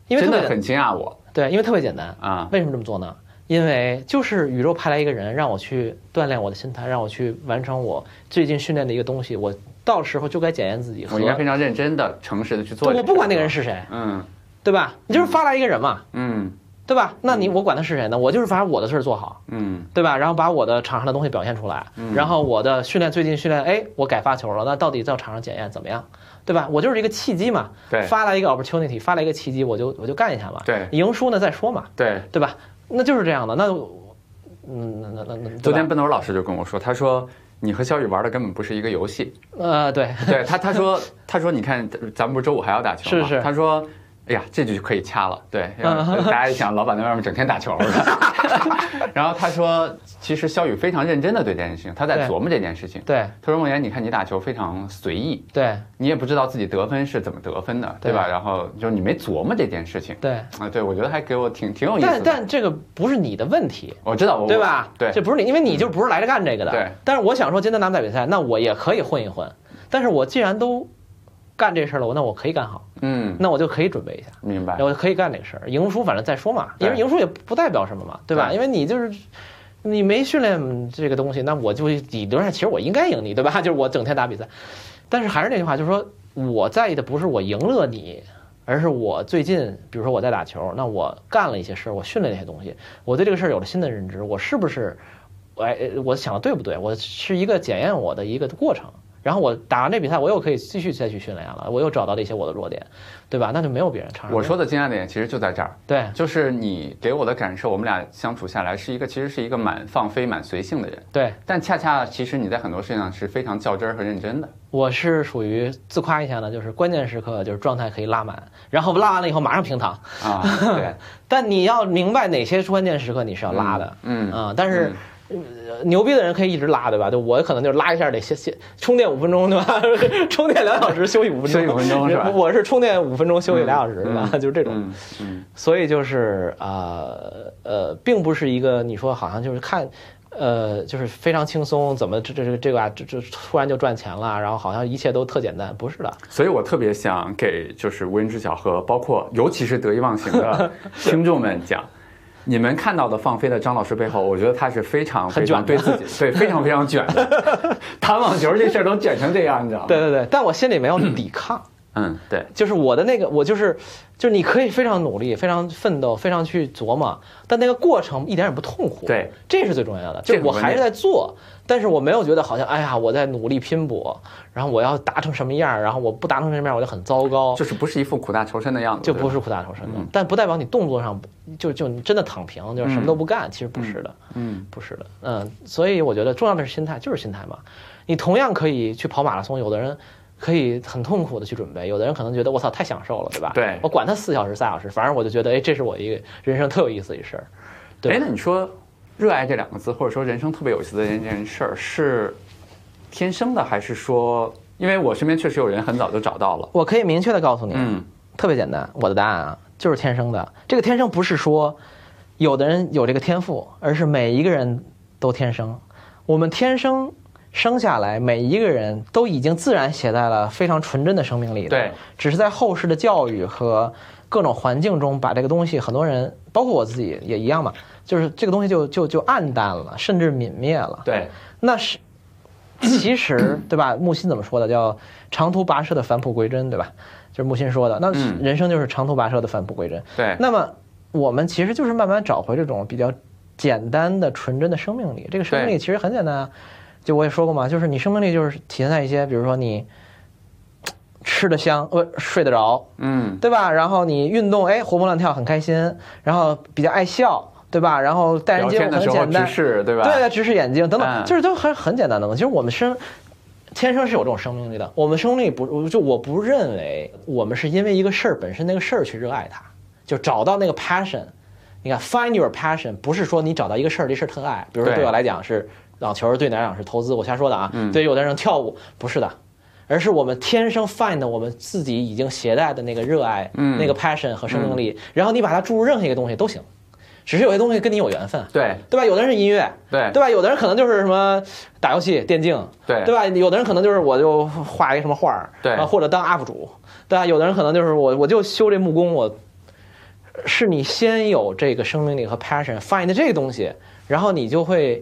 因为
真
特别
的很惊讶我
对，因为特别简单。
啊，
为什么这么做呢？因为就是宇宙派来一个人，让我去锻炼我的心态，让我去完成我最近训练的一个东西。我到时候就该检验自己和
我应该非常认真的、诚实的去做。
我不管那个人，是谁，
嗯
对吧？你就是发来一个人嘛，
嗯
对吧？那你我管他是谁呢？我就是把我的事儿做好，
嗯，
对吧？然后把我的场上的东西表现出来，然后我的训练最近训练，哎，我改发球了，那到底在场上检验怎么样，对吧？我就是一个契机嘛，
对
发来一个 opportunity，发来一个契机，我就我就干一下嘛，
对
赢输呢再说嘛，
对。
对吧？那就是这样的，那我嗯，那那那那对吧
昨天笨头老师就跟我说，他说你和小雨玩的根本不是一个游
<laughs>
戏，
呃，对，
对他，他说，他说，你看，咱们不是周五还要打球吗？
是是
他说，哎呀，这句就可以掐了。
<laughs>
对，
嗯
大家一想，老板在外面整天打球了。 <laughs> 然后他说，其实肖宇非常认真的对这件事情，他在
对
琢磨这件事情。
对
他说：“梦岩，你看你打球非常随意，
对
你也不知道自己得分是怎么得分的，
对
对吧？然后就是你没琢磨这件事情
对，
啊。对，我觉得还给我挺挺有意思的
但。但这个不是你的问题，
我知道，我
对吧？
对嗯
这不是你，因为你就不是来着干这个的。
对。
但是我想说，今天咱们在比赛，那我也可以混一混。但是我既然都干这事儿了，我那我可以干好，
嗯，
那我就可以准备一下，
明白。
我就可以干这个事儿。赢输反正再说嘛，因为
对
赢输也不代表什么嘛，对吧？
对
因为你就是。你没训练这个东西，那我就理论上其实我应该赢你，对吧？ <laughs> 就是我整天打比赛，但是还是那句话，就是说我在意的不是我赢了你，而是我最近，比如说我在打球，那我干了一些事儿，我训练了一些东西，我对这个事儿有了新的认知，我是不是，哎，呃我想的对不对？我是一个检验我的一个过程。然后我打完这比赛，我又可以继续再去训练了，我又找到了一些我的弱点，对吧？那就没有别人唱。
我说的惊讶点其实就在这儿。
对
就是你给我的感受，我们俩相处下来是一个其实是一个蛮放飞、蛮随性的人，
对，
但恰恰其实你在很多事情上是非常较真儿和认真的。
我是属于自夸一下呢，就是关键时刻就是状态可以拉满，然后拉完了以后马上平躺。 <laughs>
啊，对，
但你要明白哪些关键时刻你是要拉的，
嗯
啊、但是。呃牛逼的人可以一直拉，对吧？就我可能就拉一下得歇歇，充电五分钟，对吧？ <laughs> 充电两小时，休息五分钟，
休息五分钟是吧
我是充电五分钟，休息俩小时，对
嗯
吧？就是这种。
嗯嗯，
所以就是啊呃并不是一个你说好像就是看。呃，就是非常轻松，怎么这这这这个啊，这这突然就赚钱了，然后好像一切都特简单，不是的，
所以我特别想给就是无人知晓和包括尤其是得意忘形
<laughs>
的听众们讲。你们看到的放飞的张老师背后，我觉得他是非常
很
非
卷
常对自己对非常非常卷的， <laughs> 打网球这事儿都卷成这样，你知道吗？
对，对对，但我心里没有抵抗，
嗯，对，
就是我的那个，我就是，就是你可以非常努力、非常奋斗、非常去琢磨，但那个过程一点也不痛苦。
对，
这是最重要的。
这
就
很
我
关
还是
键
在做，但是我没有觉得好像，哎呀，我在努力拼搏，然后我要达成什么样儿，然后我不达成什么样儿，我就很糟糕，
就是不是一副苦大仇深的样子，
就
对嗯
不
吧
是苦大仇深的。但不代表你动作上不就就你真的躺平，就是什么都不干，其实不是的。
嗯，
不是的，嗯，所以我觉得重要的是心态，就是心态嘛。你同样可以去跑马拉松，有的人可以很痛苦的去准备，有的人可能觉得我操太享受了，对吧？
对
我管他四小时、三小时，反正我就觉得哎，这是我一个人生特有意思的一事儿，对
哎，那你说“热爱”这两个字，或者说人生特别有意思的这件事儿，是天生的，还是说，因为我身边确实有人很早就找到了，
我可以明确的告诉你，啊
嗯，
特别简单，我的答案啊就是天生的。这个天生不是说有的人有这个天赋，而是每一个人都天生。我们天生生下来，每一个人都已经自然携带了非常纯真的生命力的。
对，
只是在后世的教育和各种环境中，把这个东西，很多人，包括我自己也一样嘛，就是这个东西就就就暗淡了，甚至泯灭了。
对，
那是其
<clears throat>
实对吧？木心怎么说的？叫长途跋涉的返璞归真，对吧？就是木心说的。那
嗯
人生就是长途跋涉的返璞归真。
对，
那么我们其实就是慢慢找回这种比较简单的、纯真的生命力。这个生命力其实很简单啊，就我也说过嘛，就是你生命力就是体现在一些，比如说你吃得香，呃，睡得着，
嗯，
对吧？然后你运动，哎，活蹦乱跳，很开心，然后比较爱笑，对吧？然后待人
聊
接
天
物
的
很
时候
简
直
单，
视，对吧？
对，啊直视眼睛等
嗯
等，就是都很很简单的东西。其实我们生天生是有这种生命力的，我们生命力不就我不认为我们是因为一个事儿本身那个事儿去热爱它，就找到那个 passion。你看，find your passion 不是说你找到一个事儿，这事儿特爱，比如说
对嗯
对我来讲是网球，对你来讲是投资，我瞎说的啊。对于有的人跳舞不是的，而是我们天生 find 我们自己已经携带的那个热爱、
嗯
那个 passion 和生命力，然后你把它注入任何一个东西都行，只是有些东西跟你有缘分。
对，
对吧？有的人是音乐，
对
对吧？有的人可能就是什么打游戏、电竞，
哎对
对吧？有的人可能就是我就画一个什么画儿，
对
啊或者当 UP 主，对吧？有的人可能就是我我就修这木工，我是你先有这个生命力和 passion，find 这个东西，然后你就会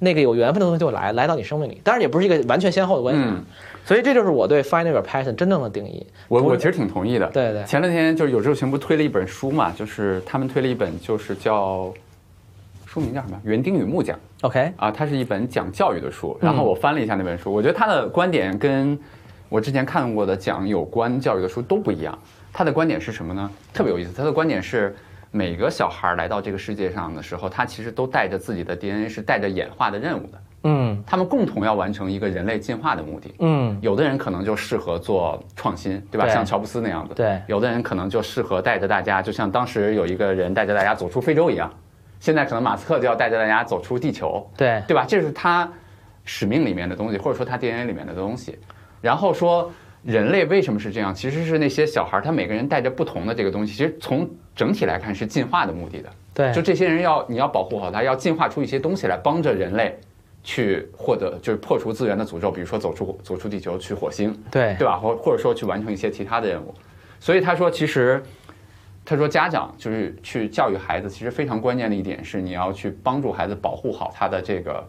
那个有缘分的东西就来来到你生命里。当然也不是一个完全先后的关系，
嗯，
所以这就是我对 find your passion 真正的定义。
我
不
我
是
其实挺同意的。
对对
前两天就是有志有情不推了一本书嘛，就是他们推了一本，就是叫书名叫什么《园丁与木匠》。
OK，
啊，它是一本讲教育的书。然后我翻了一下那本书，我觉得他的观点跟我之前看过的讲有关教育的书都不一样。他的观点是什么呢？特别有意思。他的观点是，每个小孩儿来到这个世界上的时候，他其实都带着自己的 DNA，是带着演化的任务的。
嗯
他们共同要完成一个人类进化的目的。
嗯，
有的人可能就适合做创新，对吧？
对
像乔布斯那样子。
对
有的人可能就适合带着大家，就像当时有一个人带着大家走出非洲一样，现在可能马斯克就要带着大家走出地球。
对
对吧？这是他使命里面的东西，或者说他 DNA 里面的东西。然后说人类为什么是这样，其实是那些小孩儿，他每个人带着不同的这个东西，其实从整体来看是进化的目的的。
对，
就这些人要你要保护好他，要进化出一些东西来帮着人类去获得，就是破除资源的诅咒，比如说走出走出地球去火星，
对
对吧？或或者说去完成一些其他的任务。所以他说，其实他说家长就是去教育孩子，其实非常关键的一点是你要去帮助孩子保护好他的这个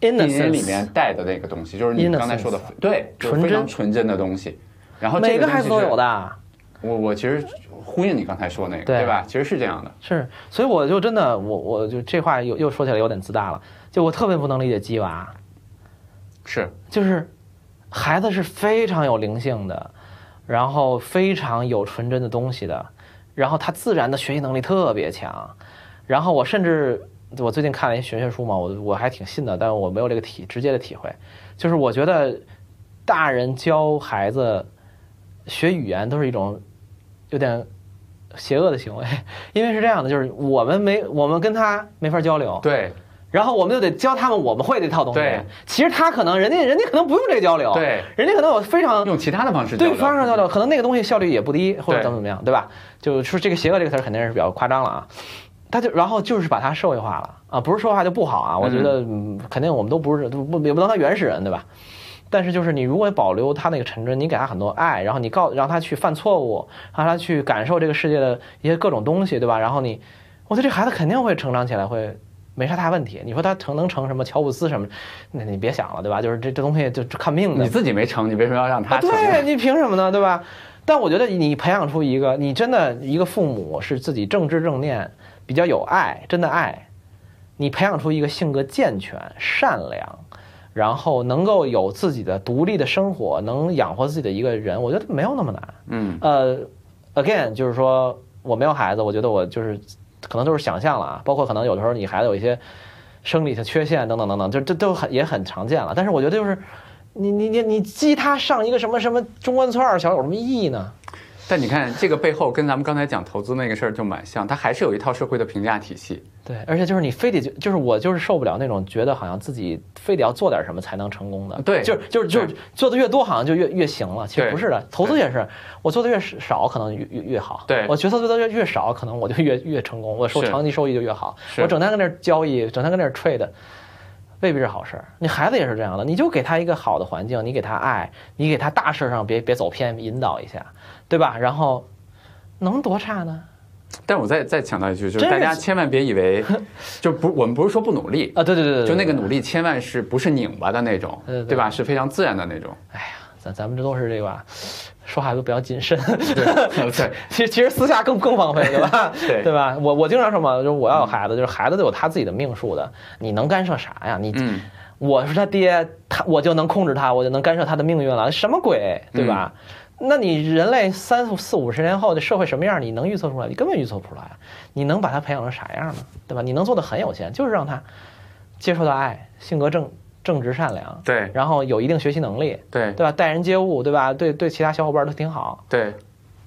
DNA 里面带的那个东西，就是你
Innocence
刚才说的，对，就是非常纯真的东西。然后这
每个
东西
孩子都
是
有。的。
我我其实呼应你刚才说那个，
对
对吧？其实是这样的，
是，所以我就真的，我我就这话又又说起来有点自大了，就我特别不能理解鸡娃，
是
就是孩子是非常有灵性的，然后非常有纯真的东西的，然后他自然的学习能力特别强，然后我甚至我最近看了一玄学书嘛，我我还挺信的，但我没有这个体直接的体会，就是我觉得大人教孩子学语言都是一种有点。邪恶的行为，因为是这样的，就是我们没我们跟他没法交流，
对
然后我们就得教他们我们会这套东西
对。
其实他可能人家人家可能不用这交流，
对，
人家可能有非常
用其他的方式交
对
流
方式交流，可能那个东西效率也不低，或者
对
怎么怎么样，对吧？就是说这个“邪恶”这个词儿肯定是比较夸张了啊。他就然后就是把它社会化了啊，不是社会化就不好啊。我觉得、嗯肯定我们都不是都不也不能当原始人，对吧？但是就是你如果保留他那个纯真，你给他很多爱，然后你告让他去犯错误，让他去感受这个世界的一些各种东西，对吧？然后你，我觉得这孩子肯定会成长起来会。没啥大问题，你说他成能成什么乔布斯什么，那你别想了，对吧？就是这这东西就就看命的
你，自己没成，你为什么要让他
啊、
成呢？
对你凭什么呢？对吧？但我觉得你培养出一个，你真的一个父母是自己正知正念，比较有爱，真的爱，你培养出一个性格健全、善良，然后能够有自己的独立的生活，能养活自己的一个人，我觉得没有那么难。
嗯，
呃，again，就是说我没有孩子，我觉得我就是可能都是想象了啊，包括可能有的时候你孩子有一些生理的缺陷等等等等，就这都很也很常见了。但是我觉得就是你你你你激他上一个什么什么中关村二小有什么意义呢？
但你看这个背后跟咱们刚才讲投资那个事儿就蛮像，它还是有一套社会的评价体系。
对，而且就是你非得就就是我就是受不了那种觉得好像自己非得要做点什么才能成功的，
对
就是就是就是
对
做的越多好像就越越行了，其实
对
不是的，投资也是，我做的越少可能越越越好，
对
我决策做的越越少可能我就越越成功，我收
是
长期收益就越好，
是
我整天跟那儿交易，整天跟那儿 trade。未必是好事儿，你孩子也是这样的，你就给他一个好的环境，你给他爱，你给他大事上别别走偏，引导一下，对吧？然后能多差呢？
但我再再强调一句，就是
真是
大家千万别以
<laughs>
为，就不我们不是说不努力，
啊，对对对对，
就那个
对
努力千万是不是拧巴的那种
对对，对
对吧？是非常自然的
<laughs>
那种。
咱咱们这都是这个吧，说话都比较谨慎。
对，
<laughs> 其实其实私下更更放飞，对吧？
对
对吧？我我经常说嘛，就是我要有孩子，就是孩子都有他自己的命数的，你能干涉啥呀？你、
嗯，
我是他爹，他我就能控制他，我就能干涉他的命运了，什么鬼，对吧？
嗯
那你人类三四四五十年后的社会什么样，你能预测出来？你根本预测不出来。你能把他培养成啥样呢？对吧？你能做的很有限，就是让他接受到爱，性格正正直善良，
对
然后有一定学习能力，
对
对吧？待人接物，对吧？对对，其他小伙伴都挺好，
对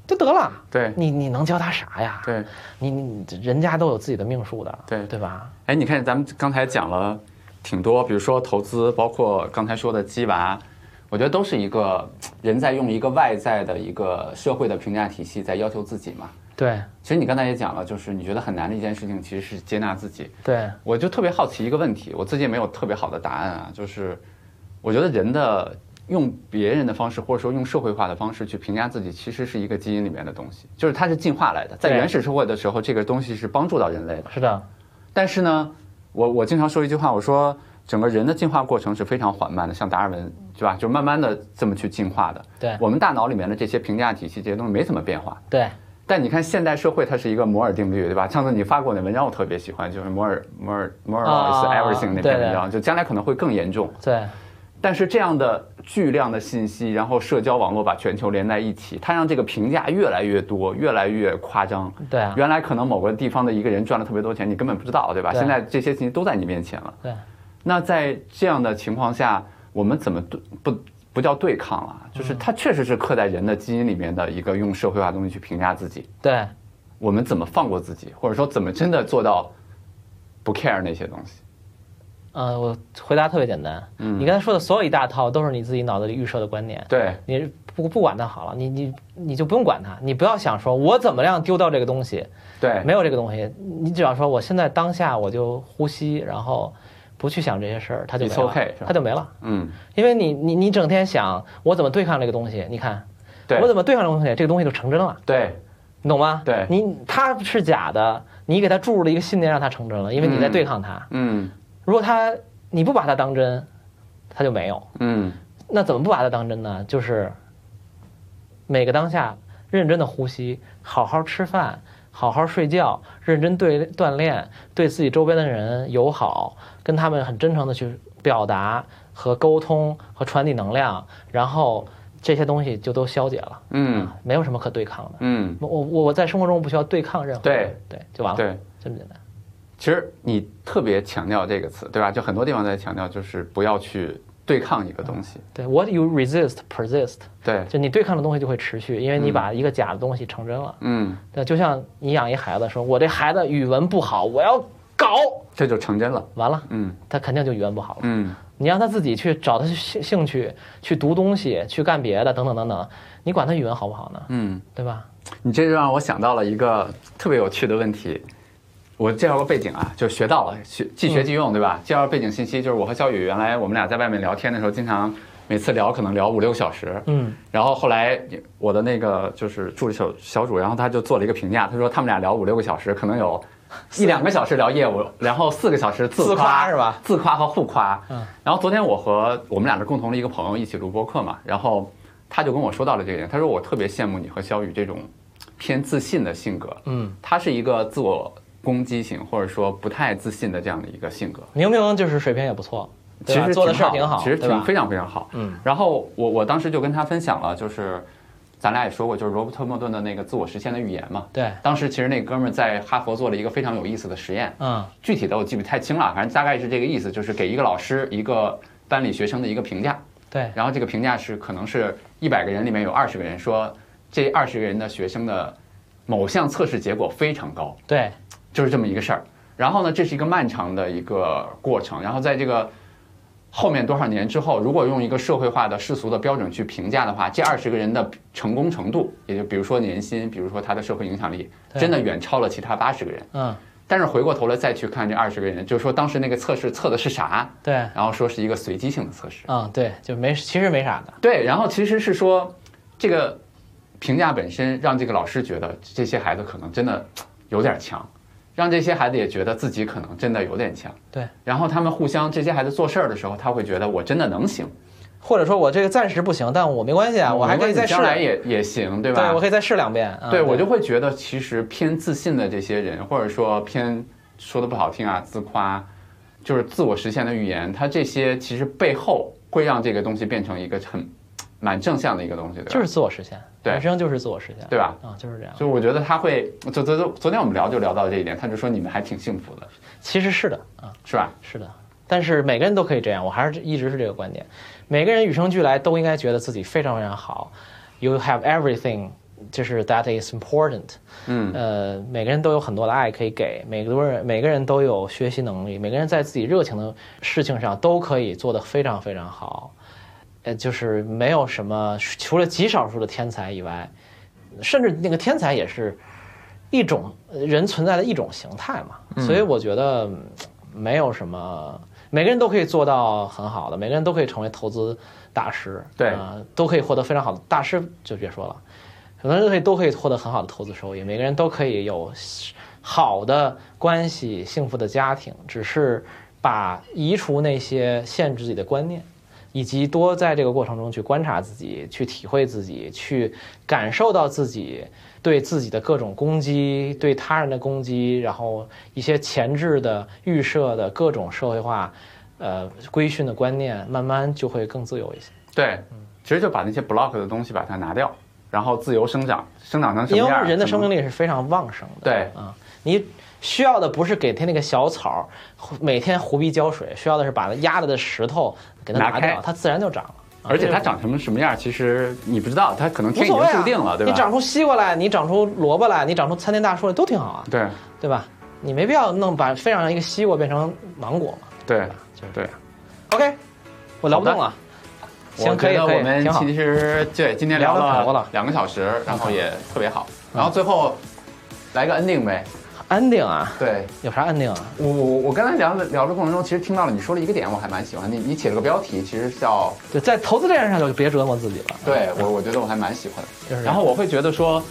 就得了。 <laughs>
对
你你能教他啥呀？
对。
你你人家都有自己的命数的，
对
对吧？
哎，你看咱们刚才讲了挺多，比如说投资，包括刚才说的鸡娃，我觉得都是一个人在用一个外在的一个社会的评价体系在要求自己嘛。
对
其实你刚才也讲了，就是你觉得很难的一件事情，其实是接纳自己。
对，
我就特别好奇一个问题，我自己也没有特别好的答案啊，就是我觉得人的用别人的方式，或者说用社会化的方式去评价自己，其实是一个基因里面的东西，就是它是进化来的，在
对
原始社会的时候，这个东西是帮助到人类的。
是的，
但是呢，我我经常说一句话，我说整个人的进化过程是非常缓慢的，像达尔文对吧？就慢慢的这么去进化的。
对
我们大脑里面的这些评价体系，这些东西没怎么变化。
对
但你看现代社会，它是一个摩尔定律，对吧？上次你发过那文章，我特别喜欢，就是摩尔摩尔摩尔
啊
is everything 那
对对
篇文章，就将来可能会更严重。
对
但是这样的巨量的信息，然后社交网络把全球连在一起，它让这个评价越来越多，越来越夸张。
对啊
原来可能某个地方的一个人赚了特别多钱，你根本不知道，对吧？
对
现在这些信息都在你面前了。
对，
那在这样的情况下，我们怎么对不不叫对抗啊？就是它确实是刻在人的基因里面的一个用社会化的东西去评价自己。
对
我们怎么放过自己，或者说怎么真的做到不 care 那些东西？
呃，我回答特别简单，
嗯
你刚才说的所有一大套都是你自己脑子里预设的观念，
对
你不不管它好了，你你你就不用管它，你不要想说我怎么样丢掉这个东西，
对
没有这个东西，你只要说我现在当下我就呼吸，然后不去想这些事儿，它就没
It's
了
okay，是吧
它就没了。
嗯，
因为你你你整天想我怎么对抗这个东西，你看
对
我怎么对抗这个东西，这个东西就成真了，
对
你懂吗？
对
你它是假的，你给它注入了一个信念，让它成真了，因为你在对抗它。
嗯
如果它你不把它当真，它就没有。
嗯
那怎么不把它当真呢？就是每个当下认真的呼吸，好好吃饭，好好睡觉，认真对锻炼，对自己周边的人友好，跟他们很真诚的去表达和沟通和传递能量，然后这些东西就都消解了，
嗯
没有什么可对抗的。
嗯，
我我我在生活中不需要对抗任何人，对就完了，
对。
这么简单。
其实你特别强调这个词，对吧？就很多地方在强调，就是不要去对抗一个东西。
对，what you resist persist，
对，
就你对抗的东西就会持续，因为你把一个假的东西成真了。
嗯，
对，就像你养一孩子，说我这孩子语文不好，我要搞，
这就成真了。
完了，
嗯
他肯定就语文不好了。
嗯，
你让他自己去找他兴兴趣，去读东西，去干别的，等等等等，你管他语文好不好呢？
嗯，
对吧？
你这就让我想到了一个特别有趣的问题。我介绍个背景啊，就学到了，学即
嗯
学即用，对吧？介绍背景信息，就是我和小雨原来我们俩在外面聊天的时候，经常每次聊可能聊五六个小时，
嗯，
然后后来我的那个就是助理小小主，然后他就做了一个评价，他说他们俩聊五六个小时，可能有一两个小时聊业务，然后四个小时自
自夸是吧？
自夸和互夸。
嗯。
然后昨天我和我们俩的共同的一个朋友一起录播客嘛，然后他就跟我说到了这个点，他说我特别羡慕你和小雨这种偏自信的性格。
嗯，
他是一个自我攻击型或者说不太自信的这样的一个性格。
明明就是水平也不错，对
其
吧
实
做的事儿挺
好，
好，
其实
对
挺
吧？
非常非常好。
嗯，
然后我我当时就跟他分享了，就是咱俩也说过，就是罗伯特莫顿的那个自我实现的预言嘛。
对，
当时其实那哥们儿在哈佛做了一个非常有意思的实验，
嗯
具体的我记不太清了，反正大概是这个意思，就是给一个老师一个班里学生的一个评价，
对
然后这个评价是可能是一百个人里面有二十个人说这二十个人的学生的某项测试结果非常高，
对，
就是这么一个事儿。然后呢，这是一个漫长的一个过程。然后在这个后面多少年之后，如果用一个社会化的世俗的标准去评价的话，这二十个人的成功程度，也就比如说年薪，比如说他的社会影响力，
对
真的远超了其他八十个人。
嗯，
但是回过头来再去看这二十个人，就是说当时那个测试测的是啥，
对，
然后说是一个随机性的测试。
嗯，对，就没，其实没啥的，
对，然后其实是说，这个评价本身让这个老师觉得这些孩子可能真的有点强，让这些孩子也觉得自己可能真的有点强。
对，
然后他们互相，这些孩子做事儿的时候，他会觉得我真的能行，
或者说我这个暂时不行，但我没关系
嗯
啊，我还可以再试
将，来也也行，对吧？
对我可以再试两遍，啊
对我就会觉得，其实偏自信的这些人，或者说偏说的不好听啊，自夸，就是自我实现的预言，他这些其实背后会让这个东西变成一个很蛮正向的一个东西，对吧？
就是自我实现，
对
人生就是自我实现，
对吧？
啊，就是这样，
就我觉得他会，昨昨昨昨天我们聊就聊到这一点，他就说你们还挺幸福的，
其实是的啊，
是吧？
是的，但是每个人都可以这样，我还是一直是这个观点，每个人与生俱来都应该觉得自己非常非常好，You have everything，就是 that is important。
嗯，
呃，每个人都有很多的爱可以给，每个人每个人都有学习能力，每个人在自己热情的事情上都可以做得非常非常好。呃，就是没有什么，除了极少数的天才以外，甚至那个天才也是一种呃人存在的一种形态嘛。所以我觉得嗯没有什么，每个人都可以做到很好的，每个人都可以成为投资大师，
对
啊、都可以获得非常好的大师就别说了。很多人都可以都可以获得很好的投资收益，每个人都可以有好的关系、幸福的家庭，只是把移除那些限制自己的观念，以及多在这个过程中去观察自己、去体会自己、去感受到自己对自己的各种攻击、对他人的攻击，然后一些前置的预设的各种社会化。呃，规训的观念慢慢就会更自由一些，
对，其实就把那些 block 的东西把它拿掉，然后自由生长，生长成什么
因为
样儿？
人的生命
力
力是非常旺盛的。
对
啊，你需要的不是给它那个小草儿每天胡逼浇水，需要的是把它压了的石头给它
拿
拿
开
掉，它自然就长了。啊
而且它
这
长成什么样儿，其实你不知道，它可能
无
天已
所
经
谓啊，
注定了，对吧？
你长出西瓜来，你长出萝卜来，你长出参天大树来都挺好啊，
对
对吧？你没必要弄把非让一个西瓜变成芒果嘛，
对
对吧，？就是
对。
OK，我聊不动了，行，
我
可
觉
以
得
可
我
以，
们
挺好。
其实对今天
聊
聊
得很多了
了嗯两个小时，然后也特别好。然后最后来个 ending 呗。
ending 啊，
对
有啥 ending 啊？
我我我刚才聊的聊的过程中，其实听到了你说了一个点，我还蛮喜欢。你你起了个标题，其实叫
对，在投资这件事上就别折磨自己了。
对我我觉得我还蛮喜欢的。
就是这样
然后我会觉得说，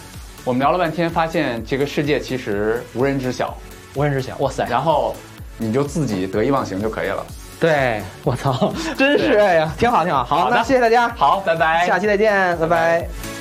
我们聊了半天，发现这个世界其实无人知晓，
无人知晓，哇塞，
然后你就自己得意忘形就可以了。
对，我操，真是哎呀，挺好挺好，好，
好的
那谢谢大家，
好，拜拜，
下期再见，拜拜